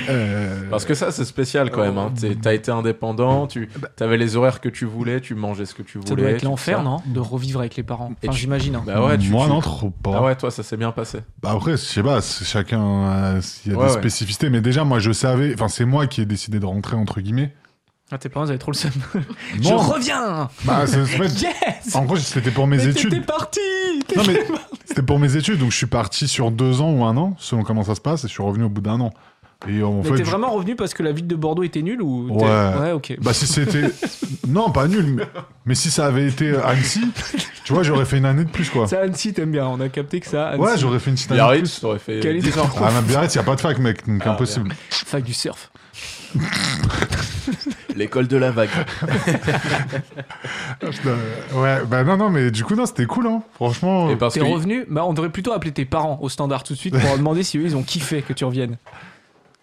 S2: Euh,
S3: Parce que ça c'est spécial quand même. Hein.
S1: euh,
S3: T'es- T'as été indépendant, tu
S1: bah,
S3: avais les horaires que tu voulais, tu mangeais ce que tu voulais.
S1: Ça doit être
S3: tout
S1: l'enfer,
S3: ça.
S1: non De revivre avec les parents.
S3: Et
S1: Enfin,
S3: tu-
S1: j'imagine. hein.
S3: Bah ouais, tu,
S2: Moi,
S3: tu-
S2: non, trop pas.
S3: Ah ouais, toi ça s'est bien passé.
S2: Bah après, je sais pas, c'est- chacun, euh, s'il y a
S3: Ouais,
S2: des
S3: ouais.
S2: spécificités, mais déjà, moi, je savais, enfin, c'est moi qui ai décidé de rentrer, entre guillemets.
S1: Ah, tes parents, ils avaient trop le seum. Je
S2: Non,
S1: reviens
S2: bah, c'est- c'est pas-
S1: Yes
S2: en gros, c'était pour mes
S1: Mais T'étais
S2: études.
S1: parti
S2: Non, mais c'était pour mes études, donc je suis parti sur deux ans ou un an, selon comment ça se passe, et je suis revenu au bout d'un an. Et en
S1: Mais
S2: fait,
S1: t'es
S2: je-
S1: vraiment revenu parce que la ville de Bordeaux était nulle ou t'es-
S2: Ouais.
S1: Ouais, ok.
S2: Bah si c'était... non, pas nul, mais... mais si ça avait été Annecy, tu vois, j'aurais fait une année de plus, quoi.
S1: Ça, Annecy, t'aimes bien. On a capté que ça. Annecy.
S2: Ouais, j'aurais fait une petite année de plus.
S3: Biarritz, t'aurais fait
S1: Quel est-
S3: 10 ans.
S2: Ah, mais Biarritz, y a pas de fac, mec, donc
S3: Ah,
S2: impossible.
S1: Fac du surf.
S3: L'école de la vague.
S2: Putain, Ouais, bah non, non, mais du coup, non, c'était cool, hein. Franchement...
S3: Et parce
S1: T'es
S3: que
S1: revenu Bah, on devrait plutôt appeler tes parents au standard tout de suite pour leur demander si eux, ils ont kiffé que tu reviennes.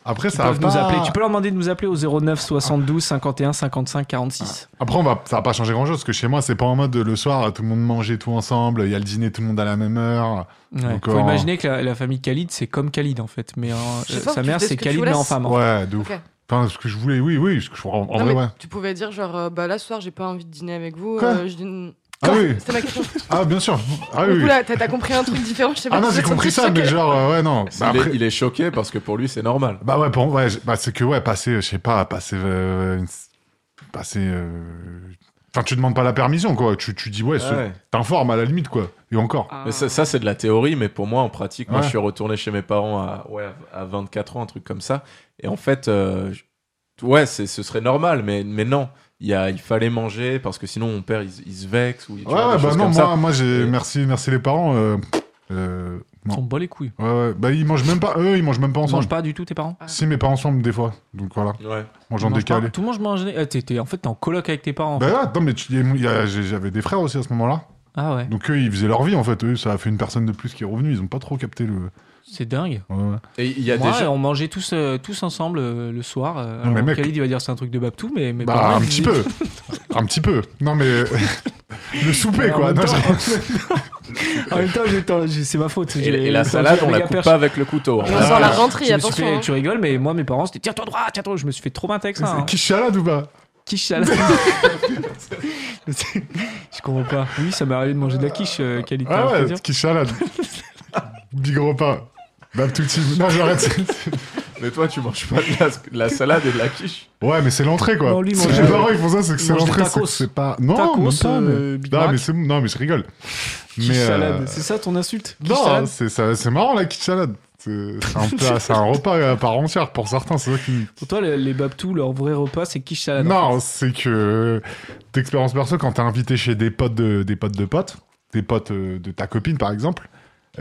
S2: Après,
S1: Ils
S2: ça va
S1: peuvent nous
S2: pas-
S1: appeler. Tu peux leur demander de nous appeler au 09 72 51 55 46.
S2: Après, on va... ça va pas changer grand-chose, parce que chez moi, c'est pas en mode le soir, tout le monde mangeait tout ensemble, il y a le dîner, tout le monde à la même heure.
S1: Ouais.
S2: Donc,
S1: Faut
S2: euh,
S1: imaginer que la, la famille Khalid, c'est comme Khalid en fait. Mais euh,
S4: Je sais
S1: euh,
S4: pas,
S1: sa
S4: tu
S1: mère,
S4: fais ce
S1: c'est
S4: que tu
S1: Khalid, mais
S4: laisses.
S1: en femme. hein.
S2: Ouais, de ouf.
S4: Ok.
S2: Enfin, ce que je voulais, oui, oui, ce que je- en, en vrai,
S4: Non, mais
S2: ouais.
S4: Tu pouvais dire genre euh, bah là ce soir j'ai pas envie de dîner avec vous.
S2: Quoi
S4: euh, je dîne-
S2: Ah oui,
S4: C'était ma question.
S2: ah, bien sûr. Ah oui.
S4: Oula, t'as t'as compris un truc différent, je sais pas.
S2: Ah non,
S4: si
S2: j'ai
S4: ça
S2: compris
S4: te
S2: ça,
S4: choque.
S2: mais genre, euh, ouais, non. Bah,
S3: il, est,
S2: après-
S3: il est choqué parce que pour lui c'est normal.
S2: Bah ouais, pour ouais, je- bah, c'est que ouais, passer, je sais pas, passer, euh, une- passer. euh, Enfin, tu demandes pas la permission, quoi. Tu, tu dis ouais, ce-
S3: Ouais.
S2: t'informes à la limite, quoi. Et encore.
S1: Ah.
S3: Mais ça, ça, c'est de la théorie, mais pour moi, en pratique, moi,
S2: Ouais.
S3: je suis retourné chez mes parents à, ouais, à 24 ans, un truc comme ça. Et en fait, euh, je- ouais, c'est- ce serait normal, mais, mais non. Il, y a, il fallait manger parce que sinon, mon père, il, se- il se vexe. Ou, il- tu
S2: ouais,
S3: vois,
S2: ouais,
S3: des
S2: bah
S3: choses
S2: non,
S3: comme
S2: moi,
S3: ça.
S2: moi, j'ai
S3: Et-
S2: merci, merci les parents. euh, euh, non.
S1: On bat les couilles.
S2: Ouais, ouais, bah ils mangent même pas. Eux, ils mangent même pas
S1: On mange
S2: ensemble.
S1: pas du tout tes parents
S2: Si mes parents ensemble des fois, donc voilà,
S3: Ouais.
S2: mangeant
S1: Tu manges pas
S2: décalé.
S1: Tout le monde mange. Ah, t'es- t'es- en fait, t'es en coloc avec tes parents. en
S2: Bah
S1: fait.
S2: ouais, non, mais tu- il y a- j'ai- j'avais des frères aussi à ce moment-là.
S1: Ah ouais,
S2: Donc eux, ils faisaient leur vie en fait. Eux, ça a fait une personne de plus qui est revenue. Ils ont pas trop capté le.
S1: c'est dingue.
S2: Ouais, ouais.
S3: Et il y a
S1: Moi,
S3: des gens.
S1: on mangeait tous, euh, tous ensemble euh, le soir. euh,
S2: mais
S1: alors
S2: mec-
S1: Khalid, il va dire c'est un truc de Babtou, mais. mais pas
S2: Bah
S1: moi,
S2: un
S1: je
S2: petit
S1: dis-
S2: peu, un petit peu. Non mais le souper
S1: Alors,
S2: quoi.
S1: En
S2: Non,
S1: même
S2: je-
S1: temps, en même temps, j'étais- j'ai- c'est ma
S4: euh,
S1: faute.
S3: Et,
S1: j'ai-
S3: et
S1: j'ai
S3: la salade,
S1: tendu
S3: on la
S1: méga
S3: coupe
S1: perche.
S3: pas avec le couteau. hein.
S4: Et on sent la rentrée,
S1: Ah, Je me suis
S4: attention.
S1: fait-
S4: hein.
S1: Tu rigoles, mais moi, mes parents, c'était tire-toi droit, tire-toi. Je me suis fait traumatax.
S2: C'est
S1: Hein.
S2: Qui chalade ou pas
S1: Quiche salade. je comprends pas. Oui, ça m'est arrivé de manger de la quiche, euh, qualité.
S2: Ah
S1: je peux
S2: ouais,
S1: dire.
S2: qui chalade. Big repas. Bam tout petit. Non, j'arrête.
S3: Mais toi, tu manges pas de la, de la salade et de la quiche.
S2: Ouais, mais c'est l'entrée quoi.
S1: Non, lui, il
S2: Si
S1: mange-
S2: les parents ils font ça, c'est que
S1: il
S2: c'est
S1: mange des
S2: l'entrée. c'est
S1: tacos.
S2: que C'est pas. Non,
S1: Tacos,
S2: même pas, mais-
S1: euh, Big
S2: Non,
S1: Mac,
S2: mais c'est bon. Non, mais je rigole.
S1: quiche
S2: euh,
S1: salade. C'est ça ton insulte Quiche
S2: Non,
S1: salade
S2: c'est ça- c'est marrant la quiche salade. C'est c'est un plat, c'est un repas à part entière pour certains. C'est ça qui.
S1: Pour toi, les, les Babtou, leur vrai repas, c'est quiche salade.
S2: Non, c'est que euh, d'expérience perso, quand t'es invité chez des potes de, des potes de potes, des potes euh, de ta copine par exemple,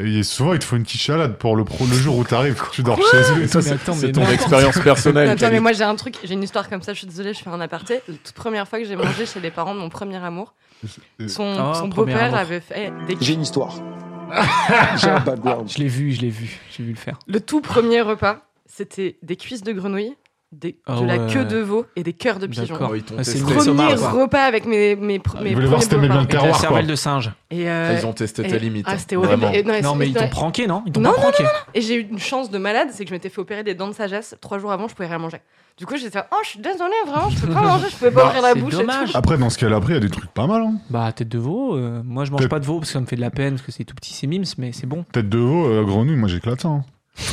S2: Et souvent, il te faut une petite chalade pour le, pro- le jour où t'arrives. Tu dors chez eux et tout.
S1: Mais attends,
S3: C'est
S1: mais
S3: ton
S1: non.
S3: expérience personnelle.
S4: Attends, mais
S3: Camille.
S4: moi j'ai un truc, j'ai une histoire comme ça, je suis désolée, je fais un aparté. La toute première fois que j'ai mangé chez les parents de mon premier amour, son,
S1: Oh,
S4: son
S1: premier
S4: beau-père
S1: amour.
S4: avait fait des
S6: J'ai une histoire. J'ai un background.
S1: Je l'ai vu, je l'ai vu, j'ai vu le faire.
S4: Le tout premier repas, c'était des cuisses de grenouille, des,
S1: Ah
S4: de la
S1: ouais.
S4: queue de veau et des cœurs de pigeon.
S1: D'accord.
S3: Oh, ils t'ont
S1: Ah, c'est
S3: testé.
S1: une grosse
S4: Premier
S1: marque, quoi.
S4: repas avec mes, mes, pr-
S2: Ils
S4: mes
S2: voulaient Ah, voir si
S4: premiers
S2: t'aimais bien le
S4: beaux repas.
S1: Et
S2: terroir,
S1: la
S2: quoi.
S1: cervelle de singe.
S4: Et, euh,
S3: Ils ont testé
S4: et-
S3: tes limites.
S4: Ah,
S3: hein.
S4: c'était horrible.
S3: Vraiment.
S4: Et, non, et
S1: Non,
S4: c'est-
S1: mais ils
S4: non,
S1: t'ont pranké, non Ils t'ont
S4: Non,
S1: pas
S4: non,
S1: pranké.
S4: et j'ai eu une chance de malade, c'est que je m'étais fait opérer des dents de sagesse. Trois jours avant, je pouvais rien manger. Du coup, j'étais là, oh, je suis désolée, vraiment, je peux pas manger, je peux pas
S1: Bah,
S4: ouvrir la
S1: c'est
S4: bouche. et
S1: dommage.
S4: tout.
S2: Après, dans ce qu'elle a pris, il y a des trucs pas mal. Hein.
S1: Bah, tête de veau. euh, moi, je mange
S2: Tête-
S1: pas de veau parce que ça me fait de la peine, parce que c'est tout petit, c'est mims, mais c'est bon.
S2: Tête de veau, euh, grenouille, moi j'éclate ça. hein.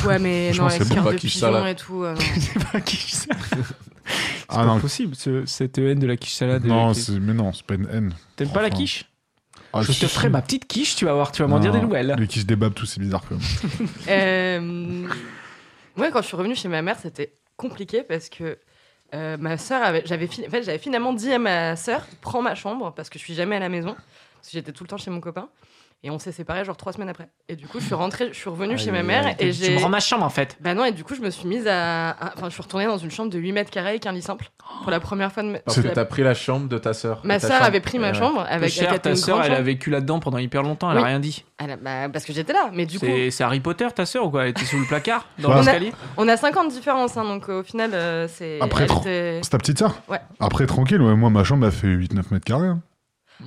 S4: Ouais, mais
S2: Franchement,
S4: non,
S2: c'est
S4: avec
S2: bon.
S4: cœur
S3: Pas
S4: de
S3: quiche salade.
S4: pigeon et tout. euh, non.
S1: c'est pas quiche salade. C'est
S2: Ah,
S1: pas
S2: non.
S1: possible, ce- cette haine de la quiche salade.
S2: Non,
S1: euh, qui-
S2: c'est- mais non, c'est pas une haine.
S1: T'aimes pas la
S2: Enfin,
S1: quiche
S2: Ah,
S1: Je
S2: si,
S1: te ferai
S2: si.
S1: ma petite quiche, tu vas voir, tu vas m'en dire des
S2: Non,
S1: nouvelles.
S2: Les quiches débabent tout, c'est bizarre quand même.
S4: Euh, ouais, quand je suis revenue chez ma mère, c'était compliqué parce que euh, ma sœur avait, j'avais, fi- en fait, j'avais finalement dit à ma sœur, prends ma chambre parce que je suis jamais à la maison, parce que j'étais tout le temps chez mon copain. Et on s'est séparés genre trois semaines après. Et du coup, je suis rentrée, je suis revenue chez ma mère et
S1: Tu
S4: j'ai.
S1: me rends ma chambre en fait.
S4: Bah non, et du coup, je me suis mise à. à- Enfin, je suis retournée dans une chambre de 8 mètres carrés avec un lit simple pour la première fois de ma.
S3: Parce
S2: C'est-
S3: que t'as pris la chambre de ta sœur.
S4: Ma
S3: Et ta
S4: sœur
S3: chambre.
S4: avait pris
S3: Et
S4: ma
S3: ouais.
S4: chambre avec
S1: Cher,
S4: elle était
S1: ta
S4: une
S1: sœur,
S4: grande
S1: elle a
S4: chambre.
S1: vécu là-dedans pendant hyper longtemps, elle a
S4: Oui.
S1: rien dit.
S4: Elle a- bah, parce que j'étais là, mais du coup.
S1: C'est c'est Harry Potter, ta sœur ou quoi Elle était sous le placard dans
S2: Ouais.
S1: l'escalier
S4: On a 50 différences, hein, donc euh, au final, euh, c'est.
S2: Après,
S4: elle
S2: trop-
S4: était-
S2: C'est ta petite sœur
S4: Ouais.
S2: Après, tranquille, ouais, moi ma chambre elle fait 8-9 mètres carrés. hein.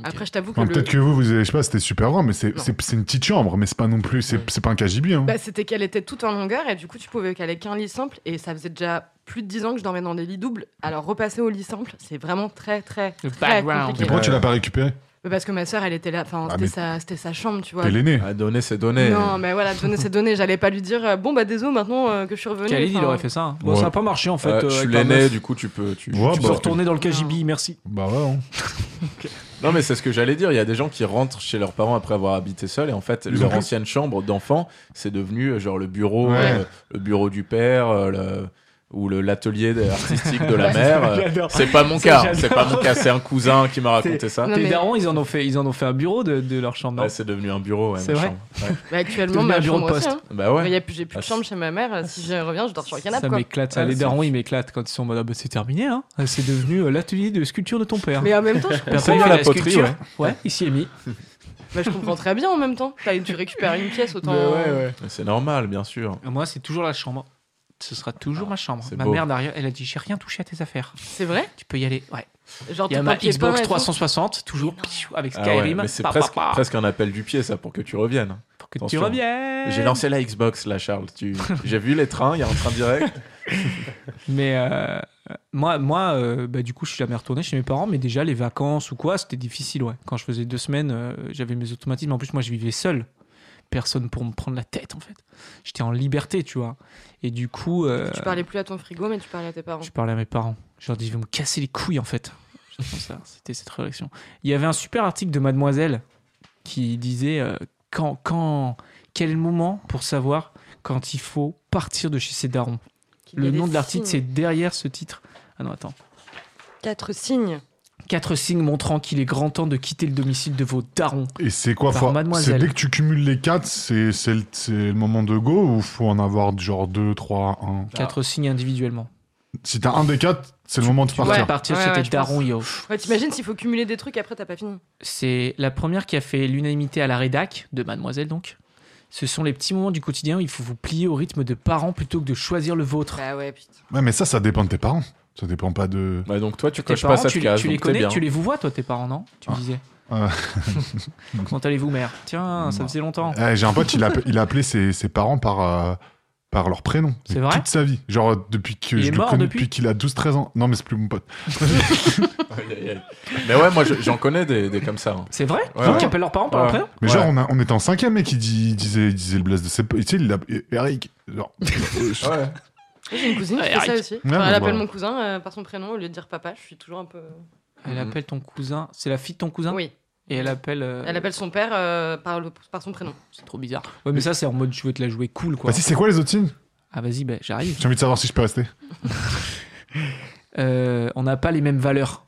S4: Après, je t'avoue que.
S2: Enfin,
S4: le-
S2: Peut-être que vous, vous avez, je sais pas, c'était super grand, mais c'est-
S4: Non.
S2: c'est c'est une petite chambre, mais c'est pas non plus, c'est c'est pas un KGB. Hein.
S4: Bah, c'était qu'elle était toute en longueur et du coup, tu pouvais caler qu'un lit simple et ça faisait déjà plus de 10 ans que je dormais dans des lits doubles. Alors, repasser au lit simple, c'est vraiment très, très,
S1: Le
S4: très
S1: background.
S2: Et
S4: compliqué.
S2: pourquoi tu l'as pas récupéré
S4: Mais Parce que ma soeur, elle était là, enfin,
S2: Ah,
S4: c'était
S2: mais-
S4: sa, c'était sa chambre, tu vois.
S2: T'es l'aîné.
S3: Ah, donner, c'est donner.
S4: Non, mais voilà, donner, c'est donné. J'allais pas lui dire, euh, bon, bah, désolé, maintenant euh, que je suis revenue.
S1: Khalid, il
S4: enfin,
S1: aurait fait ça. hein. Bon,
S2: Ouais.
S1: ça a pas marché en fait.
S3: Euh,
S1: euh,
S3: je suis
S1: avec la
S3: l'aîné,
S1: meuf.
S3: du coup, tu peux. Tu,
S2: Ouais,
S1: Tu
S3: tu
S1: peux
S2: bah,
S3: sors-
S1: retourner dans le KGB, merci.
S2: Bah ouais. hein.
S3: Non, mais c'est ce que j'allais dire. Il y a des gens qui rentrent chez leurs parents après avoir habité seuls et en fait,
S2: Ils ont
S3: leur
S2: plus-
S3: ancienne chambre d'enfant, c'est devenu euh, genre le bureau,
S2: Ouais.
S3: euh, le bureau du père, euh, le- ou le- l'atelier de- artistique de la mère. euh.
S1: J'adore.
S3: C'est pas mon
S1: Ça,
S3: cas,
S1: j'adore.
S3: c'est pas mon cas, c'est un cousin qui m'a raconté ça.
S4: Non,
S1: Tes
S4: mais-
S1: darons, ils en ont fait, ils en ont fait un bureau de, de leur chambre. non
S3: Ouais, c'est devenu un bureau, ouais,
S1: C'est
S3: ma
S1: vrai
S3: chambre. Ouais.
S4: bah, actuellement,
S1: Devenu un
S4: ma
S1: bureau de
S4: chambre aussi,
S1: poste.
S4: hein.
S3: Bah
S4: Mais
S3: ouais.
S4: y a plus- J'ai plus
S3: Ah,
S4: de chambre chez ma mère. euh, Si je reviens, je dors sur le canapé.
S1: ça
S4: quoi.
S1: m'éclate, ça.
S3: Ah,
S1: les
S3: c'est-
S1: darons ils m'éclatent quand ils sont en mode ah, bah, c'est terminé, hein. c'est devenu euh, l'atelier de sculpture de ton père.
S4: Mais en même temps, je,
S1: Père,
S3: Ça,
S1: il
S3: il y a
S1: fait
S3: la
S1: la
S3: poterie,
S1: sculpture. ouais, il s'y est mis.
S4: bah, je comprends très bien en même temps. T'as- Tu récupères une pièce autant.
S3: C'est normal, bien sûr.
S1: Moi, c'est toujours la chambre. Ce sera toujours ma chambre.
S3: c'est
S1: Ma
S3: beau.
S1: mère derrière, elle a dit j'ai rien touché à tes affaires.
S4: C'est vrai
S1: Tu peux y aller. Ouais.
S4: Genre,
S1: Il y a
S4: ton
S1: ma
S4: papier peint et
S1: Xbox
S4: tout.
S1: 360 toujours pichou, avec
S3: Ah ouais,
S1: Skyrim.
S3: mais c'est
S1: pa, pa,
S3: presque,
S1: pa,
S3: presque un appel du pied, ça, pour que tu reviennes.
S1: Pour que tu
S3: attention.
S1: reviennes.
S3: J'ai lancé la Xbox, là, Charles. Tu... J'ai vu les trains, il y a un train direct.
S1: Mais euh, moi, moi euh, bah, du coup, je suis jamais retourné chez mes parents, mais déjà, les vacances ou quoi, c'était difficile, ouais. Quand je faisais deux semaines, euh, j'avais mes automatismes. En plus, moi, je vivais seul. Personne pour me prendre la tête, en fait. J'étais en liberté, tu vois. Et du coup, euh,
S4: Tu parlais plus à ton frigo, mais tu parlais à tes parents.
S1: je parlais à mes parents. Je leur dis, je vais me casser les couilles, en fait. J'étais comme ça, C'était cette réaction. Il y avait un super article de Mademoiselle qui disait euh, quand, quand, quel moment pour savoir quand il faut partir de chez ses darons.
S4: Qu'il y a
S1: Le
S4: des
S1: nom de l'article, c'est
S4: signes.
S1: derrière ce titre. Ah non, attends.
S4: Quatre signes.
S1: Quatre signes montrant qu'il est grand temps de quitter le domicile de vos darons.
S2: Et c'est quoi
S1: Par
S2: faut-
S1: mademoiselle.
S2: C'est dès que tu cumules les 4, c'est c'est le, c'est le moment de go ou faut en avoir genre 2, 3, 1
S1: Quatre signes individuellement.
S2: Si t'as un des 4, c'est le moment de
S1: Tu
S2: partir.
S1: vas partir
S4: Ouais,
S1: chez
S4: ouais,
S1: tes
S4: je
S1: darons, yo.
S4: Ouais, t'imagines s'il faut cumuler des trucs après, t'as pas fini.
S1: C'est la première qui a fait l'unanimité à la rédac, de Mademoiselle donc. Ce sont les petits moments du quotidien où il faut vous plier au rythme de parents plutôt que de choisir le vôtre.
S4: Bah ouais, putain.
S2: Ouais, mais ça, ça dépend de tes parents. Ça dépend pas de.
S3: Bah, donc, toi, tu
S1: Tes
S3: coches pas
S1: parents,
S3: cette
S1: tu, les-
S3: case.
S1: tu les
S3: donc t'es
S1: connais,
S3: bien.
S1: tu les vous vois, toi, tes parents, non Tu me disais.
S2: Ah.
S1: Comment allez-vous, mère Tiens, ça faisait longtemps.
S2: Eh, J'ai un pote, il a, il a appelé ses, ses parents par, euh, par leur prénom.
S1: C'est vrai
S2: Toute sa vie. Genre, euh, depuis que
S1: Il est
S2: je le
S1: mort
S2: connais,
S1: depuis
S2: depuis qu'il a 12-13 ans. Non, mais c'est plus mon pote.
S3: Aïe, aïe, aïe. Mais ouais, moi, je- j'en connais des, des comme ça. hein.
S1: C'est vrai
S3: Ouais,
S1: Donc,
S3: ouais.
S1: Qui appellent leurs parents par leur
S3: Ouais.
S1: prénom
S2: Mais
S3: Ouais.
S2: genre, on, a- on était en cinquième, mec, il, dit- il disait, il disait le blast de ses potes. Tu sais, il l'a. Eric. Genre.
S3: Ouais.
S4: Moi, J'ai une cousine qui
S1: Ouais,
S4: fait ça
S1: Eric.
S4: aussi.
S2: Ouais,
S4: Enfin,
S2: bon,
S4: elle appelle
S2: bah.
S4: mon cousin euh, par son prénom au lieu de dire papa. Je suis toujours un peu.
S1: Elle
S3: Mhm.
S1: appelle ton cousin. C'est la fille de ton cousin
S4: Oui.
S1: Et elle appelle. euh,
S4: Elle appelle son père euh, par, le- par son prénom.
S1: C'est trop bizarre. Ouais, mais ça, c'est en mode je vais te la jouer cool, quoi.
S2: Vas-y, Bah, c'est quoi les autres signes
S1: Ah, vas-y, bah, j'arrive.
S2: J'ai envie de savoir si je peux rester.
S1: Euh, on n'a pas les mêmes valeurs.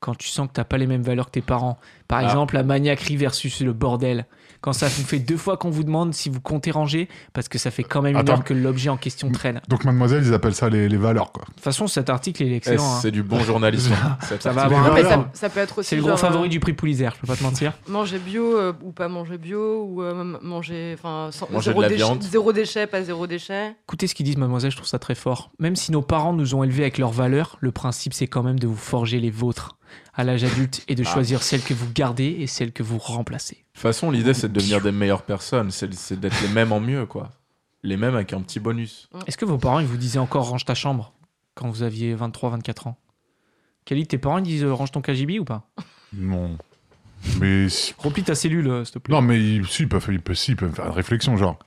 S1: quand tu sens que t'as pas les mêmes valeurs que tes parents. Par
S3: Ah.
S1: exemple, la maniaquerie versus le bordel. Quand ça vous fait deux fois qu'on vous demande si vous comptez ranger, parce que ça fait quand même une
S2: Attends.
S1: heure que l'objet en question traîne.
S2: Donc, mademoiselle, ils appellent ça les, les valeurs, quoi.
S1: De toute façon, cet article, il est
S3: Eh,
S1: excellent. hein.
S3: C'est du bon journalisme. Cet
S1: Ça va avoir
S2: article est
S1: un
S4: Après,
S2: valeur.
S1: prix.
S4: ça, ça peut être aussi.
S1: C'est le gros
S4: genre,
S1: favori
S4: euh,
S1: du prix Pulitzer, je peux pas te mentir.
S4: Manger bio euh, ou pas manger bio, ou euh, m- manger. Enfin, sans-
S3: Manger de
S4: zéro
S3: la
S4: déchet-
S3: viande.
S4: Zéro déchet, pas zéro déchet.
S1: Écoutez ce qu'ils disent, mademoiselle, je trouve ça très fort. Même si nos parents nous ont élevés avec leurs valeurs, le principe c'est quand même de vous forger les vôtres à l'âge adulte et de
S3: Ah.
S1: choisir celles que vous gardez et celles que vous remplacez.
S3: De toute façon, l'idée, c'est de devenir des meilleures personnes. C'est c'est d'être les mêmes en mieux, quoi. Les mêmes avec un petit bonus.
S1: Est-ce que vos parents ils vous disaient encore range ta chambre quand vous aviez 23-24 ans Khalid, tes parents ils disent euh, range ton KGB ou pas
S2: Non. Mais. si-
S1: Remplis ta cellule, euh, s'il te plaît.
S2: Non, mais ils, si, ils peuvent, ils peuvent- si, ils peuvent me faire une réflexion, genre.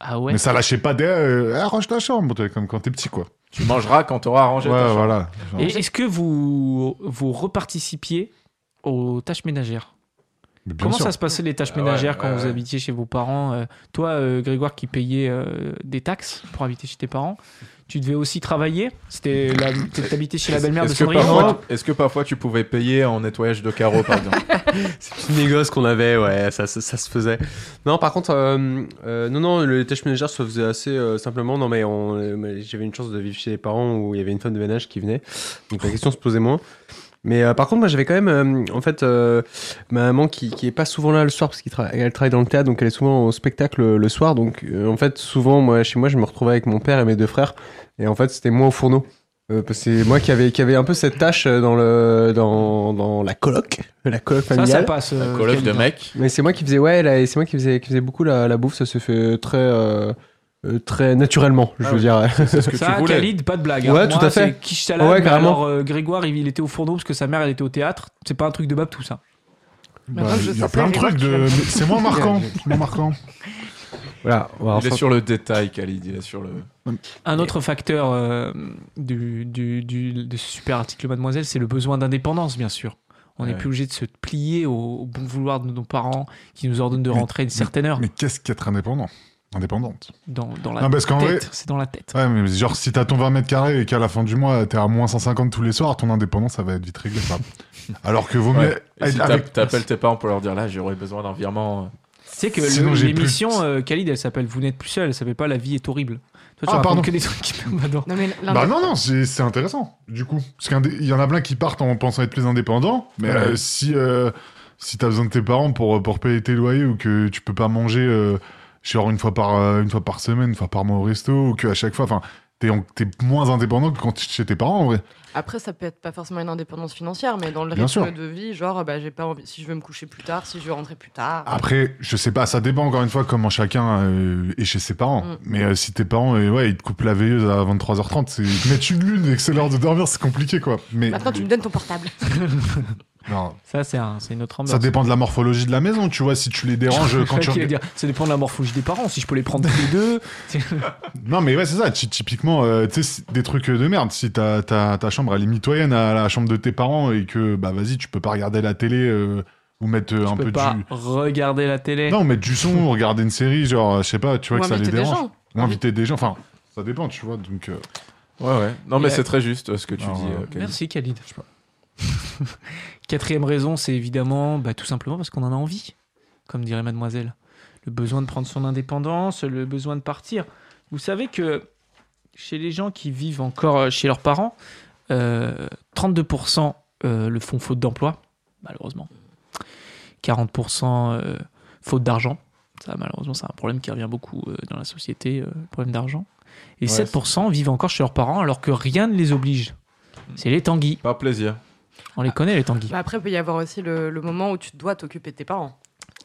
S1: Ah ouais
S2: Mais ça lâchait pas des. euh, arrange ta chambre, t'es comme quand t'es petit, quoi.
S3: Tu mangeras quand t'auras arrangé
S2: ouais,
S3: ta chambre.
S2: voilà. Genre.
S1: Et est-ce que vous, vous reparticipiez aux tâches ménagères
S2: Mais bien
S1: Comment
S2: sûr.
S1: ça se passait les tâches
S3: Ah ouais,
S1: ménagères
S3: ouais,
S1: quand vous
S3: ouais.
S1: habitiez chez vos parents Euh, Toi, euh, Grégoire, qui payais euh, des taxes pour habiter chez tes parents, tu devais aussi travailler C'était la... t'es- t'habitais chez la belle-mère de
S3: Est-ce que,
S1: Sandrine
S3: parfois, est-ce que parfois tu pouvais payer en nettoyage de carreaux, par exemple
S5: C'est petit négoce qu'on avait, ouais, ça, ça- ça se faisait. Non, par contre, euh, euh, non, non, les tâches ménagères se faisaient assez euh, simplement. Non, mais, on- euh, mais j'avais une chance de vivre chez les parents où il y avait une femme de ménage qui venait, donc la question se posait moins. Mais euh, par contre, moi, j'avais quand même, euh, en fait, euh, ma maman qui, qui est pas souvent là le soir parce qu'elle travaille dans le théâtre, donc elle est souvent au spectacle euh, le soir. Donc, euh, en fait, souvent, moi, chez moi, je me retrouvais avec mon père et mes deux frères, et en fait, c'était moi au fourneau. Euh, parce que c'est moi qui avait qui avait un peu cette tâche euh, dans le dans, dans la coloc la coloc
S1: Ça, ça
S5: familiale
S1: passe. euh,
S3: Un colloque de
S1: Khalid.
S3: mecs.
S5: mais c'est moi qui faisais, ouais, là, et c'est moi qui faisais, qui faisais beaucoup la, la bouffe. Ça se fait euh, très, euh, euh, très naturellement, je
S3: Ah
S5: veux
S3: oui.
S5: dire.
S3: C'est ce que
S1: Ça,
S3: tu voulais.
S1: Khalid, pas de blague. hein.
S5: Ouais,
S1: Moi,
S5: tout à fait.
S1: c'est Quiche salade,
S5: Ouais,
S1: mais
S5: carrément.
S1: alors euh, Grégoire, il, il était au fourneau parce que sa mère, elle était au théâtre. C'est pas un truc de bab tout ça.
S2: Bah,
S4: Maintenant que je
S2: Il y a
S4: sais
S2: plein de
S4: ça,
S2: trucs
S4: Grégoire,
S2: de.
S4: tu vas
S2: mais C'est moins marquant. C'est moins marquant.
S5: voilà. on va voir
S3: Il est
S5: ça.
S3: sur le détail, Khalid. Il est sur le.
S1: Un autre facteur euh, du, du- du- de ce super article, mademoiselle, c'est le besoin d'indépendance, bien sûr. On n'est
S3: Ouais.
S1: plus obligé de se plier au, au bon vouloir de nos parents qui nous ordonnent de
S2: Mais-
S1: rentrer à une certaine heure.
S2: Mais qu'est-ce qu'être indépendant Indépendante.
S1: dans, dans la
S2: Non, parce qu'en vrai.
S1: tête, c'est dans la tête.
S2: Ouais, mais genre, si t'as ton 20 mètres carrés et qu'à la fin du mois, t'es à moins 150 tous les soirs, ton indépendance, ça va être vite réglée. quoi. Alors que vaut mieux.
S3: Ouais. Et si
S1: Ah,
S2: être avec-
S3: t'app- t'appelles tes parents pour leur dire là, j'aurais besoin d'un virement. euh,
S1: C'est que
S2: Sinon,
S1: le-
S2: j'ai
S1: l'émission
S2: plus-
S1: euh, Khalid, elle s'appelle Vous n'êtes plus seul, elle s'appelle pas La vie est horrible. Toi, tu
S2: Ah,
S1: racontes
S2: pardon.
S1: que des trucs qui me badent.
S4: Non, mais l'indépendance-
S2: Bah non, non, c'est c'est intéressant, du coup. Parce qu'il y en a plein qui partent en pensant être plus indépendants, mais
S3: Ouais.
S2: euh, si, euh, si t'as besoin de tes parents pour, euh, pour payer tes loyers ou que tu peux pas manger euh, genre une fois, par, euh, une fois par semaine, une fois par mois au resto, ou qu'à chaque fois, enfin, t'es en- t'es moins indépendant que quand t'es chez tes parents, en vrai.
S4: Après, ça peut être pas forcément une indépendance financière, mais dans le
S2: Bien
S4: rythme
S2: sûr.
S4: de vie, genre, bah, j'ai pas envie, si je veux me coucher plus tard, si je veux rentrer plus tard.
S2: Après, je sais pas, ça dépend encore une fois comment chacun euh, est chez ses parents.
S4: Mm.
S2: Mais euh, si tes parents, euh, ouais, ils te coupent la veilleuse à 23h30, c'est ils te mettent une lune et que c'est l'heure de dormir, c'est compliqué, quoi. Mais
S4: Maintenant, Bah, tu me donnes ton portable.
S2: non,
S1: Ça, c'est un- c'est une autre ambiance.
S2: ça dépend de la morphologie de la maison, tu vois, si tu les déranges quand tu
S1: Qui va
S2: regardes-
S1: dire, ça dépend de la morphologie des parents, si je peux les prendre tous les deux.
S2: Non, mais ouais, c'est ça. Ty- Typiquement, euh, tu sais, c'est des trucs de merde. Si ta, ta, ta chambre, elle est mitoyenne à la chambre de tes parents et que, bah, vas-y, tu peux pas regarder la télé euh, ou mettre euh,
S1: Je
S2: un
S1: peux
S2: peu
S1: pas
S2: du.
S1: regarder la télé.
S2: Non, mettre du son, regarder une série, genre, euh, je sais pas, tu vois
S4: Ou
S2: que ça les
S4: inviter des
S2: dérange.
S4: gens.
S2: Ou inviter des gens. Enfin, ça dépend, tu vois. Donc, euh,
S3: Ouais, ouais. Non, mais
S1: Et-
S3: c'est très juste euh, ce que tu
S2: Ah,
S3: dis.
S2: ouais.
S3: euh, Khalid.
S1: Merci Khalid. Quatrième raison, c'est évidemment bah, tout simplement parce qu'on en a envie, comme dirait mademoiselle. Le besoin de prendre son indépendance, le besoin de partir. Vous savez que chez les gens qui vivent encore euh, chez leurs parents, euh, 32% euh, le font faute d'emploi, malheureusement. 40% euh, faute d'argent. Ça, malheureusement, c'est un problème qui revient beaucoup euh, dans la société, euh, le problème d'argent. Et
S3: Ouais,
S1: 7% vivent encore chez leurs parents alors que rien ne les oblige. C'est les tanguis.
S3: Pas plaisir.
S1: On les connaît, les tanguis.
S4: Bah, après, il peut y avoir aussi le, le moment où tu dois t'occuper de tes parents.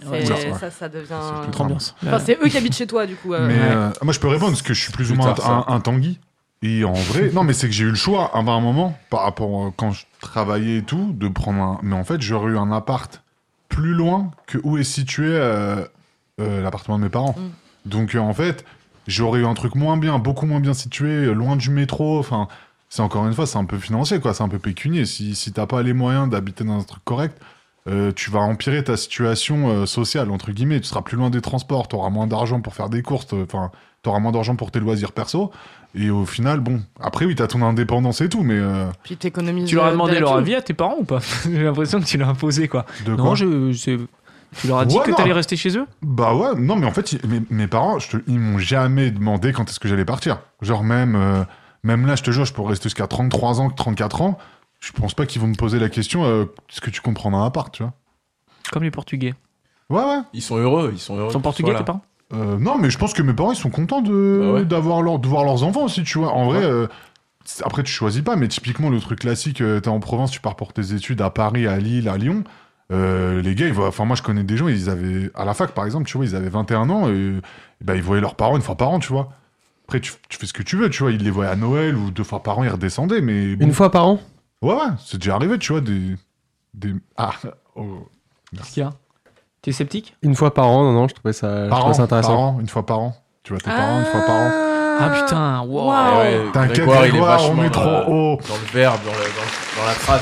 S4: C'est-
S1: Ouais,
S2: ouais.
S4: Ça, ça devient.
S2: C'est plus
S1: Notre ambiance.
S4: Enfin, c'est eux qui habitent chez toi, du coup. euh,
S2: mais
S4: ouais.
S2: euh, moi, je peux répondre parce que je suis plus ou
S3: Plus
S2: moins
S3: tard,
S2: un, un tanguy. Et en vrai, non, mais c'est que j'ai eu le choix à un moment par rapport euh, quand je travaillais et tout de prendre un. Mais en fait, j'aurais eu un appart plus loin que où est situé euh, euh, l'appartement de mes parents. Donc euh, en fait, j'aurais eu un truc moins bien, beaucoup moins bien situé, euh, loin du métro. Enfin, c'est encore une fois, c'est un peu financier, quoi. C'est un peu pécunier. Si, si t'as pas les moyens d'habiter dans un truc correct, euh, tu vas empirer ta situation euh, sociale entre guillemets. Tu seras plus loin des transports, t'auras moins d'argent pour faire des courses. t'auras- Enfin, t'auras moins d'argent pour tes loisirs perso. Et au final, bon, après, oui, t'as ton indépendance et tout, mais euh,
S4: Puis t'économises.
S1: Tu leur as demandé leur
S4: avis
S1: avis à tes parents ou pas J'ai l'impression que tu l'as imposé quoi.
S2: de quoi
S1: non, je, c'est- tu leur as dit
S2: Ouais,
S1: que
S2: non.
S1: t'allais rester chez eux
S2: Bah ouais, non, mais en fait, ils- mes, mes parents, je te- ils m'ont jamais demandé quand est-ce que j'allais partir. Genre, même, euh, même là, je te jure, je pourrais rester jusqu'à 33 ans, 34 ans. Je pense pas qu'ils vont me poser la question euh, est-ce que tu comprendras un appart, tu vois.
S1: Comme les Portugais.
S2: Ouais, ouais.
S3: Ils sont heureux, ils sont heureux.
S1: Ils sont
S3: qu'ils
S1: Portugais
S3: soient
S1: tes
S3: là.
S1: parents
S2: Euh, non, mais je pense que mes parents, ils sont contents de,
S3: Bah ouais.
S2: d'avoir leur, de voir leurs enfants aussi, tu vois. En vrai,
S3: Ouais.
S2: euh, c'est- après, tu choisis pas, mais typiquement, le truc classique, euh, t'es en province, tu pars pour tes études à Paris, à Lille, à Lyon. Euh, les gars, ils voient- enfin, moi, je connais des gens, ils avaient, à la fac, par exemple, tu vois, ils avaient 21 ans, et, bah, ils voyaient leurs parents une fois par an, tu vois. Après, tu, tu fais ce que tu veux, tu vois. Ils les voyaient à Noël ou deux fois par an, ils redescendaient, mais. bon.
S5: Une fois par an
S2: Ouais, ouais, c'est déjà arrivé, tu vois, des. des... Ah, oh,
S1: Qu'est-ce qu'il y a T'es sceptique
S5: Une fois par an, non, non, je trouvais ça, je
S2: par,
S5: trouvais
S2: an,
S5: ça intéressant.
S2: par an, une fois par an. Tu vois, tes parents, une fois par an.
S1: Ah putain, wow.
S4: Waouh.
S3: Ouais, Eh ouais,
S2: T'inquiète,
S3: Grégoire, il est
S2: Grégoire, on
S3: vachement
S2: est
S3: dans
S2: trop
S3: la-
S2: haut.
S3: Dans le verbe, dans, le- dans- dans la phrase.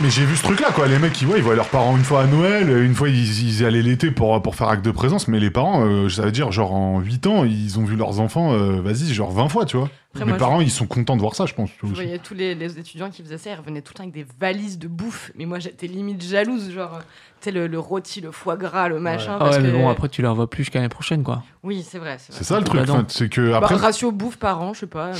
S2: Mais j'ai vu ce truc-là, quoi. Les mecs, ils, ouais, ils voient leurs parents une fois à Noël, euh, une fois ils, ils y allaient l'été pour, pour faire acte de présence, mais les parents, euh, ça veut dire, genre en 8 ans, ils ont vu leurs enfants, euh, vas-y, genre 20 fois, tu vois.
S4: Après,
S2: Mes
S4: moi,
S2: parents, ils sont contents de voir ça, je pense.
S4: Je voyais tous les, les étudiants qui faisaient ça, ils revenaient tout le temps avec des valises de bouffe. Mais moi, j'étais limite jalouse, genre, euh, tu sais, le, le rôti, le foie gras, le machin.
S1: Ah
S4: parce
S1: ouais, mais
S4: que-
S1: bon, après tu les revois plus jusqu'à l'année prochaine quoi.
S4: Oui, c'est vrai. C'est vrai.
S2: C'est ça le truc,
S1: Bah non.
S2: enfin, c'est que
S4: Bah,
S2: après.
S4: ratio bouffe par an, je sais pas.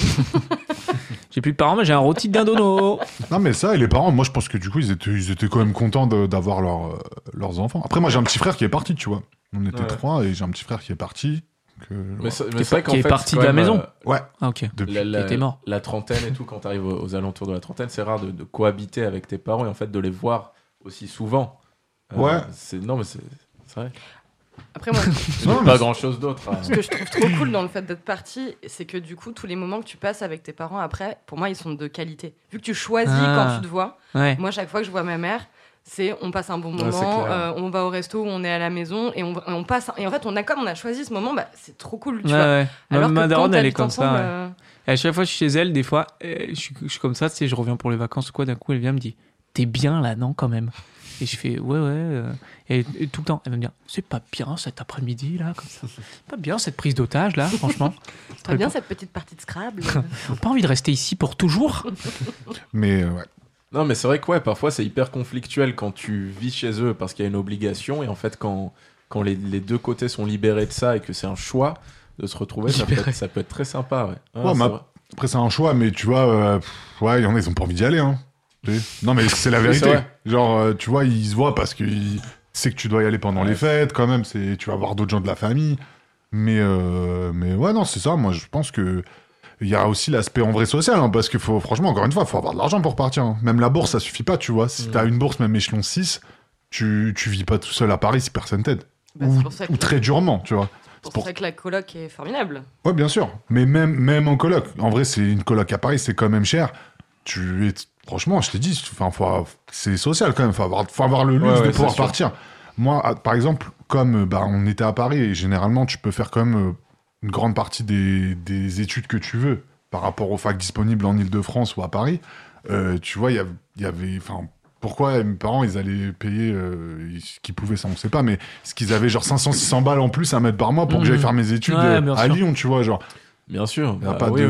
S1: J'ai plus de parents, mais j'ai un rôti de dindono
S2: Non, mais ça, et les parents, moi, je pense que du coup, ils étaient, ils étaient quand même contents de- d'avoir leurs, euh, leurs enfants. Après, moi, j'ai un petit frère qui est parti, tu vois. On était
S3: Ouais.
S2: trois, et j'ai un petit frère qui est parti. donc, euh,
S3: Mais c'est mais
S1: Qui est
S3: c'est vrai
S1: pas-
S3: qu'en
S1: qui est
S3: fait,
S1: parti
S3: quand
S1: de la
S3: même,
S1: maison.
S3: euh,
S2: Ouais,
S1: Ah ok.
S2: depuis.
S3: la, la-
S1: Qui était mort.
S3: la trentaine et tout, quand t'arrives aux, aux alentours de la trentaine, c'est rare de, de cohabiter avec tes parents et en fait de les voir aussi souvent. Euh,
S2: Ouais.
S3: C'est, non, mais c'est, c'est vrai.
S4: Après, moi,
S3: J'ai
S2: Non, mais
S3: pas
S2: c'est-
S3: grand chose d'autre. hein. à-
S4: ce que je trouve trop cool dans le fait d'être parti, c'est que du coup, tous les moments que tu passes avec tes parents après, pour moi, ils sont de qualité. Vu que tu choisis
S1: Ah.
S4: quand tu te vois,
S1: Ouais.
S4: moi, chaque fois que je vois ma mère, c'est on passe un bon
S2: Ah,
S3: Ouais, c'est
S4: moment,
S3: clair.
S4: euh, on va au resto, on est à la maison et on, et on passe. Et en fait, on a comme on a choisi ce moment, bah, c'est trop cool. Tu
S1: Ouais,
S4: vois.
S1: ouais.
S4: Alors
S1: Même ma
S4: que
S1: daronne,
S4: quand
S1: elle est
S4: t'habites
S1: comme ça.
S4: ensemble,
S1: ouais.
S4: euh,
S1: Et à chaque fois, je suis chez elle, des fois, euh, je, suis, je suis comme ça, tu sais, je reviens pour les vacances ou quoi, d'un coup, elle vient me dit T'es bien là, non, quand même Et je fais Ouais, ouais. euh. Et, et tout le temps, elle va me dire C'est pas bien cet après-midi, là, comme ça. C'est Pas bien cette prise d'otage, là, franchement.
S4: Très bien cette petite partie de Scrabble.
S1: T'as pas envie de rester ici pour toujours
S2: Mais euh, ouais.
S3: Non, mais c'est vrai que ouais, parfois c'est hyper conflictuel quand tu vis chez eux parce qu'il y a une obligation et en fait quand, quand les, les deux côtés sont libérés de ça et que c'est un choix de se retrouver, ça peut, être, ça peut être très sympa. Ouais, Ah,
S2: Ouais,
S3: c'est
S2: ma-
S3: vrai.
S2: Après, c'est un choix, mais tu vois, euh, pff, ouais, il y en a, ils ont pas envie d'y aller. Hein. Tu sais. Non, mais c'est la
S3: Oui, c'est
S2: vérité.
S3: vrai.
S2: Genre, euh, tu vois, ils se voient parce qu'ils savent que tu dois y aller pendant
S3: Ouais.
S2: les fêtes, quand même. C'est, tu vas voir d'autres gens de la famille. Mais, euh, mais ouais, non, c'est ça. Moi, je pense que. Il y a aussi l'aspect en vrai social, hein, parce que faut, franchement, encore une fois, faut avoir de l'argent pour partir. hein. Même la bourse, ça suffit pas, tu vois. Si
S3: Mm.
S2: t'as une bourse, même échelon 6, tu, tu vis pas tout seul à Paris si personne t'aide.
S4: Bah,
S2: ou,
S4: c'est pour ça que-
S2: ou très durement, tu vois.
S4: pour,
S2: pour-
S4: ça que la coloc est formidable.
S2: Ouais, bien sûr. Mais même, même en coloc. En vrai, c'est une coloc à Paris, c'est quand même cher. Tu es, franchement, je t'ai dit, enfin, faut- c'est social quand même. Faut avoir, faut avoir le luxe
S3: Ouais, ouais,
S2: de
S3: c'est
S2: pouvoir
S3: sûr.
S2: partir. Moi, à- par exemple, comme euh, bah, on était à Paris et généralement, tu peux faire quand même euh, une grande partie des, des études que tu veux par rapport aux facs disponibles en Ile-de-France ou à Paris. Euh, tu vois, il y, av- il y avait, enfin, pourquoi mes parents ils allaient payer euh, ils- ce qu'ils pouvaient, ça on sait pas, mais ce qu'ils avaient genre 500, 600 balles en plus à mettre par mois pour que
S1: Mhm.
S3: Mmh.
S2: j'aille faire mes études
S1: Ouais,
S2: euh,
S1: bien
S2: à
S1: sûr.
S2: Lyon, tu vois, genre.
S3: Bien sûr.
S2: Il y a
S3: Bah,
S2: pas
S3: oui,
S2: de...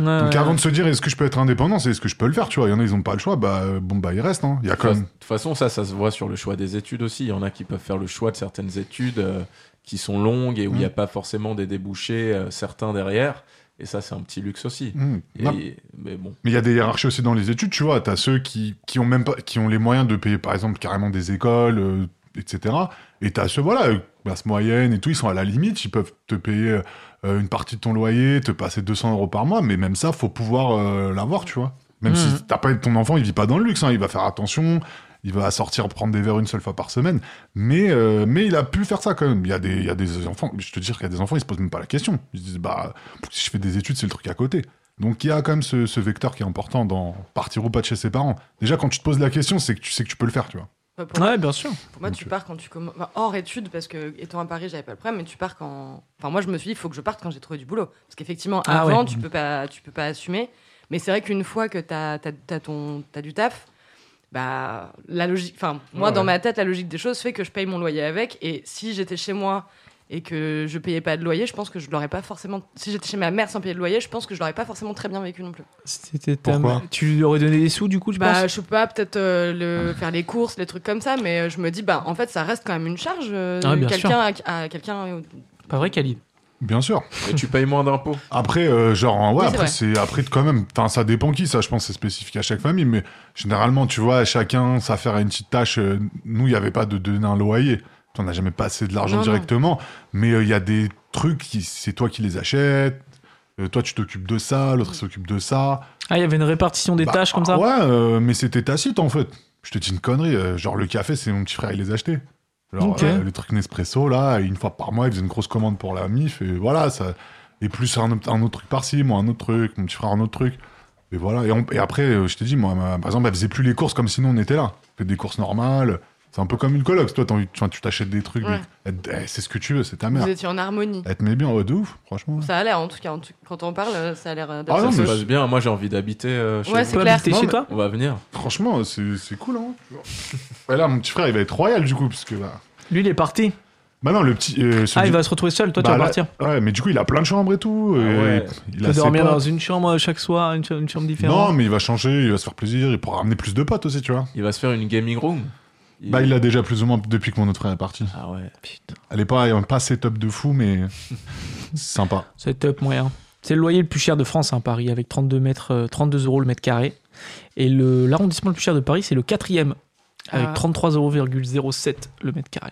S3: oui.
S2: Donc
S1: Ouais,
S2: avant
S1: ouais.
S2: de se dire est-ce que je peux être indépendant, c'est est-ce que je peux le faire, tu vois. Il y en a, ils ont pas le choix, bah euh, bon, bah ils restent. hein. Il y a
S3: De toute
S2: comme.
S3: fa- de toute façon, ça, ça se voit sur le choix des études aussi. Il y en a qui peuvent faire le choix de certaines études euh, qui sont longues et où il
S2: Mm.
S3: n'y a pas forcément des débouchés euh, certains derrière. Et ça, c'est un petit luxe aussi.
S2: Hmm.
S3: Et-
S2: Non,
S3: mais bon,
S2: Mais il y a des hiérarchies aussi dans les études, tu vois. T'as ceux qui, qui ont même pas, qui ont les moyens de payer, par exemple, carrément des écoles, euh, etc. Et t'as ceux, voilà, euh, classe moyenne et tout, ils sont à la limite, ils peuvent te payer euh, une partie de ton loyer, te passer 200 euros par mois, mais même ça, faut pouvoir euh, l'avoir, tu vois. Même
S1: Mhm.
S2: si t'as pas ton enfant, il vit pas dans le luxe, hein, il va faire attention, il va sortir prendre des verres une seule fois par semaine, mais euh, mais il a pu faire ça quand même. Il y a des, il y a des enfants, je te dis qu'il y a des enfants, ils se posent même pas la question. Ils se disent bah si je fais des études, c'est le truc à côté. Donc il y a quand même ce, ce vecteur qui est important dans partir ou pas de chez ses parents. Déjà quand tu te poses la question, c'est que tu sais que tu peux le faire, tu vois.
S4: Enfin, pour,
S1: Ouais, bien sûr.
S4: pour moi, tu pars quand tu commences. enfin, hors études, parce que étant à Paris, j'avais pas le problème, mais tu pars quand. Enfin, moi, je me suis dit, il faut que je parte quand j'ai trouvé du boulot. Parce qu'effectivement,
S1: Ah
S4: avant,
S1: ouais.
S4: tu, peux pas, tu peux pas assumer. Mais c'est vrai qu'une fois que t'as as, du taf, bah, la logique. Enfin, moi,
S3: Ouais,
S4: dans
S3: ouais.
S4: ma tête, la logique des choses fait que je paye mon loyer avec. Et si j'étais chez moi et que je payais pas de loyer, je pense que je l'aurais pas forcément. Si j'étais chez ma mère sans payer de loyer, je pense que je l'aurais pas forcément très bien vécu non plus.
S1: C'était ta
S2: Pourquoi
S1: mère. Tu Ah. lui aurais donné des sous, du coup, je
S4: Bah,
S1: pense
S4: je sais pas, peut-être euh, le, faire les courses, les trucs comme ça, mais euh, je me dis, bah, en fait, ça reste quand même une charge. euh,
S1: Ah, bien
S4: quelqu'un à, à quelqu'un. euh,
S1: Pas vrai, Khalid
S2: Bien sûr.
S3: Et tu payes moins d'impôts.
S2: Après, euh, genre, ouais,
S4: Oui, c'est
S2: après,
S4: vrai.
S2: c'est après quand même. putain, ça dépend qui, ça, je pense, c'est spécifique à chaque famille. Mais généralement, tu vois, chacun s'affaire à une petite tâche. Euh, Nous, il n'y avait pas de donner un loyer. On n'a jamais passé de l'argent
S4: Non, non.
S2: directement. Mais euh, il y a des trucs, qui, c'est toi qui les achètes. Euh, toi, tu t'occupes de ça, l'autre il s'occupe de ça.
S1: Ah, il y avait une répartition des
S2: Bah,
S1: tâches comme ça
S2: Ouais, euh, mais c'était tacite en fait. Je te dis une connerie. euh, genre, le café, c'est mon petit frère, il les achetait. Genre,
S1: Ok.
S2: euh, le truc Nespresso, là, une fois par mois, il faisait une grosse commande pour la MIF, et voilà, ça. Et plus un, autre- un autre truc par-ci, moi, un autre truc, mon petit frère, un autre truc. Et voilà. Et, on- et après, euh, je t'ai dit, moi, ma- par exemple, elle faisait plus les courses comme si nous, on était là. Elle fait des courses normales. C'est un peu comme une coloc. Toi, t'as envie- tu tu t'achètes des trucs.
S4: Ouais.
S2: mais- eh, c'est ce que tu veux, c'est ta mère.
S4: Vous étiez en harmonie.
S2: Elle te met bien, ouais, de ouf, franchement.
S4: Ça a l'air, en tout cas, en tout- quand on parle, euh, ça a l'air euh,
S2: Ah
S3: ça
S2: non,
S4: d'être-
S3: se
S2: mais
S3: passe
S2: je-
S3: bien. Moi, j'ai envie d'habiter euh, chez
S4: Ouais,
S3: vous.
S1: Tu peux
S4: c'est clair.
S1: habiter
S2: Non,
S1: chez
S2: mais-
S1: toi
S3: On va venir.
S2: Franchement, c'est c'est cool, hein. Et là, mon petit frère, il va être royal, du coup, parce que bah, là.
S1: Lui, il est parti.
S2: Bah non, le petit. euh,
S1: Ah,
S2: celui-
S1: il va se retrouver seul, toi,
S2: Bah,
S1: tu vas
S2: là-
S1: partir.
S2: Ouais, mais du coup, il a plein de chambres et tout.
S3: Ah
S2: euh,
S3: ouais.
S2: Il
S1: Tu
S2: a
S1: vas
S2: ses
S1: dormir
S2: potes.
S1: dans une chambre euh, chaque soir, une, cha- une chambre différente.
S2: Non, mais il va changer, il va se faire plaisir, il pourra ramener plus de potes aussi, tu vois.
S3: Il va se faire une gaming room. Il-
S2: Bah, il l'a déjà plus ou moins depuis que mon autre frère est parti.
S3: Ah ouais.
S1: Putain,
S2: Elle est pas, elle est pas setup de fou, mais c'est sympa.
S1: c'est top moyen. C'est le loyer le plus cher de France, hein, Paris, avec 32, mètres, euh, 32 euros le mètre carré. Et le- l'arrondissement le plus cher de Paris, c'est le quatrième, avec
S4: Ah.
S1: 33,07 le mètre carré.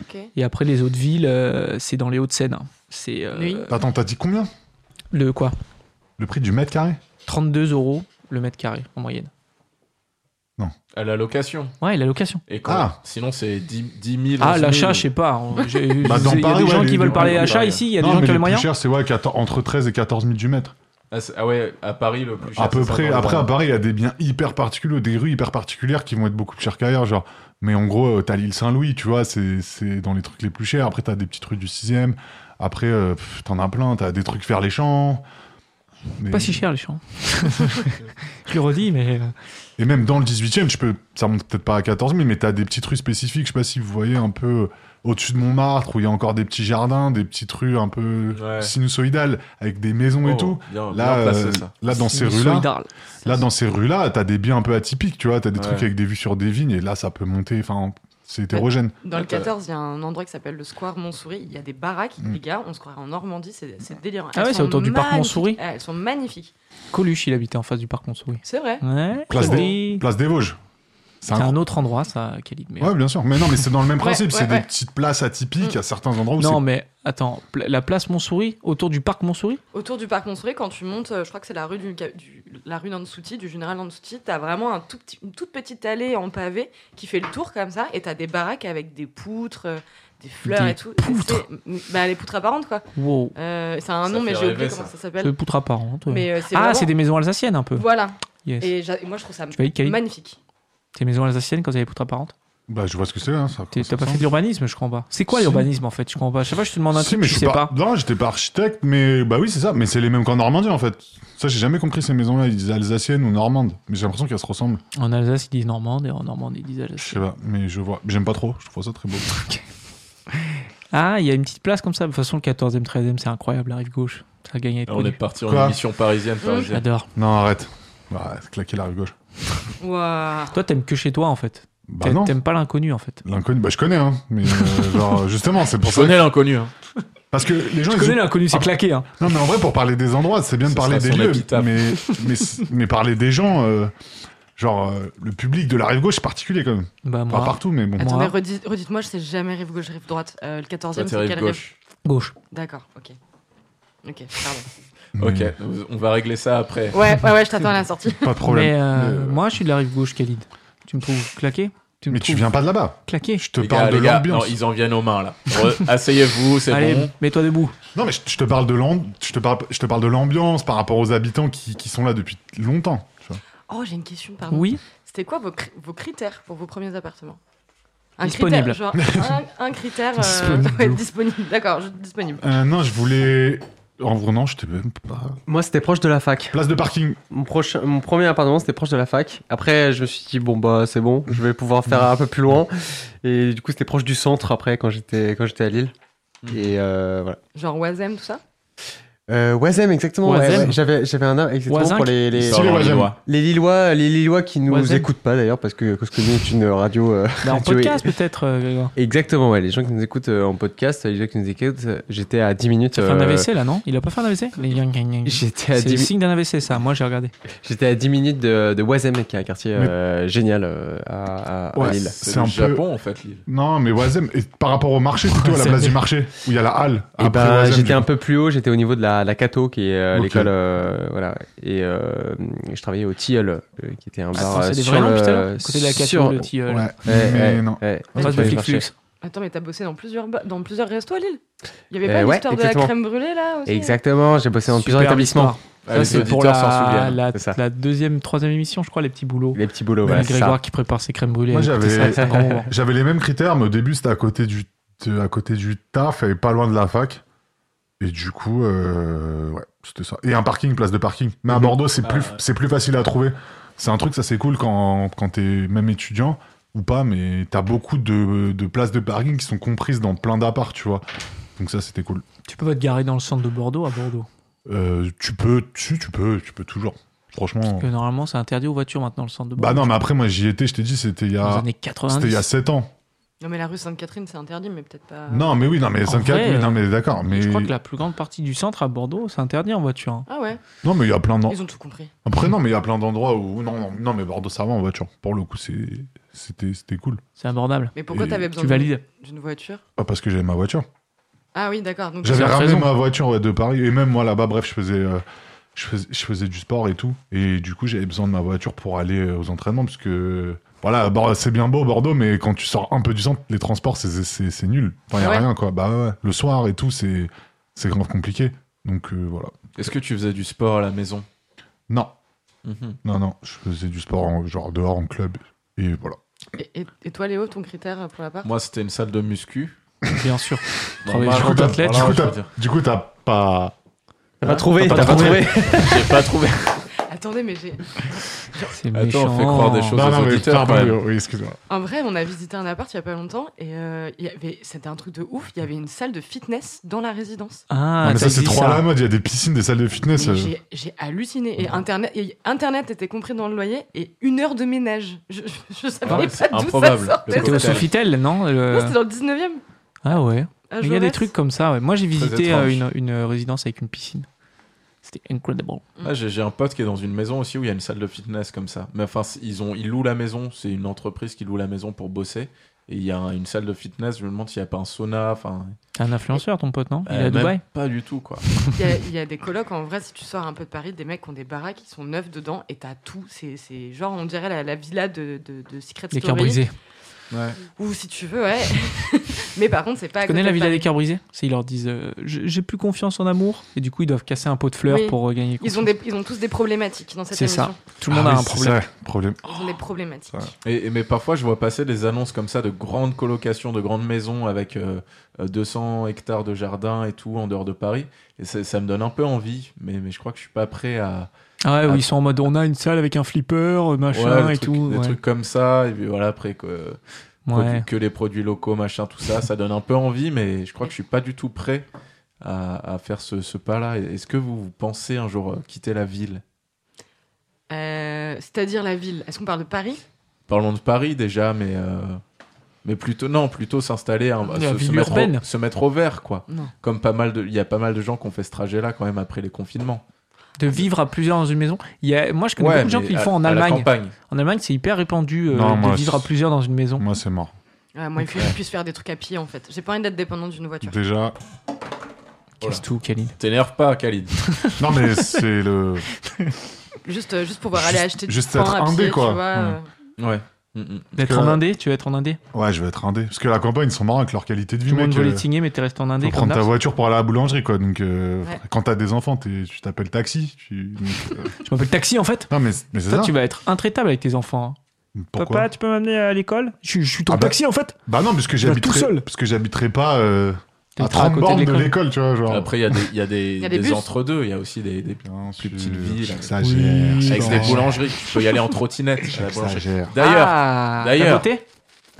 S4: Ok.
S1: Et après, les autres villes, euh, c'est dans les Hauts-de-Seine. hein. C'est euh,
S4: Oui.
S2: Attends, t'as dit combien
S1: le quoi
S2: Le prix du mètre carré
S1: 32 euros le mètre carré en moyenne.
S3: À la location.
S1: Ouais, et la location.
S3: Et quand-
S2: Ah.
S3: Sinon, c'est 10, 10 000.
S1: Ah,
S3: 11 000.
S1: l'achat, je sais pas. hein. J'ai- Il
S2: Bah, dans
S1: y a
S2: Paris,
S1: des gens
S2: ouais,
S1: qui
S2: les-
S1: veulent
S2: les-
S1: parler
S3: les-
S1: achat
S3: les-
S1: ici, il y a des
S2: Non,
S1: gens
S2: mais
S1: qui ont les
S2: le plus
S1: moyens.
S2: cher, c'est ouais, 14 entre 13 et 14 000 du mètre.
S3: Ah, c'est- ah ouais, à Paris, le plus cher.
S2: À peu
S3: c'est ça,
S2: près.
S3: dans le
S2: Après, à
S3: Var.
S2: Paris, il y a des biens hyper particuliers, des rues hyper particulières qui vont être beaucoup plus chères qu'ailleurs. Genre, mais en gros, euh, t'as l'île Saint-Louis, tu vois, c'est c'est dans les trucs les plus chers. Après, t'as des petites rues du 6ème. Après, euh, pff, t'en as plein. T'as des trucs vers les champs. Mais-
S1: Pas si cher, les champs. je le redis, mais. euh,
S2: Et même dans le 18ème, je peux, ça monte peut-être pas à 14 000, mais t'as des petites rues spécifiques. Je sais pas si vous voyez un peu euh, au-dessus de Montmartre où il y a encore des petits jardins, des petites rues un peu
S3: Ouais.
S2: sinusoïdales avec des maisons
S3: Oh,
S2: et tout.
S3: Bien,
S2: Là,
S3: bien placé,
S2: euh,
S3: ça.
S2: là dans ces
S1: c'est
S2: rues-là,
S1: solidaire.
S2: Là, dans ces rues-là, t'as des biens un peu atypiques, tu vois. T'as des
S3: Ouais.
S2: trucs avec des vues sur des vignes, et là, ça peut monter. Enfin, c'est hétérogène.
S4: Dans le
S3: Attends.
S4: 14, il y a un endroit qui s'appelle le Square Montsouris. Il y a des baraques,
S2: Mm.
S4: les gars, on se croirait en Normandie, c'est c'est délirant.
S1: Ah ouais,
S4: Elles
S1: c'est autour
S4: sont
S1: du parc
S4: magnifiques.
S1: Montsouris.
S4: Ah, Elles sont magnifiques.
S1: Coluche, il habitait en face du parc Montsouris.
S4: C'est vrai.
S1: Ouais.
S2: Place
S1: je
S2: des-
S1: dis.
S2: Place des Vosges. C'est
S1: C'est
S2: un...
S1: un autre endroit, ça, Khalid. mais-
S2: Ouais, bien sûr. Mais non, mais c'est dans le même
S4: Ouais,
S2: principe.
S4: ouais,
S2: c'est
S4: ouais.
S2: des petites places atypiques à certains endroits où c'est.
S1: Non, mais attends, pla- la place Montsouris, autour du parc Montsouris
S4: Autour du parc Montsouris, quand tu montes, euh, je crois que c'est la rue du, ca- du- la rue Nansouti, du général Nansouti, t'as vraiment un tout petit- une toute petite allée en pavé qui fait le tour comme ça, et t'as des baraques avec des poutres, euh, des fleurs
S1: Des
S4: et tout.
S1: poutres
S4: Et c'est- Bah, les poutres apparentes, quoi.
S1: Wow.
S4: Euh, c'est un
S3: Ça
S4: nom, mais
S3: fait
S4: j'ai
S3: rêver,
S4: oublié comment
S3: ça.
S4: ça
S1: C'est
S4: s'appelle.
S1: poutre apparente. ouais.
S4: Bah, Mais euh, c'est
S1: Ah,
S4: vraiment-
S1: c'est des maisons alsaciennes un peu.
S4: Voilà.
S1: Yes.
S4: Et, j'a- et moi, je trouve ça
S1: Tu vas y, Khalid
S4: magnifique.
S1: Tes maisons alsaciennes quand il y avait poutre apparente
S2: Bah, je vois ce que c'est. Hein, ça,
S1: hein. T'es- T'as pas fait
S2: du
S1: d'urbanisme, je comprends pas. C'est quoi
S2: Si.
S1: l'urbanisme en fait Je comprends pas. Chaque fois, je te demande un truc, je sais pas.
S2: Non, j'étais pas architecte, mais bah oui, c'est ça. Mais c'est les mêmes qu'en Normandie, en fait. Ça, j'ai jamais compris ces maisons-là. Ils disent alsaciennes ou normandes. Mais j'ai l'impression qu'elles se ressemblent.
S1: En Alsace, ils disent normande et en Normande, ils disent
S2: Je sais
S1: alsacienne.
S2: pas. Mais je vois. J'aime pas trop. Je trouve ça très beau.
S1: Ah, il y a une petite place comme ça. De toute façon, le 14e, 13e, c'est incroyable, la rive gauche. Ça gagne à être
S3: Là, on est
S1: connu.
S3: parti en
S2: Quoi
S3: émission parisienne. parisienne.
S1: J'adore.
S2: Non, arrête. Bah, claquer la rue gauche.
S4: Waouh.
S1: Toi, t'aimes que chez toi en fait.
S2: Bah,
S1: T'a-
S2: non.
S1: T'aimes pas l'inconnu en fait.
S2: L'inconnu, bah je connais, hein, mais euh, genre justement, c'est pour
S3: Je
S2: ça.
S3: connais l'inconnu. hein.
S2: Parce que les gens,
S1: Je
S2: ils
S1: connais l'inconnu, c'est
S2: Ah.
S1: claqué. Hein.
S2: Non, mais en vrai, pour parler des endroits, c'est bien de
S3: Ce
S2: parler
S3: sera
S2: des
S3: son
S2: lieux.
S3: épitaphe.
S2: Mais, mais, mais parler des gens, euh, genre, euh, le public de la rive gauche, c'est particulier quand même.
S1: Bah,
S2: Pas
S3: Ah.
S1: moi,
S2: partout, mais bon.
S1: Attends.
S4: Attendez,
S1: Moi-
S4: redis- redites-moi, je sais jamais rive gauche, rive droite. Euh, le 14e,
S3: Toi, t'es
S4: c'est
S3: rive
S4: quelle rive
S3: gauche.
S1: gauche.
S4: D'accord, ok. Ok, pardon.
S2: Mais
S3: Ah. Ok, on va régler ça après.
S4: Ouais, ouais, ouais, je t'attends à la sortie.
S2: Pas de problème.
S1: Mais euh,
S2: Mais, euh,
S1: moi, je suis de la rive gauche, Khalid. Tu me trouves claqué Tu me
S2: mais tu
S1: trouves
S2: viens pas de là-bas.
S1: claqué
S2: Je te
S3: les
S2: parle
S3: gars,
S2: de
S3: les gars, non,
S2: l'ambiance.
S3: ils en viennent aux mains là. Re- Asseyez-vous, c'est
S1: Allez,
S3: bon.
S1: mets-toi debout.
S2: Non, mais je, je te parle de l'ambiance. Je te parle, je te parle de l'ambiance par rapport aux habitants qui, qui sont là depuis longtemps. tu vois.
S4: Oh, j'ai une question, pardon.
S1: Oui,
S4: C'était quoi vos, cri- vos critères pour vos premiers appartements un
S1: Disponible.
S4: Critère, genre un, un critère euh,
S2: Disponible.
S4: ouais, disponible. D'accord, je- disponible.
S2: Euh, non, je voulais. En vrai, non, je t'ai même pas.
S5: Moi, c'était proche de la fac.
S2: Place de parking.
S5: Mon, prochain, mon premier appartement, c'était proche de la fac. Après, je me suis dit, bon, bah, c'est bon, je vais pouvoir faire un peu plus loin. Et du coup, c'était proche du centre après, quand j'étais quand j'étais à Lille.
S3: Mm.
S5: Et euh, voilà.
S4: Genre Wazem, tout ça
S5: Euh, Wazem, exactement. ouais,
S1: Wazem.
S5: ouais, J'avais j'avais un arbre exactement
S1: Wazinck.
S5: pour les, les,
S3: Il sort
S2: les
S3: dans les
S2: voisins.
S3: doigts.
S5: les Lillois, les Lillois qui nous
S1: Wazem.
S5: écoutent pas d'ailleurs parce que Cause Commune est une radio. euh,
S1: Bah, en
S5: radio
S1: podcast peut-être, euh, Grégoire.
S5: Exactement, ouais. Les gens qui nous écoutent euh, en podcast, les gens qui nous écoutent, euh, j'étais à 10 minutes.
S1: T'as fait un
S5: euh,
S1: AVC là, non Il a pas fait un AVC Les gang, gang, gang.
S5: J'étais à,
S1: C'est
S5: 10,
S1: le
S5: mi-
S1: signe d'un AVC ça, moi j'ai regardé.
S5: j'étais à 10 minutes de, de Wazem, qui est un quartier euh, génial euh, à, à- à
S2: Ouais,
S5: Lille.
S2: C'est
S3: C'est
S2: un
S3: le
S2: peu-
S3: Japon en fait, Lille.
S2: Non, mais Wazem, et par rapport au marché, plutôt à la
S1: Wazem.
S2: place du marché, où il y a la halle.
S3: Eh
S5: Et
S2: Après
S5: ben,
S2: Wazem,
S5: j'étais
S2: du
S5: un
S2: coup.
S5: peu plus haut, j'étais au niveau de la, la Cato, qui est euh,
S2: Ok.
S5: l'école, euh, voilà, et euh, je travaillais au Tilleul, euh, qui était un bar
S1: Ah, Attends,
S5: euh,
S1: c'est des
S5: sur
S1: vrais noms
S5: le-
S1: putain là Côté de la
S5: sur-
S1: capture, le tilleul.
S2: Ouais,
S5: Ouais,
S2: mais
S3: Eh,
S5: ouais,
S2: non.
S5: ouais.
S1: En face
S5: Ouais,
S1: de Flux
S5: marché.
S1: Flux.
S4: Attends, mais t'as bossé dans plusieurs, ba- dans plusieurs restos à Lille Il y avait
S5: Euh,
S4: pas
S5: ouais,
S4: l'histoire de
S5: exactement.
S4: la crème brûlée là aussi
S5: Exactement, j'ai bossé dans plusieurs
S1: Super
S5: établissements.
S1: histoire.
S3: Ah,
S1: Ça
S3: les
S1: c'est pour
S3: auditeurs s'en
S1: la,
S3: souviennent.
S1: la,
S5: C'est ça.
S1: la deuxième, troisième émission je crois, les petits boulots.
S5: Les petits boulots,
S1: Avec
S5: voilà, c'est ça.
S1: Grégoire qui prépare ses crèmes brûlées.
S2: Moi,
S1: Écoutez, ça,
S2: j'avais-
S1: c'est un grand moment.
S2: J'avais les mêmes critères, mais au début, c'était à côté du, de- à côté du taf et pas loin de la fac. Et du coup, euh, ouais, c'était ça. Et un parking, place de parking. Mais à
S5: Mhm.
S2: Bordeaux, c'est
S3: Ah,
S2: plus,
S3: ouais.
S2: c'est plus facile à trouver. C'est un truc, ça c'est cool quand, quand t'es même étudiant ou pas, mais t'as beaucoup de, de places de parking qui sont comprises dans plein d'apparts, tu vois. Donc ça, c'était cool.
S1: Tu peux pas te garer dans le centre de Bordeaux à Bordeaux.
S2: Euh, tu peux, tu, tu peux, tu peux toujours. Franchement.
S1: Que normalement c'est interdit aux voitures maintenant le centre de
S2: Bah
S1: Bordeaux.
S2: non, mais après, moi, j'y étais, je t'ai dit, c'était il y
S1: Dans les
S2: a,
S1: années
S2: c'était il y
S1: 90.
S2: a 7 ans.
S4: Non, mais la rue Sainte-Catherine, c'est interdit, mais peut-être pas.
S2: Non, mais oui, non, mais
S1: Euh, En
S2: 54,
S1: vrai,
S2: oui,
S1: euh,
S2: non, mais d'accord. Mais...
S1: Je crois que la plus grande partie du centre à Bordeaux c'est interdit en voiture. hein.
S4: Ah ouais
S2: Non, mais il y a plein d'endroits.
S4: Ils ont tout compris.
S2: Après, non, mais il y a plein d'endroits où. Non, non, non, mais Bordeaux, ça va en voiture. Pour le coup, c'est... C'était... c'était cool.
S1: C'est abordable.
S4: Mais pourquoi
S2: Et
S4: t'avais besoin
S1: Tu
S4: d'une-
S1: valides
S4: d'une voiture
S2: Ah, parce que j'avais ma voiture.
S4: Ah oui, d'accord. Donc
S2: J'avais
S1: as
S2: ramené
S1: raison.
S2: ma voiture ouais, de Paris. Et même moi, là-bas, bref, je faisais, euh, je, faisais, je faisais du sport et tout. Et du coup, j'avais besoin de ma voiture pour aller euh, aux entraînements. Parce que. Voilà, Bor- c'est bien beau Bordeaux, mais quand tu sors un peu du centre, les transports, c'est, c'est, c'est- c'est nul. Enfin, il n'y a
S4: Ouais.
S2: rien, quoi. Bah ouais, le soir et tout, c'est, c'est grave compliqué. Donc euh, voilà.
S3: Est-ce que tu faisais du sport à la maison
S2: Non,
S3: Mhm.
S2: non, non, je faisais du sport, en- genre dehors, en club. Et voilà.
S4: Et, et- et toi, Léo, ton critère pour l'appart
S3: Moi, c'était une salle de muscu.
S1: Bien sûr. Travailler
S3: Normal,
S1: sur
S3: quoi.
S1: d'athlète,
S3: Voilà,
S2: du, coup,
S3: je veux
S2: t'as,
S3: dire.
S2: du coup, t'as pas.
S5: T'as pas trouvé, t'as pas trouvé.
S3: J'ai pas trouvé.
S4: Attendez, mais j'ai.
S1: C'est
S3: Attends,
S1: méchant.
S3: on fait croire des choses. aux auditeurs,
S2: pardon,
S3: quand même.
S2: oui, oui, excuse-moi.
S4: En vrai, on a visité un appart il y a pas longtemps et euh, il y avait... c'était un truc de ouf. Il y avait une salle de fitness dans la résidence.
S1: Ah,
S2: Non, mais
S1: t'as
S2: ça, c'est
S1: dit
S2: trop à la mode. Il y a des piscines, des salles de fitness.
S4: Mais
S2: euh.
S4: J'ai j'ai halluciné. Et internet, et internet était compris dans le loyer et une heure de ménage. Je, je savais
S3: Ah ouais, c'est
S4: pas d'où ça
S3: improbable.
S4: sortait.
S1: T'étais au Sofitel, non le-
S4: Non, c'était dans le 19 e
S1: Ah ouais.
S4: à
S1: euh, Mais Il y a des
S4: Jaurès.
S1: trucs comme ça. ouais. Moi, j'ai visité
S3: étrange.
S1: euh, une, une résidence avec une piscine. C'était incredible.
S3: Ah, j'ai j'ai un pote qui est dans une maison aussi où il y a une salle de fitness comme ça. Mais enfin, c'est- ils, ont, ils louent la maison. C'est une entreprise qui loue la maison pour bosser. Et il y a un- une salle de fitness. Je me demande s'il n'y a pas un sauna. Enfin,
S1: T'es un influenceur, ton pote, non Il est
S3: euh,
S1: à
S3: même
S1: Dubaï.
S3: Pas du tout, quoi.
S4: Il y, a, il y a des colocs, en vrai, si tu sors un peu de Paris, des mecs qui ont des baraques, qui sont neufs dedans et t'as tout. C'est c'est genre, on dirait la, la villa de, de, de Secret
S1: Des cœurs
S4: Story.
S1: brisés.
S4: Ou si tu veux, ouais. Mais par contre, c'est pas. à
S1: Tu connais
S4: côté
S1: la
S4: de
S1: villa
S4: Paris.
S1: des cœurs brisés C'est ils leur disent euh, J'ai j'ai plus confiance en amour. Et du coup, ils doivent casser un pot de fleurs
S4: Oui.
S1: pour euh, gagner.
S4: Ils ont, des, ils ont tous des problématiques dans cette
S1: C'est
S4: émission.
S1: ça. Tout le monde
S2: Ah
S1: a
S2: oui,
S1: un
S2: c'est
S1: problème.
S2: ça, problème.
S4: Ils ont des problématiques.
S3: Et, et- mais parfois, je vois passer des annonces comme ça de grandes colocations, de grandes maisons avec euh, euh, 200 hectares de jardin et tout en dehors de Paris. Et ça, ça me donne un peu envie, mais, mais je crois que je suis pas prêt à.
S1: Ah ouais,
S3: Ah.
S1: ils sont en mode On a une salle avec un flipper, euh, machin
S3: Ouais, des
S1: et
S3: trucs-
S1: tout.
S3: Des
S1: ouais.
S3: trucs comme ça. Et puis voilà, après, que,
S1: Ouais.
S3: que, que les produits locaux, machin, tout ça, ça donne un peu envie, mais je crois que je suis pas du tout prêt à, à faire ce, ce pas-là. Et- Est-ce que vous, vous pensez un jour euh, quitter la ville
S4: Euh, C'est-à-dire la ville. Est-ce qu'on parle de Paris
S3: Parlons de Paris déjà, mais. euh, Mais plutôt, non, plutôt s'installer, hein,
S1: La
S3: se,
S1: ville
S3: se mettre
S1: urbaine.
S3: au, se mettre au vert, quoi.
S4: Non.
S3: comme pas mal de il y a pas mal de gens qui ont fait ce trajet là quand même après les confinements
S1: De vivre à plusieurs dans une maison. Il y a... Moi, je connais beaucoup de gens
S3: mais
S1: qui le
S3: à-
S1: font en
S3: à la
S1: Allemagne.
S3: campagne.
S1: En Allemagne, c'est hyper répandu euh,
S2: Non, moi,
S1: de vivre à
S2: c'est-
S1: plusieurs dans une maison.
S2: Moi, c'est mort.
S4: Ouais, moi, il faut que je puisse faire des trucs à pied en fait. J'ai pas envie d'être dépendant d'une voiture.
S2: Déjà.
S1: Casse tout, Khalid.
S3: t'énerve pas Khalid
S2: Non, mais c'est le.
S4: Juste, euh, juste pouvoir
S2: Juste-
S4: aller acheter du
S2: juste
S4: pain
S2: être
S4: à pied,
S2: indé,
S4: tu
S2: quoi.
S4: vois, euh.
S3: ouais Mm, mm.
S1: D'être
S2: que-
S1: en Indé, tu veux être en Indé
S2: Ouais, je vais être indé. Parce que la campagne, ils sont marrants avec leur qualité de vie,
S1: Tout le
S2: mec.
S1: monde veut
S2: euh,
S1: les tigner, mais tu restes en Indé
S2: Faut
S1: comme
S2: prendre ta
S1: d'hab.
S2: voiture pour aller à la boulangerie, quoi. Donc, euh,
S4: Ouais.
S2: quand t'as des enfants, t'es- tu t'appelles taxi. tu- donc, euh,
S1: Je m'appelle Taxi en fait.
S2: Non, mais, mais c'est
S1: Toi,
S2: ça.
S1: tu vas être intraitable avec tes enfants. hein.
S2: Pourquoi
S1: Papa, tu peux m'amener à l'école je, je suis ton
S2: Ah bah-
S1: taxi en fait.
S2: Bah non, parce que
S1: Tu vas tout
S2: j'habiterai,
S1: seul.
S2: parce que j'habiterai pas euh, à
S1: T'habiteras à
S2: 30
S1: côté de
S2: bornes de
S1: l'école.
S2: l'école, tu vois, genre.
S3: après il y a des il y a des,
S4: Il y a des
S3: des
S4: bus.
S3: entre-deux il y a aussi des, des-
S2: Bien
S3: plus
S2: sûr,
S3: petite ville, bah,
S2: j'exagère,
S1: oui,
S3: avec des
S2: j'exagère,
S3: boulangeries tu peux y aller en trottinette à la boulangerie
S2: j'exagère.
S3: d'ailleurs
S1: Ah,
S3: d'ailleurs.
S1: t'as voté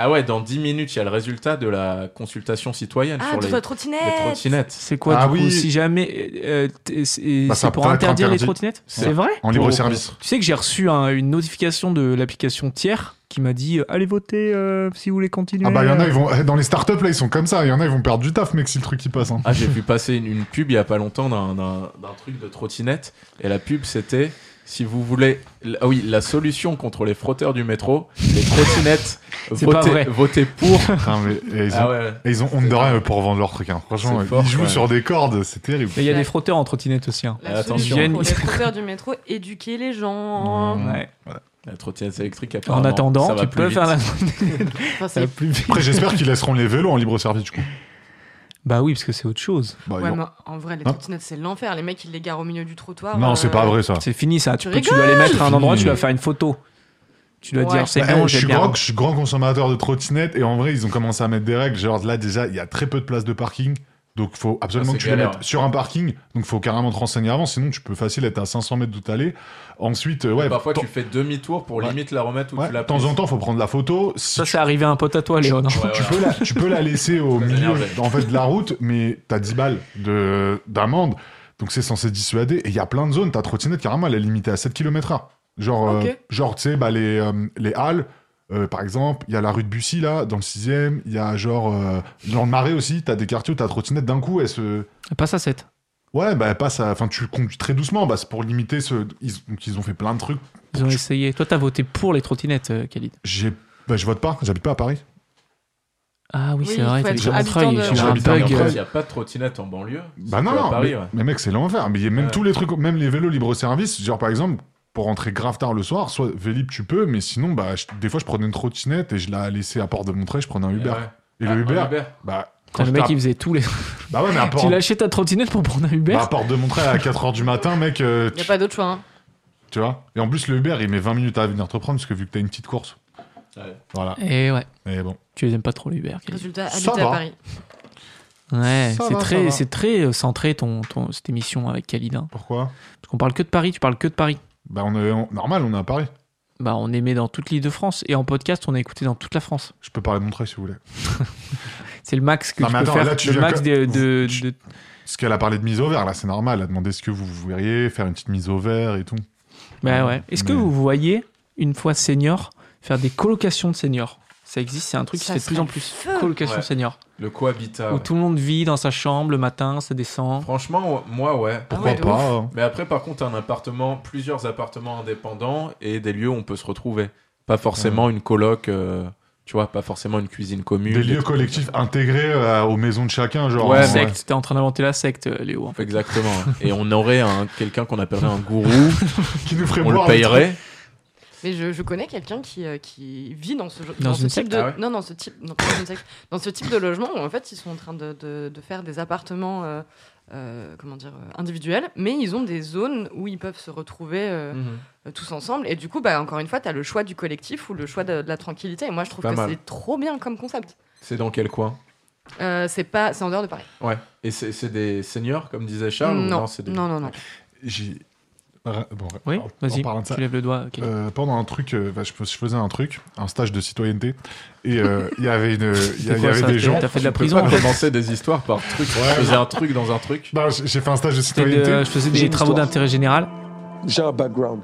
S3: Ah ouais, dans 10 minutes, il y a le résultat de la consultation citoyenne
S4: Ah,
S3: sur
S4: de
S3: les,
S4: la
S3: les
S4: trottinette
S3: trottinettes.
S1: C'est quoi
S2: Ah
S1: du coup
S2: oui.
S1: Si jamais. euh, t- c'est
S2: Bah, ça
S1: c'est pour
S2: peut être
S1: interdire les
S2: interdit.
S1: trottinettes
S3: C'est-
S1: C'est vrai
S2: En libre
S3: Pour-
S2: service.
S1: Tu sais que j'ai reçu un- une notification de l'application tiers qui m'a dit euh, allez voter euh, si vous voulez continuer.
S2: Ah bah, il y en a,
S1: euh.
S2: ils vont. eh, Dans les startups, là, ils sont comme ça. Il y en a, ils vont perdre du taf, mec, si le truc, il passe. hein.
S3: Ah, j'ai vu passer une, une pub il y a pas longtemps d'un- d'un d'un truc de trottinette. Et la pub, c'était si vous voulez. l- Ah oui, la solution contre les frotteurs du métro, les trottinettes,
S1: C'est pas
S3: votez,
S1: vrai.
S3: votez pour.
S2: Putain, mais- et ils ont,
S3: ah ouais, ouais.
S2: et ils ont honte de rien eux, pour vendre leur truc. hein. Franchement,
S3: C'est
S2: ils
S3: fort,
S2: jouent
S3: ouais.
S2: sur des cordes, c'est terrible.
S1: Mais il y a
S4: Ouais.
S1: des frotteurs en trottinette aussi. hein.
S4: La
S3: Attention.
S4: solution
S1: Vienne.
S4: pour les trotteurs du métro, éduquer les gens.
S2: Mmh. Ah
S1: Ouais.
S3: La trottinette électrique,
S1: En
S3: apparemment. ça
S1: attendant,
S3: va
S1: tu
S3: plus
S1: peux
S3: vite.
S1: faire la,
S4: Enfin, c'est-
S1: la plus vite.
S2: Après, j'espère qu'ils laisseront les vélos en libre service, du coup.
S1: Bah oui, parce que c'est autre chose.
S2: Bah, ils
S4: Ouais,
S2: ont-
S4: mais en vrai, les
S2: Hein
S4: trottinettes, c'est l'enfer. Les mecs, ils les garent au milieu du trottoir.
S2: Non, c'est
S4: euh,
S2: pas vrai, ça.
S1: C'est fini ça. Tu,
S4: Tu
S1: peux, tu dois les mettre à un endroit,
S2: Ah. Fini.
S1: tu dois faire une photo. Tu dois
S4: Ouais.
S1: dire c'est
S2: Bah,
S1: bon,
S2: je,
S1: j'ai
S2: suis
S1: bien.
S2: grand, je suis grand consommateur de trottinettes et en vrai, ils ont commencé à mettre des règles. Genre là, déjà, il y a très peu de places de parking. Donc, faut absolument
S3: Ah,
S2: que
S3: c'est
S2: tu les
S3: galère.
S2: mettes sur un parking. Donc, faut carrément te renseigner avant. Sinon, tu peux facile être à 500 mètres d'où t'allais. Ensuite, euh, ouais,
S3: Parfois,
S2: ton-
S3: tu fais demi-tour pour
S2: Ouais.
S3: limite la remettre où
S2: ouais,
S3: tu
S2: de
S3: la
S2: temps en temps, faut prendre la photo. Si
S1: Ça, c'est arrivé à un pote à toi, Léon. hein.
S3: Ouais,
S2: tu,
S3: voilà.
S2: peux la, tu peux la laisser au
S3: Ça
S2: milieu
S3: m'énervait.
S2: en fait, de la route, mais t'as 10 balles de- d'amende. Donc, c'est censé dissuader. Et il y a plein de zones. Ta trottinette, carrément, elle est limitée à 7 km/h. Genre, euh,
S4: Ok.
S2: genre tu sais, bah, les, euh, les Halles, euh, par exemple, il y a la rue de Bussy, là, dans le 6ème. Il y a genre. euh, dans le Marais aussi, t'as des quartiers où ta trottinette, d'un coup, elle se.
S1: Passe à 7.
S2: Ouais, bah, elle passe à. Enfin, tu conduis très doucement. Bah, c'est pour limiter ce. Ils, donc, ils ont fait plein de trucs.
S1: Ils ont essayé. Toi, t'as voté pour les trottinettes, euh, Khalid.
S2: J'ai. Bah, je vote pas, j'habite pas à Paris.
S1: Ah oui,
S4: Oui,
S1: c'est vrai.
S4: faut
S1: t'as
S4: être
S1: dit
S4: habitant
S1: Montreuil,
S4: de-
S1: j'ai
S2: Je
S1: eu un
S2: habite à
S1: bug.
S2: Montreuil.
S1: euh,
S3: Il n'y a pas de trottinette en banlieue.
S2: Bah non,
S3: à
S2: non,
S3: Paris,
S2: mais,
S3: ouais.
S2: mais mec, c'est l'enfer. Mais il y a même
S3: Ouais.
S2: tous les trucs, même les vélos libre-service. Genre, par exemple, pour rentrer grave tard le soir, soit Vélib, tu peux, mais sinon, bah, je- des fois, je prenais une trottinette et je la laissais à Port de Montreuil, je prenais un Uber.
S3: Ouais.
S2: Et
S3: Ah,
S2: le
S3: un
S2: Uber, bah, quand
S1: le
S2: je
S1: mec,
S2: tape-
S1: il faisait tous les.
S2: bah ouais, mais à Port,
S1: Tu lâchais ta trottinette pour prendre un Uber
S2: bah, à Porte de Montreuil à 4h du matin, mec, euh,
S4: Y a
S2: tu,
S4: pas d'autre choix. hein.
S2: tu vois. Et en plus, le Uber, il met 20 minutes à venir te prendre parce que vu que t'as une petite course.
S3: Ouais.
S2: Voilà.
S1: Et ouais,
S2: Et bon.
S1: tu les aimes pas trop, les Uber. Khalid.
S4: Résultat,
S2: Ça
S4: habiter à
S2: va.
S4: Paris.
S1: Ouais,
S2: Ça
S1: c'est
S2: va, ça
S1: très,
S2: va.
S1: c'est très euh, centré ton, ton, cette émission avec Khalid. hein.
S2: Pourquoi
S1: Parce qu'on parle que de Paris, tu parles que de Paris.
S2: Bah, on est, on- normal, on est à Paris.
S1: Bah, on émet dans toute l'île de France et en podcast, on a écouté dans toute la France.
S2: Je peux parler de Montreuil si vous voulez.
S1: C'est le max que
S2: Non,
S1: tu
S2: mais
S1: peux
S2: attends,
S1: faire.
S2: là, tu
S1: le
S2: viens
S1: max
S2: que-
S1: de, de-
S2: Tu-
S1: de-
S2: Parce qu'elle a parlé de mise au vert, là, c'est normal. Elle a demandé ce que vous verriez, faire une petite mise au vert et tout.
S1: Bah ouais. Est-ce que
S2: Mais-
S1: vous voyez, une fois senior, faire des colocations de seniors Ça existe, c'est un truc qui se fait
S4: Ça
S1: de plus
S4: serait
S1: en plus.
S4: feu.
S1: Colocation
S3: Ouais.
S1: senior.
S3: Le cohabitat.
S2: Ah
S1: où
S3: ouais.
S1: tout le monde vit dans sa chambre, le matin, ça descend.
S3: Franchement, moi, ouais.
S2: Pourquoi
S4: Ah ouais, de
S2: pas hein.
S3: Mais après, par contre, un appartement, plusieurs appartements indépendants et des lieux où on peut se retrouver. Pas forcément une coloc, euh, tu vois, pas forcément une cuisine commune.
S2: Des lieux
S3: trucs
S2: collectifs
S3: comme
S2: intégrés euh, aux maisons de chacun, genre. hein.
S3: Ouais,
S1: La
S2: en-
S3: mais-
S1: secte, t'es en train d'inventer la secte, euh, Léo. en
S3: ça.
S1: fait.
S3: Exactement. et on aurait un, quelqu'un qu'on appellerait un gourou,
S2: qui nous ferait
S3: on le
S2: boire.
S3: payerait.
S4: Mais je, je connais quelqu'un qui, euh, qui vit dans ce,
S1: Dans
S4: ce
S1: une
S4: type
S1: secte,
S4: de
S3: ah ouais
S4: non dans ce type non, pas dans une secte. dans ce type de logement où en fait ils sont en train de, de- de faire des appartements euh, euh, comment dire euh, individuels mais ils ont des zones où ils peuvent se retrouver euh,
S2: Mhm.
S4: tous ensemble et du coup bah encore une fois tu as le choix du collectif ou le choix de, de la tranquillité et moi je trouve
S3: Pas
S4: que
S3: mal.
S4: c'est trop bien comme concept.
S3: C'est dans quel coin
S4: Euh, c'est pas c'est en dehors de Paris.
S3: Ouais. Et c'est, c'est des seniors, comme disait Charles ou
S4: non.
S3: c'est des-
S4: non non non.
S2: J'ai- Ra- bon,
S1: Oui,
S2: en- en
S1: vas-y,
S2: parlant de ça,
S1: tu lèves le doigt. ok.
S2: euh, pendant un truc, euh, bah, je, je faisais un truc, un stage de citoyenneté, et euh, il y avait une, il y,
S1: C'est
S2: il y
S1: quoi
S2: avait
S1: ça,
S2: des
S1: t'es-
S2: gens.
S1: T'as fait de la
S3: On peut
S1: prison
S3: pas
S1: en fait.
S3: commencer des histoires par truc.
S2: Ouais.
S3: Je faisais un truc dans un truc.
S2: Non, j'ai j'ai fait un stage de
S1: C'était de-
S2: citoyenneté.
S1: je faisais
S6: J'ai
S1: des
S6: une
S1: travaux
S6: histoire.
S1: d'intérêt général.
S6: J'ai un background.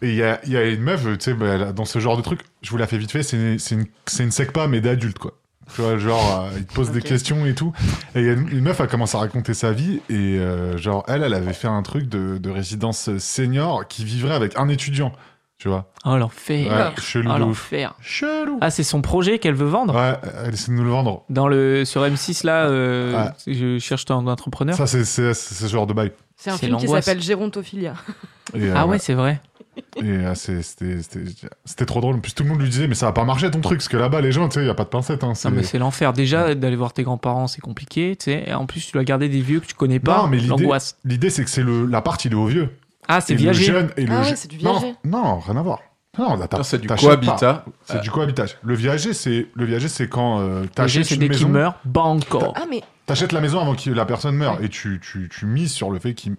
S2: Et il y a, il y a une meuf, tu sais, bah, elle a- dans ce genre de truc, je vous la fais vite fait, c'est une, c'est une, c'est une secpa, mais d'adulte, quoi. Tu vois, genre, euh, ils te posent
S4: Ok.
S2: des questions et tout. Et il y a une, une meuf a commencé à raconter sa vie, et euh, genre, elle, elle avait fait un truc de, de résidence senior qui vivrait avec un étudiant, tu vois.
S1: Oh
S2: Ouais,
S1: l'enfer.
S2: chelou
S1: Oh
S2: de ouf.
S1: l'enfer.
S2: Chelou.
S1: Ah, c'est son projet qu'elle veut vendre
S2: Ouais, elle essaie de nous le vendre.
S1: dans le sur M6 là. euh, Je cherche un entrepreneur.
S2: Ça, c'est c'est- c'est ce genre de bail.
S4: C'est un
S1: C'est
S4: film qui
S1: l'angoisse.
S4: s'appelle Gérontophilia.
S2: Et, euh,
S1: ah ouais, c'est vrai.
S2: Et euh, c'est- c'était c'était- c'était trop drôle. En plus, tout le monde lui disait, mais ça va pas marcher ton truc, parce que là-bas, les gens, tu sais, il n'y a pas de pincette. Hein, c'est-
S1: Non mais c'est l'enfer. Déjà d'aller voir tes grands-parents, c'est compliqué. Tu sais, Et en plus tu dois garder des vieux que tu connais pas.
S2: Non, mais l'idée-
S1: l'angoisse.
S2: L'idée, c'est que c'est le l'appart, il est au vieux.
S1: Ah, c'est
S2: Et
S1: viager.
S2: Le jeune et le
S4: Ah ouais,
S2: je-
S4: c'est du
S2: non,
S4: viager.
S2: non, rien à voir. Non, là, t'as-
S3: Putain, c'est du
S2: t'achètes pas.
S3: cohabitat.
S2: C'est du cohabitage. Le viager, c'est le viager, c'est quand euh,
S1: Viager,
S2: t'achètes
S1: c'est
S2: une
S1: dès qu'il
S2: maison.
S1: meurt, bah encore.
S4: Ah mais
S2: T'achètes la maison avant que la personne meure et tu, tu, tu mises sur le fait qu'il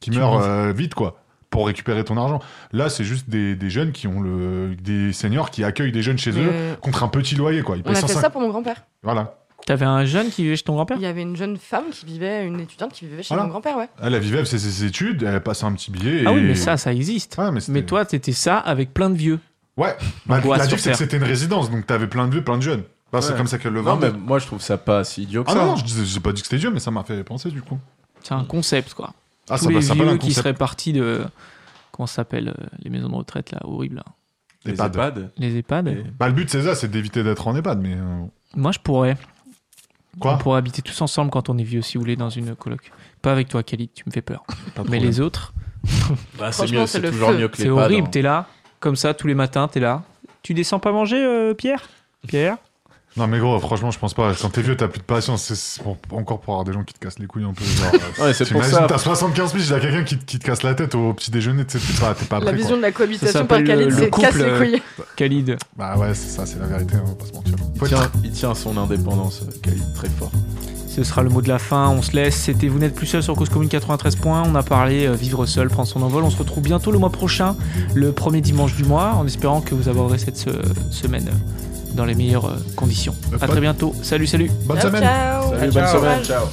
S2: qu'il meure
S1: mises.
S2: euh, vite quoi. pour récupérer ton argent. Là, c'est juste des, des jeunes qui ont le. des seniors qui accueillent des jeunes chez eux
S4: Mais
S2: contre un petit loyer, quoi. Ils
S4: On a
S2: payent
S4: fait
S2: 150
S4: ça pour mon grand-père.
S2: Voilà.
S1: T'avais un jeune qui vivait chez ton grand-père
S4: Il y avait une jeune femme qui vivait, une étudiante qui vivait chez
S2: Voilà.
S4: mon grand-père, ouais.
S2: Elle a vivé ses, ses études, elle a passé un petit billet.
S1: Ah oui,
S2: et-
S1: mais ça, ça existe.
S2: Ah, mais, c'était-
S1: Mais toi, t'étais ça avec plein de vieux.
S2: Ouais, bah,
S1: Angoisse
S2: la
S1: sur
S2: diff, c'est que
S1: Terre.
S2: c'était une résidence, donc t'avais plein de vieux, plein de jeunes. Bah, C'est
S3: Ouais.
S2: comme ça qu'elle le
S3: Non,
S2: vendait.
S3: mais moi, je trouve ça pas si idiot que
S2: Ah
S3: ça. hein.
S2: non, non, je disais- j'ai pas dit que c'était Dieu, mais ça m'a fait penser du coup.
S1: C'est un concept, quoi.
S2: Ah,
S1: Tous
S2: ça,
S1: les
S2: bah, ça s'appelle
S1: vieux
S2: un
S1: qui
S2: concept.
S1: seraient partis de. Comment ça s'appelle euh, les maisons de retraite, là, horribles. là.
S3: Les
S2: EHPAD.
S3: EHPAD.
S1: Les EHPAD.
S3: Et-
S2: Bah, le but, c'est ça, c'est d'éviter d'être en EHPAD, mais. euh,
S1: Moi, je pourrais.
S2: Quoi
S1: On pourrait habiter tous ensemble quand on est vieux, si vous voulez, dans une coloc. Pas avec toi, Khalid, tu me fais peur.
S2: pas de
S1: Mais
S2: problème.
S1: les autres,
S3: Bah, c'est
S4: Franchement,
S3: mieux,
S4: c'est
S3: c'est
S4: le
S3: toujours
S4: feu.
S3: mieux que les
S1: c'est
S3: EHPAD,
S1: horrible.
S3: hein.
S1: T'es là, comme ça, tous les matins, t'es là. Tu descends pas manger, euh, Pierre Pierre
S2: Non, mais gros, franchement, je pense pas. Quand t'es vieux, t'as plus de patience. C'est- C'est pour- encore pour avoir des gens qui te cassent les couilles un peu. Genre, euh,
S3: Ouais, c'est pour
S2: t'imagines,
S3: ça.
S2: T'as 75 piges, il y a quelqu'un qui, te- qui te casse la tête au petit déjeuner, tu sais, t'es pas, t'es pas
S4: La
S2: prêt.
S4: vision
S2: Quoi.
S4: de la cohabitation par
S1: s'appelle le-
S4: Khalid,
S1: le
S4: c'est casse
S1: couple,
S4: les
S1: euh,
S4: couilles.
S1: Khalid.
S2: Bah ouais, c'est ça, c'est la vérité, hein, on va pas se mentir.
S3: Il
S2: Faut être-
S3: tient, il tient son indépendance, euh, Khalid, très fort.
S1: Ce sera le mot de la fin, on se laisse. C'était Vous n'êtes plus seul sur Cause Commune 93 points. On a parlé euh, Vivre seul, prendre son envol. On se retrouve bientôt le mois prochain, le premier dimanche du mois, en espérant que vous aborderez cette se- semaine euh, dans les meilleures euh, conditions.
S2: Euh,
S1: À
S2: pas-
S1: très bientôt. Salut, salut.
S2: Bonne
S4: Ciao,
S2: semaine!
S4: ciao.
S3: Salut, bonne semaine. Ciao.